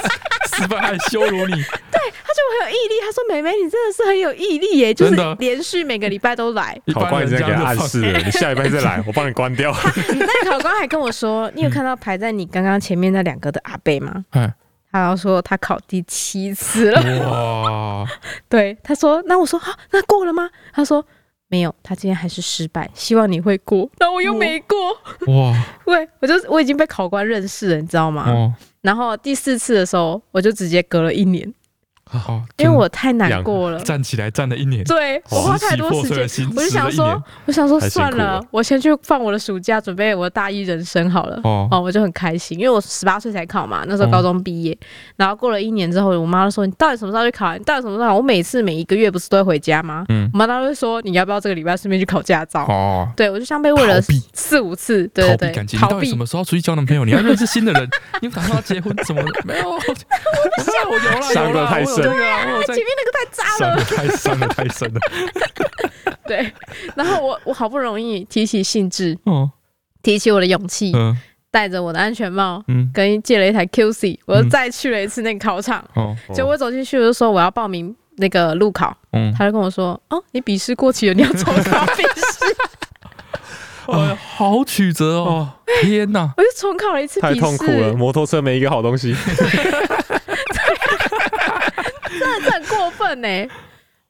[SPEAKER 2] 失败还羞辱 你，
[SPEAKER 1] 他觉得我很有毅力。他说：“妹妹，你真的是很有毅力耶、就
[SPEAKER 2] 真
[SPEAKER 1] 是
[SPEAKER 2] 的
[SPEAKER 1] 连续每个礼拜都来。
[SPEAKER 2] 一
[SPEAKER 3] 考
[SPEAKER 2] 般
[SPEAKER 3] 官已
[SPEAKER 2] 人
[SPEAKER 3] 经
[SPEAKER 2] 这样
[SPEAKER 3] 在给
[SPEAKER 2] 就
[SPEAKER 3] 他暗
[SPEAKER 2] 放
[SPEAKER 3] 示了，你下一班再来，我帮你关掉。”
[SPEAKER 1] 那个考官还跟我说：“你有看到排在你刚刚前面那两个的阿贝吗
[SPEAKER 2] 哎，？”
[SPEAKER 1] 他要说他考第七次了。
[SPEAKER 2] 哦哇，
[SPEAKER 1] 对，他说：“那我说好、啊，那过了吗？”他说。没有，他今天还是失败。希望你会过，然后
[SPEAKER 2] 哦
[SPEAKER 1] 我又没过。
[SPEAKER 2] 哇
[SPEAKER 1] 对，我就我已经被考官认识了，你知道吗？
[SPEAKER 2] 哦，
[SPEAKER 1] 然后第四次的时候，我就直接隔了一年，
[SPEAKER 2] 好，
[SPEAKER 1] 因为我太难过了。
[SPEAKER 2] 站起来站了一年，
[SPEAKER 1] 对我
[SPEAKER 2] 哦
[SPEAKER 1] 花太多时
[SPEAKER 2] 实
[SPEAKER 1] 间
[SPEAKER 2] 习破碎的心，
[SPEAKER 1] 我就想
[SPEAKER 2] 死了一
[SPEAKER 1] 说
[SPEAKER 2] 年，
[SPEAKER 1] 我想说
[SPEAKER 3] 太辛
[SPEAKER 1] 算
[SPEAKER 3] 苦
[SPEAKER 1] 了
[SPEAKER 3] 了，
[SPEAKER 1] 我先去放我的暑假，准备我的大一人生好了。
[SPEAKER 2] 哦
[SPEAKER 1] 哦，我就很开心，因为我十八岁才考嘛，那时候高中毕业，然后过了一年之后，我妈就说：“你到底什么时候去考啊？你到底什么时候考？”我每次每一个月不是都会回家吗？
[SPEAKER 2] 嗯
[SPEAKER 1] 我妈她会说：“你要不要这个礼拜顺便去考驾照？”
[SPEAKER 2] 哦，
[SPEAKER 1] 对，我就像被问了
[SPEAKER 2] 逃避
[SPEAKER 1] 四五次，对
[SPEAKER 2] 逃
[SPEAKER 1] 对
[SPEAKER 2] 避
[SPEAKER 1] 对
[SPEAKER 2] 感，情，你
[SPEAKER 1] 逃
[SPEAKER 2] 到底
[SPEAKER 1] 避
[SPEAKER 2] 什么时候出去交男朋友？你要认识新的人， 你打算要结婚什么 的？没有，我有啦有啦，
[SPEAKER 3] 伤得太深
[SPEAKER 2] 我有这个啊我有
[SPEAKER 1] 前
[SPEAKER 2] 在
[SPEAKER 1] 面那个太渣
[SPEAKER 2] 伤
[SPEAKER 1] 了
[SPEAKER 2] 的。太伤的太深了，
[SPEAKER 1] 对，然后我我好不容易提起兴致，
[SPEAKER 2] 哦，
[SPEAKER 1] 提起我的勇气，
[SPEAKER 2] 嗯
[SPEAKER 1] 戴着我的安全帽，
[SPEAKER 2] 嗯，
[SPEAKER 1] 跟借了一台 QC，我又再去了一次那个考场。
[SPEAKER 2] 哦，
[SPEAKER 1] 结果我走进去，我就说我要报名那个路考，
[SPEAKER 2] 嗯，
[SPEAKER 1] 他就跟我说：“哦，你笔试过期了，你要重考笔试。
[SPEAKER 2] 啊好曲折哦，
[SPEAKER 3] 哦，
[SPEAKER 2] 天哪”！
[SPEAKER 1] 我就重考了一次笔
[SPEAKER 3] 太
[SPEAKER 1] 试，
[SPEAKER 3] 痛苦了，摩托车没一个好东西。
[SPEAKER 1] 这很过分呢、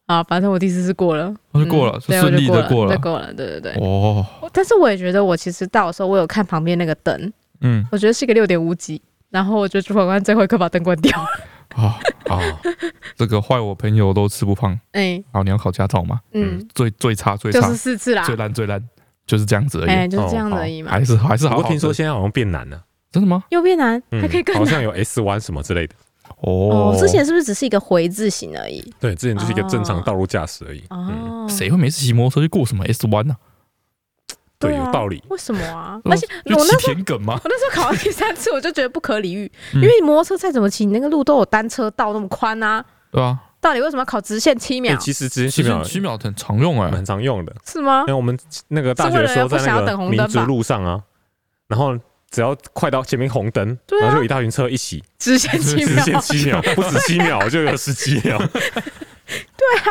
[SPEAKER 1] 啊，反正我第四次过了，嗯
[SPEAKER 2] 我就过了，
[SPEAKER 1] 对
[SPEAKER 2] 哦是顺利
[SPEAKER 1] 我
[SPEAKER 2] 的
[SPEAKER 1] 就
[SPEAKER 2] 过
[SPEAKER 1] 过
[SPEAKER 2] 了
[SPEAKER 1] 就。过了，对对对。
[SPEAKER 2] 哦，
[SPEAKER 1] 但是我也觉得，我其实到的时候，我有看旁边那个灯，
[SPEAKER 2] 嗯，
[SPEAKER 1] 我觉得是个六点五几，然后我觉得主考官最后一刻把灯关掉。
[SPEAKER 2] 啊
[SPEAKER 3] 哦
[SPEAKER 2] 啊，这个坏我朋友都吃不胖。
[SPEAKER 1] 哎、
[SPEAKER 2] 好，你要考驾照吗？
[SPEAKER 1] 嗯，
[SPEAKER 2] 最最差最
[SPEAKER 1] 就
[SPEAKER 2] 差
[SPEAKER 1] 是四次啦，
[SPEAKER 2] 最烂最烂，就是这样子而
[SPEAKER 1] 哎、
[SPEAKER 2] 已。
[SPEAKER 1] 就是这样
[SPEAKER 3] 哦
[SPEAKER 1] 子
[SPEAKER 3] 好
[SPEAKER 1] 而已嘛。
[SPEAKER 2] 还是还是好
[SPEAKER 3] 我
[SPEAKER 2] 好的。
[SPEAKER 3] 听说现在好像变难了，
[SPEAKER 2] 真的吗？
[SPEAKER 1] 右边男
[SPEAKER 3] 嗯
[SPEAKER 1] 还可以更
[SPEAKER 3] 好
[SPEAKER 1] 难
[SPEAKER 3] 像有 S 弯什么之类的。
[SPEAKER 2] 哦
[SPEAKER 1] 哦，之前是不是只是一个回字形而已？
[SPEAKER 3] 对，之前就是一个正常道路驾驶而已。嗯，
[SPEAKER 1] 哦，
[SPEAKER 2] 谁会没事骑摩托车去过什么 S 啊弯呢？
[SPEAKER 3] 对，
[SPEAKER 1] 对啊
[SPEAKER 3] 有道理。
[SPEAKER 1] 为什么啊？
[SPEAKER 2] 嗯
[SPEAKER 1] 而且
[SPEAKER 2] 就
[SPEAKER 1] 我那
[SPEAKER 2] 骑
[SPEAKER 1] 时候
[SPEAKER 2] 田埂吗？
[SPEAKER 1] 我那时候考到第三次，我就觉得不可理喻，
[SPEAKER 2] 嗯
[SPEAKER 1] 因为你摩托车再怎么骑，你那个路都有单车道那么宽啊，
[SPEAKER 2] 对啊，
[SPEAKER 1] 到底为什么要考直线七
[SPEAKER 3] 哎
[SPEAKER 1] 秒？
[SPEAKER 3] 其实直嗯接
[SPEAKER 2] 七
[SPEAKER 3] 七
[SPEAKER 2] 秒
[SPEAKER 3] 秒
[SPEAKER 2] 七秒很常用哎，
[SPEAKER 3] 蛮常用的，
[SPEAKER 1] 是吗
[SPEAKER 3] 因为？我们那个大学的时候在那个民族路上啊，然后只要快到前面红灯，
[SPEAKER 1] 对啊
[SPEAKER 3] 然后就一大群车一起
[SPEAKER 1] 直线七
[SPEAKER 3] 直
[SPEAKER 1] 秒，
[SPEAKER 3] 线七秒，不止七秒，就有十 几秒。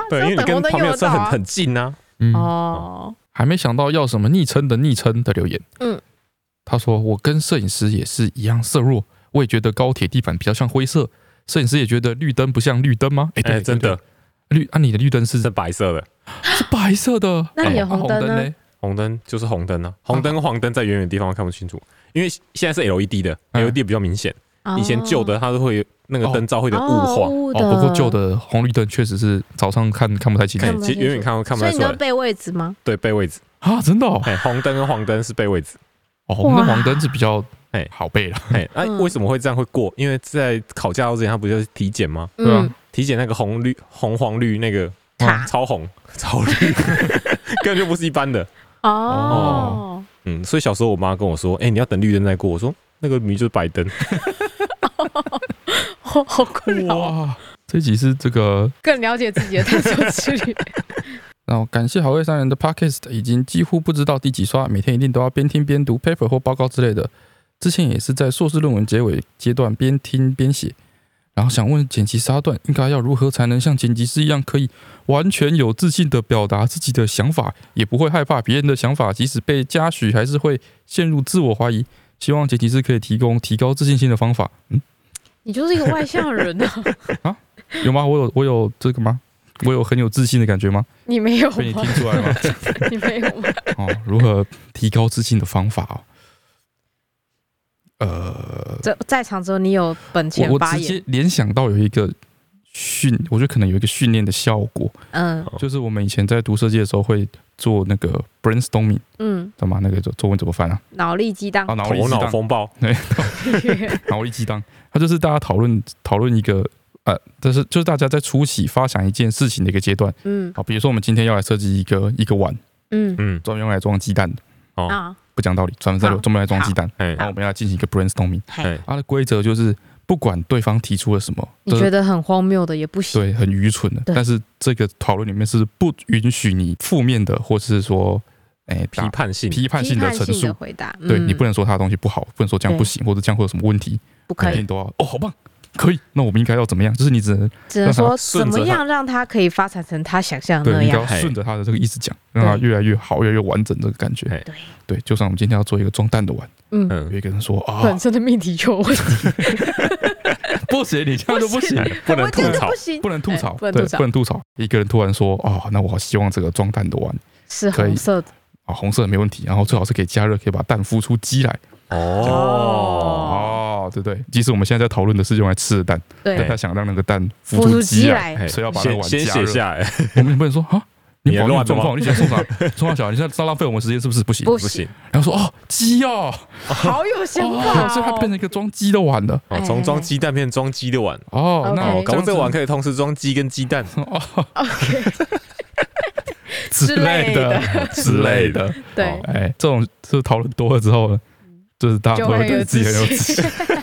[SPEAKER 3] 对，因为你
[SPEAKER 1] 等
[SPEAKER 3] 跟
[SPEAKER 1] 红灯
[SPEAKER 3] 旁
[SPEAKER 1] 又
[SPEAKER 3] 边
[SPEAKER 1] 有
[SPEAKER 3] 的车
[SPEAKER 1] 到
[SPEAKER 3] 很
[SPEAKER 1] 啊。
[SPEAKER 3] 很近啊。
[SPEAKER 2] 嗯，
[SPEAKER 1] 哦，
[SPEAKER 2] 还没想到要什么昵称的昵称的留言。
[SPEAKER 1] 嗯，
[SPEAKER 2] 他说我跟摄影师也是一样色弱，我也觉得高铁地板比较像灰色，摄影师也觉得绿灯不像绿灯 吗？哎，
[SPEAKER 3] 哎，
[SPEAKER 2] 对，
[SPEAKER 3] 真的
[SPEAKER 2] 对对绿啊，你的绿灯是
[SPEAKER 3] 是白色的，
[SPEAKER 2] 是白色的，
[SPEAKER 1] 那你
[SPEAKER 2] 哎
[SPEAKER 1] 的红灯呢
[SPEAKER 2] 啊嘞？
[SPEAKER 3] 红灯就是红灯
[SPEAKER 1] 哦
[SPEAKER 3] 啊，红灯跟黄灯在远远的地方看不清楚，因为现在是 LED 的
[SPEAKER 2] 嗯
[SPEAKER 3] ，LED 比较明显，嗯以前旧的它是会有那个灯罩会有点雾
[SPEAKER 1] 哦
[SPEAKER 3] 化，
[SPEAKER 1] 雾的，
[SPEAKER 2] 哦，不过旧的红绿灯确实是早上看看不太清楚
[SPEAKER 3] 哎，
[SPEAKER 1] 看不太
[SPEAKER 3] 其实远远
[SPEAKER 1] 清楚
[SPEAKER 3] 看不看不
[SPEAKER 1] 哦所
[SPEAKER 3] 太
[SPEAKER 1] 以你
[SPEAKER 3] 出
[SPEAKER 1] 都
[SPEAKER 3] 来，
[SPEAKER 1] 背位置吗？
[SPEAKER 3] 对，背位置，
[SPEAKER 2] 啊，真的哦，
[SPEAKER 3] 哎，红灯跟黄灯是背位置。
[SPEAKER 2] 哦红灯
[SPEAKER 1] 哇
[SPEAKER 2] 黄灯是比较
[SPEAKER 3] 哎
[SPEAKER 2] 好背了，
[SPEAKER 3] 哎，那、
[SPEAKER 1] 嗯
[SPEAKER 3] 为什么会这样会过？因为在考驾照之前，他不就是体检吗？
[SPEAKER 2] 对啊
[SPEAKER 1] 嗯，
[SPEAKER 3] 体检那个红绿红黄绿那个嗯
[SPEAKER 1] 塔
[SPEAKER 3] 超红 超绿，根本就不是一般的。
[SPEAKER 1] 嗯哦，
[SPEAKER 3] 嗯，所以小时候我妈跟我说：“哎、你要等绿灯再过。”我说：“那个明明就是白灯。
[SPEAKER 1] 好 好困扰哦，
[SPEAKER 2] 哇，这集是这个
[SPEAKER 1] 更了解自己的探索之旅。
[SPEAKER 2] 然后感谢好味商人的 podcast 已经几乎不知道第几刷，每天一定都要边听边读 paper 或报告之类的。之前也是在硕士论文结尾阶段边听边写。然后想问剪辑杀段应该要如何才能像剪辑师一样，可以完全有自信的表达自己的想法，也不会害怕别人的想法，即使被嘉许还是会陷入自我怀疑。希望剪辑师可以提供提高自信心的方法。嗯，
[SPEAKER 1] 你就是一个外向人啊，
[SPEAKER 2] 有吗？我有我有这个吗？我有很有自信的感觉吗？
[SPEAKER 1] 你没有
[SPEAKER 2] 被你
[SPEAKER 1] 吗
[SPEAKER 2] 听？出来吗？
[SPEAKER 1] 你没有 吗？
[SPEAKER 2] 哦，如何提高自信的方法哦。呃，
[SPEAKER 1] 在在场之后，你有本钱
[SPEAKER 2] 我我
[SPEAKER 1] 发
[SPEAKER 2] 直
[SPEAKER 1] 言，
[SPEAKER 2] 接联想到有一个训，我觉得可能有一个训练的效果，
[SPEAKER 1] 嗯
[SPEAKER 3] 哦
[SPEAKER 2] 就是我们以前在读设计的时候会做那个 brainstorming，
[SPEAKER 1] 嗯，
[SPEAKER 2] 懂吗？那个中文怎么翻啊？
[SPEAKER 1] 脑力激荡
[SPEAKER 2] 啊，，脑力
[SPEAKER 3] 头
[SPEAKER 2] 激
[SPEAKER 3] 脑
[SPEAKER 2] 荡，
[SPEAKER 3] 风暴，
[SPEAKER 2] 脑力激荡，它就是大家讨论讨论一个呃，但是就是大家在初期发想一件事情的一个阶段。
[SPEAKER 1] 嗯
[SPEAKER 2] 好，比如说我们今天要来设计一个一个碗，
[SPEAKER 1] 嗯
[SPEAKER 3] 嗯，
[SPEAKER 2] 专门用来装鸡蛋的，
[SPEAKER 3] 哦，
[SPEAKER 1] 啊，
[SPEAKER 2] 不讲道理，专门在
[SPEAKER 1] 好
[SPEAKER 2] 专门来装鸡蛋。
[SPEAKER 3] 哎、
[SPEAKER 2] 然后我们要进行一个 brainstorming。
[SPEAKER 1] 嘿，
[SPEAKER 2] 它的规则就是不管对方提出了什么，
[SPEAKER 1] 你
[SPEAKER 2] 这
[SPEAKER 1] 觉得很荒谬的也不行，
[SPEAKER 2] 对很愚蠢的，
[SPEAKER 1] 对
[SPEAKER 2] 但是这个讨论里面是不允许你负面的，或是说，哎、
[SPEAKER 3] 批
[SPEAKER 2] 打
[SPEAKER 3] 判性，
[SPEAKER 2] 批判
[SPEAKER 1] 批
[SPEAKER 2] 性的
[SPEAKER 1] 判
[SPEAKER 2] 陈
[SPEAKER 1] 性
[SPEAKER 2] 述
[SPEAKER 1] 的。回答，
[SPEAKER 2] 对你
[SPEAKER 1] 嗯
[SPEAKER 2] 不能说他的东西不好，不能说这样
[SPEAKER 1] 对
[SPEAKER 2] 不行，或者这样会有什么问题，
[SPEAKER 1] 不可
[SPEAKER 2] 肯
[SPEAKER 1] 以
[SPEAKER 2] 定，都要哦，好棒，可以，那我们应该要怎么样？就是你只能
[SPEAKER 1] 只能说
[SPEAKER 2] 让
[SPEAKER 3] 顺
[SPEAKER 1] 怎么
[SPEAKER 3] 着他
[SPEAKER 1] 样让他可以发展成他想象的
[SPEAKER 2] 对
[SPEAKER 1] 那
[SPEAKER 2] 你只要
[SPEAKER 1] 样，
[SPEAKER 3] 嘿
[SPEAKER 2] 顺着他的这个意思讲，让他越来越好，越来越完整这个感觉
[SPEAKER 3] 嘿。
[SPEAKER 1] 对，
[SPEAKER 2] 对，就像我们今天要做一个装蛋的碗，
[SPEAKER 1] 嗯，
[SPEAKER 3] 嗯
[SPEAKER 2] 有，一个人说啊，
[SPEAKER 1] 本身的命题就有问题，
[SPEAKER 2] 不行，你这样就不行，
[SPEAKER 3] 哎不能
[SPEAKER 1] 我觉
[SPEAKER 3] 吐
[SPEAKER 1] 得
[SPEAKER 3] 槽
[SPEAKER 1] 不，行
[SPEAKER 2] 不，能吐槽，
[SPEAKER 1] 哎不能
[SPEAKER 2] 对
[SPEAKER 1] 吐槽
[SPEAKER 2] 不能吐槽。一个人突然说啊，那我好希望这个装蛋的碗
[SPEAKER 1] 是
[SPEAKER 2] 可以
[SPEAKER 1] 红色的，
[SPEAKER 2] 啊，红色的没问题，然后最好是可以加热，可以把蛋孵出鸡来。
[SPEAKER 1] 哦
[SPEAKER 2] 哦，对不对？即使我们现在在讨论的是用来吃的蛋，但
[SPEAKER 1] 对，
[SPEAKER 2] 他想让那个蛋孵
[SPEAKER 1] 孵出
[SPEAKER 2] 鸡
[SPEAKER 1] 鸡
[SPEAKER 2] 来，
[SPEAKER 1] 来，
[SPEAKER 3] 哎
[SPEAKER 2] 所以要把那个
[SPEAKER 3] 先
[SPEAKER 2] 碗
[SPEAKER 3] 先
[SPEAKER 2] 加热
[SPEAKER 3] 写下哎来，
[SPEAKER 2] 我们也不能说啊，你
[SPEAKER 3] 你
[SPEAKER 2] 搞
[SPEAKER 3] 很
[SPEAKER 2] 那
[SPEAKER 3] 乱
[SPEAKER 2] 种状
[SPEAKER 3] 的吗
[SPEAKER 2] 况，你想送啥？送啥小孩？你现在浪费我们时间是不是不行？
[SPEAKER 1] 不
[SPEAKER 3] 不行
[SPEAKER 1] 行，，
[SPEAKER 2] 然后说哦，鸡哦，
[SPEAKER 1] 好有想
[SPEAKER 2] 哦，
[SPEAKER 1] 法，
[SPEAKER 2] 所以它变成一个装鸡的碗了。
[SPEAKER 3] 哦
[SPEAKER 1] 哎，
[SPEAKER 3] 从装鸡蛋变成装鸡的碗，
[SPEAKER 2] 哦，那
[SPEAKER 1] 哎
[SPEAKER 2] 我
[SPEAKER 3] 哦，搞不好这个碗
[SPEAKER 2] 以
[SPEAKER 3] 可以同时装鸡跟鸡蛋
[SPEAKER 2] 哦
[SPEAKER 1] OK
[SPEAKER 2] 之类的之类 的。
[SPEAKER 1] 对，
[SPEAKER 2] 哎，这种就是讨论多了之后呢，就是大家
[SPEAKER 1] 就
[SPEAKER 2] 都会
[SPEAKER 1] 会
[SPEAKER 2] 哦对
[SPEAKER 1] 有
[SPEAKER 2] 自己很有
[SPEAKER 1] 自
[SPEAKER 2] 自
[SPEAKER 1] 信
[SPEAKER 2] 信。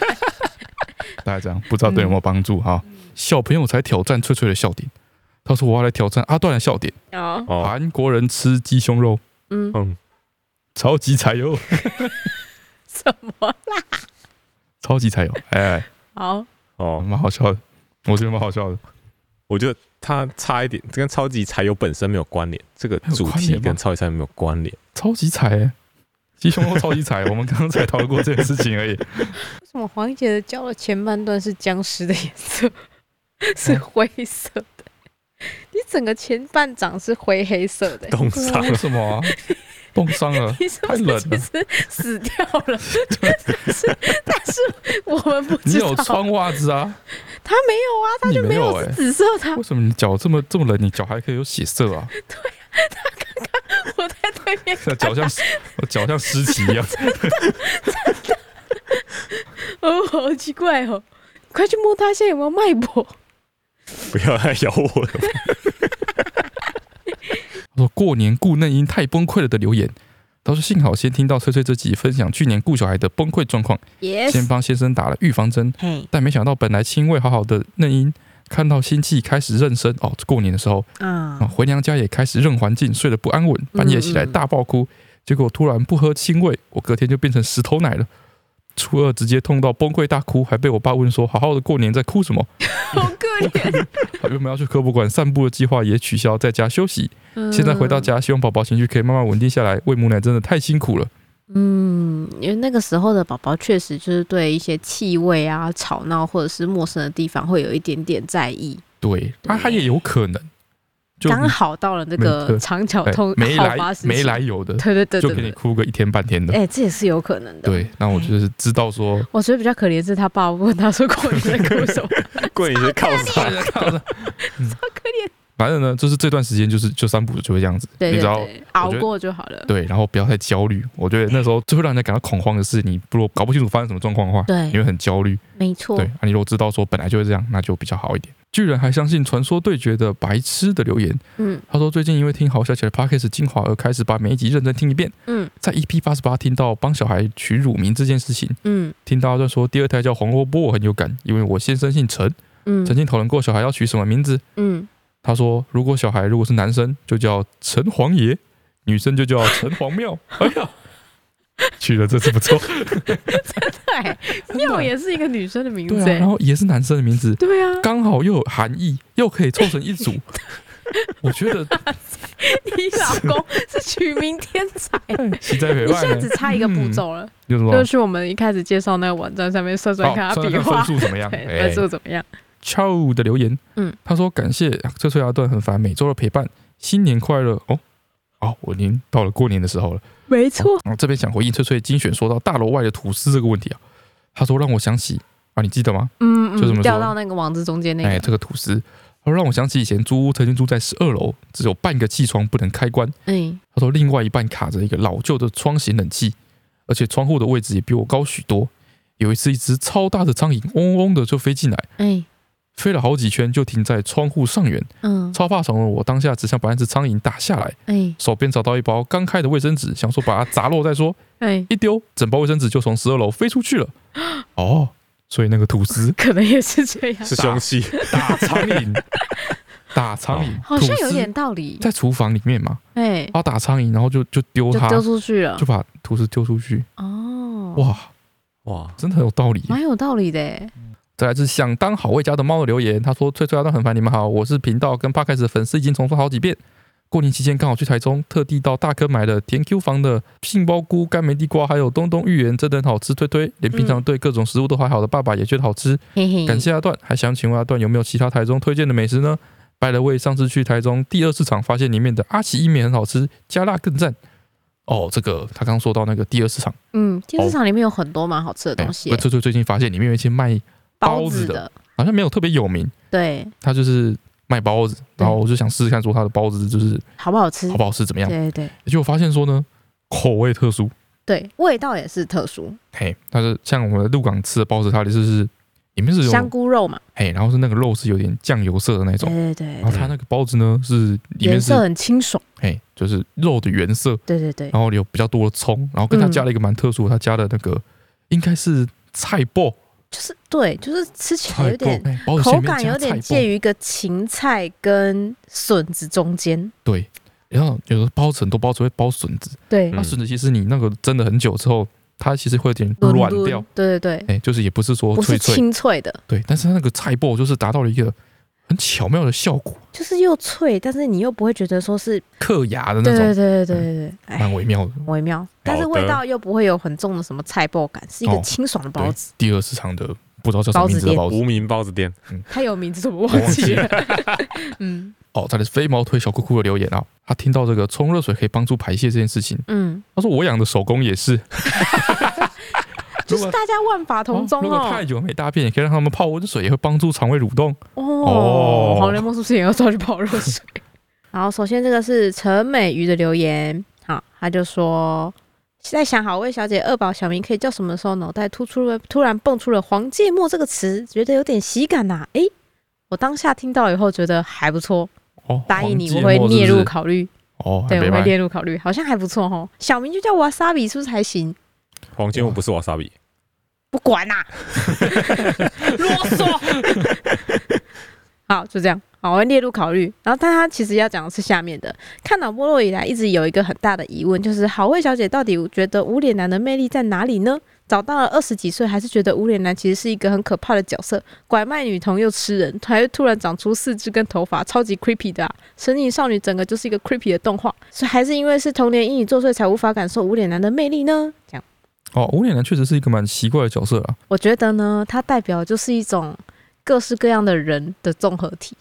[SPEAKER 2] 大家这样不知道对有没有帮助哈、小朋友才挑战翠翠的笑点，他说我要来挑战阿段的笑点。
[SPEAKER 1] 哦，
[SPEAKER 3] 哦，
[SPEAKER 2] 韩国人吃鸡胸肉，
[SPEAKER 1] 嗯，
[SPEAKER 3] 嗯，
[SPEAKER 2] 超级柴油，
[SPEAKER 1] 什么？
[SPEAKER 2] 超级柴油，哎，
[SPEAKER 1] 好，
[SPEAKER 3] 哦，
[SPEAKER 2] 蛮好笑的，我觉得蛮好笑的。
[SPEAKER 3] 我我觉得它差一点，这跟超级柴油本身没有关联，这个主题跟超级柴油没有关联。
[SPEAKER 2] 超级踩、欸，鸡胸肉超级 踩，我们刚刚才讨论过这件事情而已。
[SPEAKER 1] 为什么黄奕杰的胶的前半段是僵尸的颜 色，是灰色的？你整个前半掌是灰黑色的、
[SPEAKER 3] 冻
[SPEAKER 2] 对啊
[SPEAKER 3] 伤
[SPEAKER 2] 为什么啊、冻伤了，
[SPEAKER 1] 你是
[SPEAKER 2] 太
[SPEAKER 1] 不
[SPEAKER 2] 冷
[SPEAKER 1] 是
[SPEAKER 2] 了
[SPEAKER 1] 其实死掉 了？但是但是我们不
[SPEAKER 2] 你
[SPEAKER 1] 知道
[SPEAKER 2] 有，穿袜子啊？
[SPEAKER 1] 他没有啊，他就
[SPEAKER 2] 你没有
[SPEAKER 1] 有
[SPEAKER 2] 欸
[SPEAKER 1] 是紫色的啊、
[SPEAKER 2] 为什么你脚这么这么冷？你脚还可以有血色啊？
[SPEAKER 1] 我在对面，
[SPEAKER 2] 脚像我脚像尸体一样。
[SPEAKER 1] 哦，好奇怪哦，快去摸他一下有没有脉搏。
[SPEAKER 3] 不要来咬 我了，
[SPEAKER 2] 他说过年顾嫩英太崩溃了的留言。他说幸好先听到翠翠这集分享去年顾小孩的崩溃状况，先
[SPEAKER 1] Yes，
[SPEAKER 2] 帮先生打了预防针，
[SPEAKER 5] 嘿，
[SPEAKER 2] 但没想到本来亲喂好好的嫩英，看到亲戚开始妊娠哦，过年的时候
[SPEAKER 5] 啊
[SPEAKER 2] 啊，，回娘家也开始认环境，睡得不安稳，半夜起来
[SPEAKER 1] 嗯嗯嗯
[SPEAKER 2] 大爆哭，结果突然不喝亲喂，我隔天就变成石头奶了。初二直接痛到崩溃大哭，还被我爸问说：“好好的过年在哭什么
[SPEAKER 1] 好可怜。？”
[SPEAKER 2] 原本要去科博馆散步的计划也取消，在家休息。
[SPEAKER 1] 嗯
[SPEAKER 2] 现在回到家，希望宝宝情绪可以慢慢稳定下来。喂母奶真的太辛苦了。
[SPEAKER 1] 嗯，因为那个时候的宝宝确实就是对一些气味啊、吵闹或者是陌生的地方会有一点点在意。
[SPEAKER 2] 对，啊，他也有可能就
[SPEAKER 1] 刚好到了那
[SPEAKER 2] 没对
[SPEAKER 1] 个肠绞
[SPEAKER 2] 哎
[SPEAKER 1] 痛
[SPEAKER 2] 没
[SPEAKER 1] 好发
[SPEAKER 2] 来
[SPEAKER 1] 时期
[SPEAKER 2] 没来，由的，
[SPEAKER 1] 对对对
[SPEAKER 2] 就
[SPEAKER 1] 对
[SPEAKER 2] 给你
[SPEAKER 1] 对，
[SPEAKER 2] 哭个一天半天的。
[SPEAKER 1] 哎，这也是有可能的。，
[SPEAKER 2] 对，那我就是知道 说，
[SPEAKER 1] 我觉得比较可怜是他爸问他说过年在哭什么，
[SPEAKER 3] 过年是靠
[SPEAKER 2] 大
[SPEAKER 3] 山，
[SPEAKER 2] 家看到
[SPEAKER 1] 好可怜。
[SPEAKER 2] 反正呢，就是这段时间就是就三步就会这样子，
[SPEAKER 1] 对
[SPEAKER 2] 你
[SPEAKER 1] 对
[SPEAKER 2] 只要
[SPEAKER 1] 对，熬
[SPEAKER 2] 我觉得
[SPEAKER 1] 过就好了。
[SPEAKER 2] 对，然后不要太焦虑。我觉得那时候最会让人家感到恐慌的是，你如果搞不清楚发生什么状况的话，
[SPEAKER 5] 对
[SPEAKER 2] 你会很焦虑。
[SPEAKER 5] 没错
[SPEAKER 2] 对，，啊，你如果知道说本来就会这样，那就比较好一点。巨人还相信传说对决的白痴的留言，
[SPEAKER 1] 嗯
[SPEAKER 2] 他说最近因为听好笑起来 podcast 精华而开始把每一集认真听一遍，
[SPEAKER 1] 嗯
[SPEAKER 2] 在 EP 八十八听到帮小孩取乳名这件事情，
[SPEAKER 1] 嗯
[SPEAKER 2] 听到在说第二胎叫黄萝卜，我很有感，因为我先生姓陈，
[SPEAKER 1] 嗯
[SPEAKER 2] 曾经讨论过小孩要取什么名字。
[SPEAKER 1] 嗯，
[SPEAKER 2] 他说，如果小孩如果是男生，就叫陈黄爷；女生就叫陈黄 庙。哎呀，取的这次不错，
[SPEAKER 1] 对，妙也是一个女生的名
[SPEAKER 2] 对
[SPEAKER 1] 字
[SPEAKER 2] 啊，然
[SPEAKER 1] 欸。
[SPEAKER 2] 后也是男生的名字，
[SPEAKER 1] 对啊，
[SPEAKER 2] 刚好又有含义，又可以凑成一 组。我觉得
[SPEAKER 1] 你老公是取名天 才，
[SPEAKER 2] 哎实在陪
[SPEAKER 1] 你现在
[SPEAKER 2] 伴
[SPEAKER 1] 只
[SPEAKER 2] 呢，
[SPEAKER 1] 差一个步骤了，
[SPEAKER 2] 有什么
[SPEAKER 1] 嗯就？是去我们一开始介绍那个网站上面算算
[SPEAKER 2] 嗯好，
[SPEAKER 1] 看他
[SPEAKER 2] 算
[SPEAKER 1] 笔
[SPEAKER 2] 看
[SPEAKER 1] 画
[SPEAKER 2] 分，数怎么样？
[SPEAKER 1] 对，
[SPEAKER 2] 哎
[SPEAKER 1] 分数怎么样？
[SPEAKER 2] Chow 的留言，
[SPEAKER 1] 嗯，
[SPEAKER 2] 他说感谢翠翠阿段很烦每周的陪伴，新年快乐哦。哦，我已经到了过年的时候了。
[SPEAKER 1] 没错，
[SPEAKER 2] 然后这边想回应翠翠精选说到大楼外的吐司这个问题啊，他说让我想起啊，你记得吗？
[SPEAKER 1] 嗯
[SPEAKER 2] 就这么
[SPEAKER 1] 嗯，
[SPEAKER 2] 说
[SPEAKER 1] 掉到那个网子中间那
[SPEAKER 2] 哎，
[SPEAKER 1] 个，
[SPEAKER 2] 这个吐司，他说让我想起以前租屋曾经住在十二楼，只有半个气窗不能开关。
[SPEAKER 1] 哎，
[SPEAKER 2] 他说另外一半卡着一个老旧的窗型冷气，而且窗户的位置也比我高许多。有一次，一只超大的苍蝇嗡嗡的就飞进来，
[SPEAKER 1] 哎，
[SPEAKER 2] 飞了好几圈，就停在窗户上缘。
[SPEAKER 1] 嗯，
[SPEAKER 2] 超怕虫的我当下只想把那只苍蝇打下来，
[SPEAKER 1] 哎，
[SPEAKER 2] 手边找到一包刚开的卫生纸，想说把它砸落再说，
[SPEAKER 1] 哎，
[SPEAKER 2] 一丢，整包卫生纸就从十二楼飞出去了。哦，所以那个吐司
[SPEAKER 1] 可能也是这样，
[SPEAKER 3] 是凶器，
[SPEAKER 2] 打苍蝇，打苍蝇，
[SPEAKER 1] 好像
[SPEAKER 2] 吐
[SPEAKER 1] 有
[SPEAKER 2] 司
[SPEAKER 1] 点道理，
[SPEAKER 2] 在厨房里面嘛，
[SPEAKER 1] 哎，
[SPEAKER 2] 然后打苍蝇，然后就就丢
[SPEAKER 1] 就
[SPEAKER 2] 它，
[SPEAKER 1] 丢出去了
[SPEAKER 2] 就，把吐司丢出去。
[SPEAKER 1] 哦，，
[SPEAKER 2] 哇，
[SPEAKER 3] 哇，
[SPEAKER 2] 真的很有道理耶。
[SPEAKER 1] 蛮有道理的欸，
[SPEAKER 2] 再来是想当好味家的猫的留言，他说：“翠翠阿段很烦你们好，我是频道跟 p o d c a s 的粉丝，已经重说好几遍。过年期间刚好去台中，特地到大坑买了甜 Q 房的杏鲍菇、干梅地瓜，还有东东芋圆，真的很好吃，推推。连平常对各种食物都还好的爸爸也觉得好吃，
[SPEAKER 1] 嘿嘿，
[SPEAKER 2] 感谢阿段。还想请问阿段有没有其他台中推荐的美食呢？拜了位，上次去台中第二市场，发现里面的阿奇意面很好吃，加辣更赞。哦，这个他刚说到那个第二市场，
[SPEAKER 1] 嗯，电视场里面有很多蛮好吃的
[SPEAKER 2] 哎
[SPEAKER 1] 东西
[SPEAKER 2] 不
[SPEAKER 1] 欸
[SPEAKER 2] 是，翠翠最近发现里面有一些卖，包
[SPEAKER 1] 包
[SPEAKER 2] 子
[SPEAKER 1] 子
[SPEAKER 2] 的
[SPEAKER 1] 的，
[SPEAKER 2] 好像没有特别有名。”
[SPEAKER 1] 对，
[SPEAKER 2] 他就是卖包子，然后我就想试试看，说他的包子就是
[SPEAKER 1] 好不好吃
[SPEAKER 2] 好？不好吃，怎么样？
[SPEAKER 1] 对对嗯对嗯
[SPEAKER 2] 结果发现说呢，口味特殊，
[SPEAKER 1] 对，味道也是特殊，
[SPEAKER 2] 嘿，它是像我们鹿港吃的包子，它里就是里面是有
[SPEAKER 1] 香菇肉嘛，
[SPEAKER 2] 嘿，然后是那个肉是有点酱油色的那
[SPEAKER 1] 对
[SPEAKER 2] 种，
[SPEAKER 1] 对对
[SPEAKER 2] 然后它那个包子呢是里面
[SPEAKER 1] 颜
[SPEAKER 2] 是哦
[SPEAKER 1] 色很清爽，
[SPEAKER 2] 嘿，就是肉的原色，
[SPEAKER 1] 对对对，
[SPEAKER 2] 然后有比较多的葱，然后跟它
[SPEAKER 1] 嗯
[SPEAKER 2] 加了一个蛮特殊的，它加的那个应该是菜爆，
[SPEAKER 1] 就是对，就是吃起来
[SPEAKER 2] 菜
[SPEAKER 1] 哎有
[SPEAKER 2] 爆
[SPEAKER 1] 点，
[SPEAKER 2] 嘿包子前
[SPEAKER 1] 口
[SPEAKER 2] 面
[SPEAKER 1] 感
[SPEAKER 2] 加
[SPEAKER 1] 有
[SPEAKER 2] 菜
[SPEAKER 1] 点
[SPEAKER 2] 爆
[SPEAKER 1] 介于一个芹菜跟笋子中间，
[SPEAKER 2] 对，然后有的包子很多包子会包笋子，
[SPEAKER 1] 对，
[SPEAKER 2] 那
[SPEAKER 3] 嗯
[SPEAKER 2] 笋子其实你那个蒸了很久之后，它其实会有点
[SPEAKER 1] 伦
[SPEAKER 2] 哦软
[SPEAKER 1] 敦
[SPEAKER 2] 掉，
[SPEAKER 1] 对对对，
[SPEAKER 2] 哎、就是也不是说
[SPEAKER 1] 不
[SPEAKER 2] 脆
[SPEAKER 1] 是
[SPEAKER 2] 脆，
[SPEAKER 1] 清脆的，
[SPEAKER 2] 对，但是它那个菜爆就是达到了一个很巧妙的效果，
[SPEAKER 1] 就是又脆，但是你又不会觉得说是，
[SPEAKER 2] 嗑牙的那
[SPEAKER 1] 对对
[SPEAKER 2] 种，
[SPEAKER 1] 对对对对，哎、
[SPEAKER 2] 蛮微妙的。
[SPEAKER 1] 微妙，但是味道又不会有很重的什么菜爆感，是一个
[SPEAKER 2] 哦
[SPEAKER 1] 清爽的包
[SPEAKER 2] 对
[SPEAKER 1] 子。，
[SPEAKER 2] 第二市场的不知道叫什么
[SPEAKER 1] 包子
[SPEAKER 2] 名字的
[SPEAKER 1] 店
[SPEAKER 2] 包子
[SPEAKER 3] 无名包子店，
[SPEAKER 1] 它有名字怎么
[SPEAKER 2] 我
[SPEAKER 1] 忘
[SPEAKER 2] 忘
[SPEAKER 1] 记
[SPEAKER 2] 记
[SPEAKER 1] 了？
[SPEAKER 2] 了。
[SPEAKER 1] 嗯
[SPEAKER 2] 哦，再来是飞毛腿小酷酷的留言啊，他听到这个冲热水可以帮助排泄这件事情，
[SPEAKER 1] 嗯，
[SPEAKER 2] 他说我养的手工也是，
[SPEAKER 1] 就
[SPEAKER 2] 如
[SPEAKER 1] 是
[SPEAKER 2] 果
[SPEAKER 1] 大家万法同宗
[SPEAKER 2] 如果太
[SPEAKER 1] 哦。
[SPEAKER 2] 久没大便，也可以让他们泡温水，也会帮助肠胃蠕动。
[SPEAKER 1] 哦
[SPEAKER 2] 哦，
[SPEAKER 1] 黄雷梦是不是也要抓去泡热水？ 好，首先这个是陈美瑜的留言，好，他就说。在想好为小姐二宝小名可以叫什么的时候，脑袋突出了突然蹦出了“黄芥末”这个词，觉得有点喜感呐、诶、我当下听到以后觉得还不错，
[SPEAKER 2] 哦，
[SPEAKER 1] 答应你
[SPEAKER 2] 黄芥
[SPEAKER 1] 我
[SPEAKER 2] 末
[SPEAKER 1] 会
[SPEAKER 2] 是不是
[SPEAKER 1] 列入考虑。
[SPEAKER 2] 哦，
[SPEAKER 1] 对，
[SPEAKER 2] 还没
[SPEAKER 1] 我会
[SPEAKER 2] 卖
[SPEAKER 1] 列入考虑，好像还不错哦。小名就叫瓦萨比，是不是还行？
[SPEAKER 3] 黄金我不是瓦萨比，
[SPEAKER 1] 不管啦、啰嗦。好，就这样。好，我会列入考虑。然后，但他其实要讲的是下面的。看脑波落以来，一直有一个很大的疑问，就是好味小姐到底觉得无脸男的魅力在哪里呢？找到了二十几岁，还是觉得无脸男其实是一个很可怕的角色，拐卖女童又吃人，还会突然长出四肢跟头发，超级 creepy 的啊！神隐少女整个就是一个 creepy 的动画，所以还是因为是童年阴影作祟，才无法感受无脸男的魅力呢？这样。
[SPEAKER 2] 哦，无脸男确实是一个蛮奇怪的角色啊。
[SPEAKER 1] 我觉得呢，它代表就是一种各式各样的人的综合体。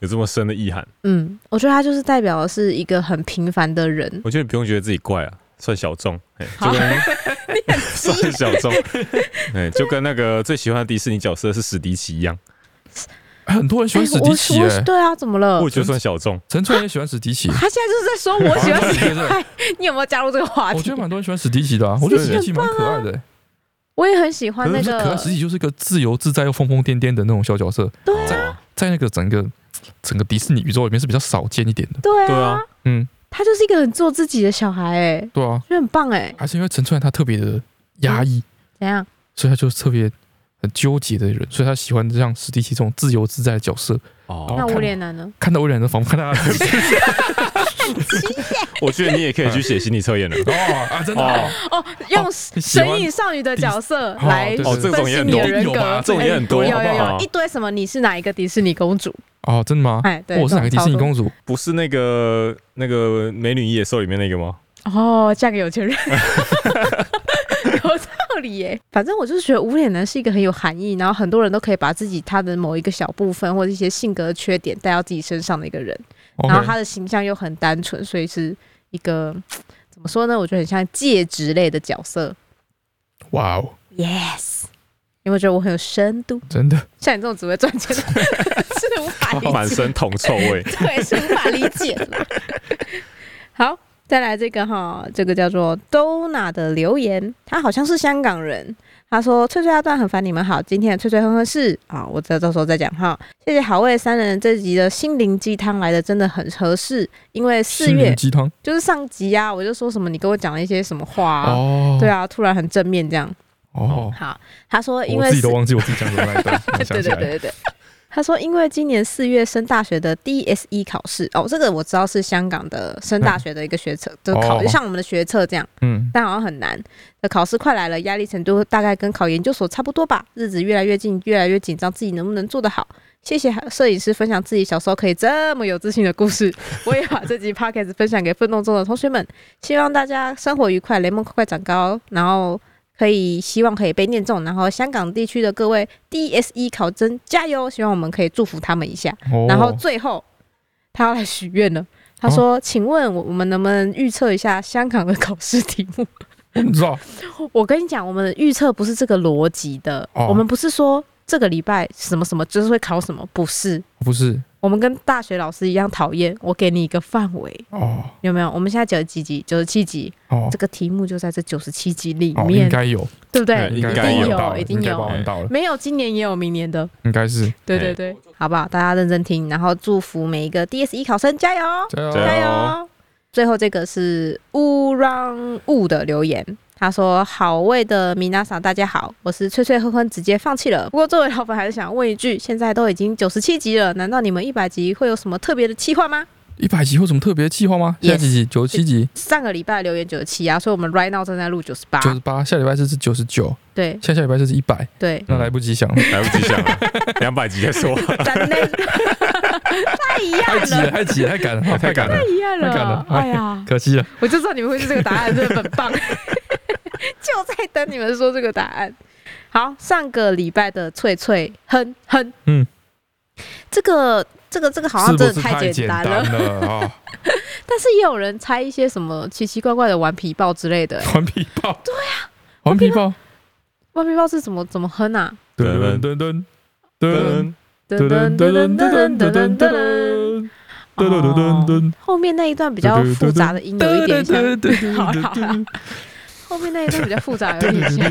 [SPEAKER 3] 有这么深的意涵，
[SPEAKER 1] 嗯，我觉得它就是代表的是一个很平凡的人。
[SPEAKER 3] 我觉得你不用觉得自己怪啊，算小众，哎
[SPEAKER 1] 好
[SPEAKER 3] 就跟算小众，哎，就跟那个最喜欢的迪士尼角色是史迪奇一样，
[SPEAKER 2] 哎很多人喜欢史
[SPEAKER 1] 我
[SPEAKER 2] 迪奇、
[SPEAKER 1] 我
[SPEAKER 2] 欸，
[SPEAKER 1] 对啊，怎么了
[SPEAKER 3] 我？觉得算小众，
[SPEAKER 2] 陈川也喜欢史迪奇。
[SPEAKER 1] 他现在就是在说 我喜欢
[SPEAKER 2] 对
[SPEAKER 1] 谁
[SPEAKER 2] 对对
[SPEAKER 1] 派，你有没有加入这个话
[SPEAKER 2] 我觉
[SPEAKER 1] 题
[SPEAKER 2] 得？蛮多人喜欢史迪奇的啊，我觉得
[SPEAKER 1] 史
[SPEAKER 2] 史
[SPEAKER 1] 迪
[SPEAKER 2] 迪
[SPEAKER 1] 奇
[SPEAKER 2] 奇蛮可爱的欸、
[SPEAKER 1] 我也很喜欢
[SPEAKER 2] 可
[SPEAKER 1] 那
[SPEAKER 2] 是可爱
[SPEAKER 1] 个
[SPEAKER 2] 史，迪奇就是一个自由自在又疯疯癫癫的那种小角色，
[SPEAKER 1] 对
[SPEAKER 3] 对
[SPEAKER 1] 啊，
[SPEAKER 2] 在那个整个整个迪士尼宇宙里面是比较少见一点的。
[SPEAKER 1] 对
[SPEAKER 3] 对
[SPEAKER 1] 啊
[SPEAKER 3] 啊，
[SPEAKER 2] 嗯，
[SPEAKER 1] 他就是一个很做自己的小孩，哎，
[SPEAKER 2] 对啊，
[SPEAKER 1] 就很棒哎。
[SPEAKER 2] 还是因为陈川他特别的压抑，
[SPEAKER 1] 怎样？
[SPEAKER 2] 所以他就特别很纠结的人，所以他喜欢像史迪奇这种自由自在的角色。
[SPEAKER 3] 哦
[SPEAKER 2] 好
[SPEAKER 1] 那
[SPEAKER 2] 看
[SPEAKER 1] 无
[SPEAKER 2] 吗
[SPEAKER 1] 脸男 呢？
[SPEAKER 2] 看到微软的仿佛看到他的
[SPEAKER 3] 我觉得你也可以去写心理测验了。
[SPEAKER 2] 哦啊，真的
[SPEAKER 3] 哦
[SPEAKER 2] 哦，
[SPEAKER 1] 哦，用
[SPEAKER 2] 哦你喜欢
[SPEAKER 1] 神隐少女的角色来
[SPEAKER 2] 对
[SPEAKER 3] 哦，这
[SPEAKER 1] 分
[SPEAKER 3] 种也
[SPEAKER 1] 析
[SPEAKER 3] 很
[SPEAKER 1] 你
[SPEAKER 3] 多
[SPEAKER 1] 的，人
[SPEAKER 2] 有
[SPEAKER 1] 格
[SPEAKER 2] 吧，
[SPEAKER 3] 啊这种也很多，
[SPEAKER 1] 有
[SPEAKER 3] 好不
[SPEAKER 1] 有有
[SPEAKER 3] 好
[SPEAKER 1] 一？堆什么？你是哪一个迪士尼公主？
[SPEAKER 2] 哦，真的吗？
[SPEAKER 1] 哎，对，
[SPEAKER 2] 我是哪个迪士尼公主？
[SPEAKER 3] 不是那个那个美女与野兽里面那个吗？
[SPEAKER 1] 哦，嫁给有钱人， 有道理耶。反正我就是觉得无脸男是一个很有含义，然后很多人都可以把自己他的某一个小部分或者一些性格的缺点带到自己身上的一个人，然后
[SPEAKER 2] OK，
[SPEAKER 1] 他的形象又很单纯，所以是一个怎么说呢？我觉得很像戒指类的角色。
[SPEAKER 2] 哇哦，
[SPEAKER 1] Yes，有没有觉得我很有深度？
[SPEAKER 2] 真的，
[SPEAKER 1] 像你这种只会赚钱的，真的无法理解。，
[SPEAKER 3] 满身铜臭味
[SPEAKER 1] 对，是无法理解的啦。 好，再来这个哈，这个叫做 Dona 的留言，他好像是香港人。他说：“翠翠阿段很烦你们好，今天的翠翠哼哼是啊，我这到时候再讲哈。谢谢好味三人这集的心灵鸡汤来的真的很合适，因为四
[SPEAKER 2] 心
[SPEAKER 1] 月
[SPEAKER 2] 灵鸡汤
[SPEAKER 1] 就是上集啊，我就说什么你跟我讲了一些什么话、啊，
[SPEAKER 2] 哦，
[SPEAKER 1] 对啊，突然很正面这样。
[SPEAKER 2] 哦，
[SPEAKER 1] 好，他说因
[SPEAKER 2] 我
[SPEAKER 1] 为
[SPEAKER 2] 自己都
[SPEAKER 1] 四
[SPEAKER 2] 忘记我自己讲 的那一段，
[SPEAKER 1] 对
[SPEAKER 2] 我
[SPEAKER 1] 对
[SPEAKER 2] 想起
[SPEAKER 1] 对
[SPEAKER 2] 来，
[SPEAKER 1] 对对。他说，因为今年四月升大学的 DSE 考试，哦，这个我知道是香港的升大学的一个学测，就考、
[SPEAKER 2] 哦
[SPEAKER 1] 像我们的学测这样，
[SPEAKER 2] 嗯，
[SPEAKER 1] 但好像很难。那考试快来了，压力程度大概跟考研究所差不多吧。日子越来越近，越来越紧张，自己能不能做得好？谢谢摄影师分享自己小时候可以这么有自信的故事， 我也把这集 podcast 分享给奋斗中的同学们，希望大家生活愉快，雷梦快快长高，然后可以希望可以被念中，然后香港地区的各位 DSE 考生加油，希望我们可以祝福他们一下。
[SPEAKER 2] 哦
[SPEAKER 1] 然后最后他要来许愿了，他说：“请问我我们能不能预测一下香港的考试题目？”
[SPEAKER 2] 你知道，
[SPEAKER 1] 我跟你讲，我们的预测不是这个逻辑的，
[SPEAKER 2] 哦
[SPEAKER 1] 我们不是说这个礼拜什么什么就是会考什么，不是。
[SPEAKER 2] 不是
[SPEAKER 1] 我们跟大学老师一样讨厌，我给你一个范围，
[SPEAKER 2] 哦
[SPEAKER 1] 有没有？我们现在九十几集，九十七集，
[SPEAKER 2] 哦
[SPEAKER 1] 这个题目就在这九十七集里
[SPEAKER 2] 哦，应
[SPEAKER 1] 面，
[SPEAKER 2] 该有，
[SPEAKER 1] 对不对？
[SPEAKER 3] 嗯
[SPEAKER 1] 一
[SPEAKER 3] 应该
[SPEAKER 1] 定
[SPEAKER 3] 有
[SPEAKER 1] 有，一
[SPEAKER 2] 一
[SPEAKER 1] 定
[SPEAKER 2] 定
[SPEAKER 1] 有，
[SPEAKER 2] 玩到了，
[SPEAKER 1] 没有今年也有明年的，
[SPEAKER 2] 应该是，
[SPEAKER 1] 对对
[SPEAKER 3] 哎
[SPEAKER 1] 对，好不好？大家认真听，然后祝福每一个 DSE 考生加油哦！
[SPEAKER 2] 加油
[SPEAKER 3] 加
[SPEAKER 1] 加
[SPEAKER 3] 油
[SPEAKER 1] 油！最后这个是乌让雾的留言，他说：“好味的米娜桑，大家好，我是脆脆哼哼，直接放弃了。不过作为老粉，还是想问一句，现在都已经九十七集了，难道你们一百集会有什么特别的计划吗？
[SPEAKER 2] 一百集有什么特别计划吗？
[SPEAKER 1] Yes
[SPEAKER 2] 下几集九十七集、
[SPEAKER 1] 上个礼拜留言九十七啊，所以我们 right now 正在录九十八。
[SPEAKER 2] 九十八，下礼拜四是九十九，
[SPEAKER 1] 对
[SPEAKER 2] 下下礼拜四是一百，
[SPEAKER 3] 嗯
[SPEAKER 1] 对，
[SPEAKER 2] 那来不及想了。
[SPEAKER 3] 哎来不及想了。两百集再说，
[SPEAKER 1] 真 的太一样
[SPEAKER 2] 太急了，
[SPEAKER 1] 了，
[SPEAKER 2] 太急了，太赶了，太赶了，
[SPEAKER 1] 太一样
[SPEAKER 2] 太赶
[SPEAKER 1] 了
[SPEAKER 2] 了，
[SPEAKER 1] 哎呀，
[SPEAKER 2] 可惜了。
[SPEAKER 1] 我就知道你们会是这个答案，真的很棒，就在等你们说这个答案。好，上个礼拜的翠翠哼哼，
[SPEAKER 2] 嗯，
[SPEAKER 1] 这个这个这个好
[SPEAKER 2] 是
[SPEAKER 1] 像
[SPEAKER 2] 不
[SPEAKER 1] 真
[SPEAKER 2] 是
[SPEAKER 1] 的
[SPEAKER 2] 太
[SPEAKER 1] 简
[SPEAKER 2] 单
[SPEAKER 1] 单了，
[SPEAKER 2] 了啊？
[SPEAKER 1] 但是也有人猜一些什么奇奇怪怪的顽皮豹之类的、欸，
[SPEAKER 2] 顽皮豹，对啊，顽皮豹，
[SPEAKER 1] 顽皮豹是怎么怎么哼啊？
[SPEAKER 2] 噔噔噔噔
[SPEAKER 1] 噔噔噔噔
[SPEAKER 2] 噔噔噔噔
[SPEAKER 1] 噔
[SPEAKER 2] 噔
[SPEAKER 1] 噔噔噔
[SPEAKER 2] 噔噔噔。噔噔噔噔
[SPEAKER 1] 哦
[SPEAKER 2] 噔，
[SPEAKER 1] 后面那一段比较复杂的音有一点像，好了好了，后面那一段比较复杂，有一点像。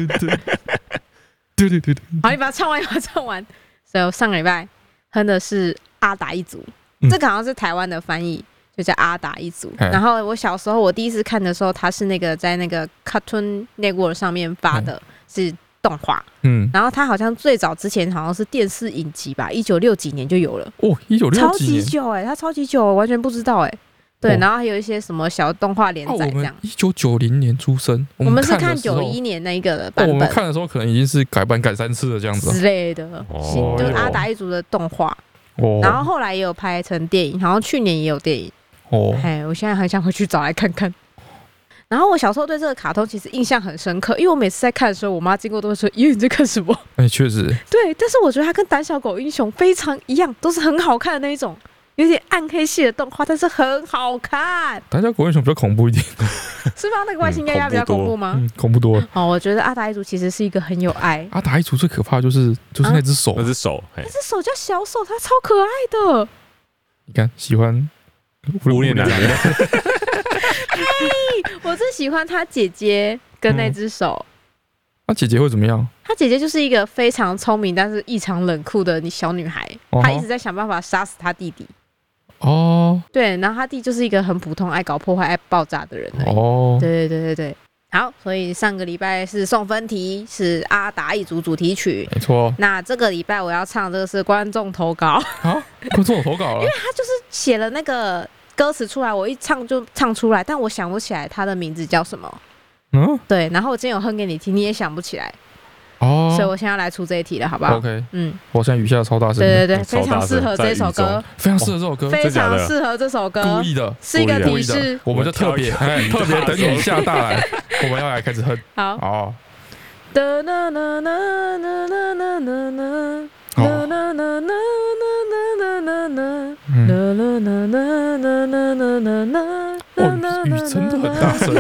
[SPEAKER 2] 对对对对，
[SPEAKER 1] 好，你把它唱完，你把它唱完。 所以我上个礼拜哼的是阿达一族，
[SPEAKER 2] 嗯
[SPEAKER 1] 这个好像是台湾的翻译，就叫阿达一族。
[SPEAKER 2] 嘿
[SPEAKER 1] 然后我小时候我第一次看的时候，它是那个在那个 Cartoon Network 上面发的，是动画。
[SPEAKER 2] 嗯，
[SPEAKER 1] 然后它好像最早之前好像是电视影集吧，一九六几年就有了。
[SPEAKER 2] 哦，一九六
[SPEAKER 1] 超
[SPEAKER 2] 几
[SPEAKER 1] 级
[SPEAKER 2] 年，
[SPEAKER 1] 久哎、欸，它超级久，我完全不知道哎、欸。对，
[SPEAKER 2] 哦
[SPEAKER 1] 然后还有一些什么小动画连
[SPEAKER 2] 哦，
[SPEAKER 1] 载
[SPEAKER 2] 我
[SPEAKER 1] 这
[SPEAKER 2] 们
[SPEAKER 1] 样。
[SPEAKER 2] 一九九零年出生，我
[SPEAKER 1] 我们是看
[SPEAKER 2] 看
[SPEAKER 1] 九一年那一个的
[SPEAKER 2] 哦，
[SPEAKER 1] 版
[SPEAKER 2] 我们
[SPEAKER 1] 本
[SPEAKER 2] 看的时候可能已经是改版改三次了这样子
[SPEAKER 1] 之类的，
[SPEAKER 3] 哦
[SPEAKER 1] 就是
[SPEAKER 2] 哎呦
[SPEAKER 1] 阿达一族的动画，
[SPEAKER 2] 哦。
[SPEAKER 1] 然后后来也有拍成电影，好像去年也有电影。
[SPEAKER 2] 哦，
[SPEAKER 1] 哎，我现在很想回去找来看看。然后我小时候对这个卡通其实印象很深刻，因为我每次在看的时候，我妈经过都会说：“咦，你在看什么
[SPEAKER 2] 哎，确实，？”
[SPEAKER 1] 对，但是我觉得它跟《胆小狗英雄》非常一样，都是很好看的那一种，有点暗黑系的动画，但是很好看。
[SPEAKER 2] 胆小狗英雄比较恐怖一点，
[SPEAKER 1] 是吗？那个外星丫丫比较恐怖吗？
[SPEAKER 2] 嗯，恐怖多了。
[SPEAKER 1] 哦，我觉得阿达一族其实是一个很有爱，
[SPEAKER 2] 阿达一族最可怕的就是就是那只手
[SPEAKER 1] 啊
[SPEAKER 3] 那，是手，哎嘿
[SPEAKER 1] 这手叫小手，它超可爱的。
[SPEAKER 2] 你看喜欢
[SPEAKER 3] 无脸男的，
[SPEAKER 1] 我最喜欢他姐姐跟
[SPEAKER 2] 嗯
[SPEAKER 1] 那只手，
[SPEAKER 2] 那姐姐会怎么样？
[SPEAKER 1] 他姐姐就是一个非常聪明但是异常冷酷的小女孩，
[SPEAKER 2] 哦
[SPEAKER 1] 她一直在想办法杀死他弟弟。
[SPEAKER 2] 哦
[SPEAKER 1] 对，然后他弟就是一个很普通、爱搞破坏、爱爆炸的人而已。
[SPEAKER 2] 哦，
[SPEAKER 1] 对对对对对。好，所以上个礼拜是送分题，是阿达一族主题曲。
[SPEAKER 2] 没错
[SPEAKER 1] 那这个礼拜我要唱这个是观众投稿，
[SPEAKER 2] 啊，观众有投稿了，
[SPEAKER 1] 他就是写了那个歌词出来，我一唱就唱出来，但我想不起来他的名字叫什么。
[SPEAKER 2] 嗯
[SPEAKER 1] 对，然后我今天有哼给你听，你也想不起来，
[SPEAKER 2] 哦
[SPEAKER 1] 所以我现在要来出这一题了，好不好？
[SPEAKER 2] ，OK，
[SPEAKER 1] 嗯，
[SPEAKER 2] 我现在雨下超大声的，
[SPEAKER 1] 对对对，
[SPEAKER 3] 嗯超
[SPEAKER 1] 非
[SPEAKER 3] 大
[SPEAKER 1] 常
[SPEAKER 3] 声
[SPEAKER 1] 适合这首歌，
[SPEAKER 2] 非常适合这首歌，
[SPEAKER 1] 非
[SPEAKER 3] 真假
[SPEAKER 1] 常
[SPEAKER 3] 的
[SPEAKER 1] 适合这首歌
[SPEAKER 2] 故，意的，
[SPEAKER 1] 是一个
[SPEAKER 2] 故
[SPEAKER 1] 提
[SPEAKER 2] 意
[SPEAKER 1] 示
[SPEAKER 2] 的，。我们就特别哎特别等雨下大 来，我们要来开始哼
[SPEAKER 1] 好，
[SPEAKER 2] 哦，
[SPEAKER 1] 哒啦啦啦啦啦啦啦啦。啦啦
[SPEAKER 2] 哦
[SPEAKER 1] 啦啦啦啦啦啦，啦
[SPEAKER 2] 嗯，
[SPEAKER 1] 啦啦啦啦啦啦啦啦，
[SPEAKER 2] 哦，雨雨真的很大声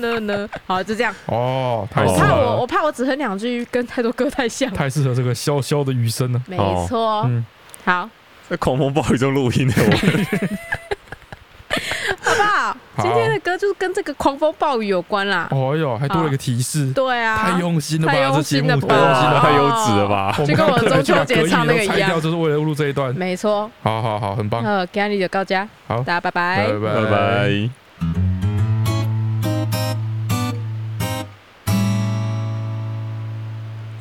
[SPEAKER 1] 声。好，就这样。
[SPEAKER 2] 哦，太
[SPEAKER 1] 我
[SPEAKER 2] 适
[SPEAKER 1] 怕
[SPEAKER 2] 合
[SPEAKER 1] 我，
[SPEAKER 2] 了
[SPEAKER 1] 我怕我只哼两句，跟太多歌太像。
[SPEAKER 2] 太适合这个萧萧的雨声了，
[SPEAKER 1] 没错，
[SPEAKER 2] 嗯，
[SPEAKER 1] 好，
[SPEAKER 3] 在狂风暴雨中录音的我，
[SPEAKER 1] 好不好？
[SPEAKER 2] 好
[SPEAKER 1] 今天的歌就是跟这个狂风暴雨有关啦。
[SPEAKER 2] 哦哟，还多了一个提示，
[SPEAKER 1] 对啊，
[SPEAKER 2] 太用心了吧，
[SPEAKER 1] 太用
[SPEAKER 2] 这节
[SPEAKER 1] 心
[SPEAKER 2] 目
[SPEAKER 1] 了
[SPEAKER 2] 太用心
[SPEAKER 1] 吧
[SPEAKER 2] 了。
[SPEAKER 3] 太幼稚了吧？
[SPEAKER 1] 就跟我中秋节唱那个一样
[SPEAKER 2] 我们刚才把隔音都拆掉就是为了录这一段。
[SPEAKER 1] 没错。
[SPEAKER 2] 好好好，很棒，
[SPEAKER 1] 呃，今日就到这，
[SPEAKER 2] 好
[SPEAKER 1] 大家拜
[SPEAKER 2] 拜
[SPEAKER 1] 拜。
[SPEAKER 2] 拜
[SPEAKER 3] 拜拜。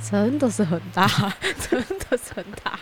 [SPEAKER 1] 真的是很大，真的是很大。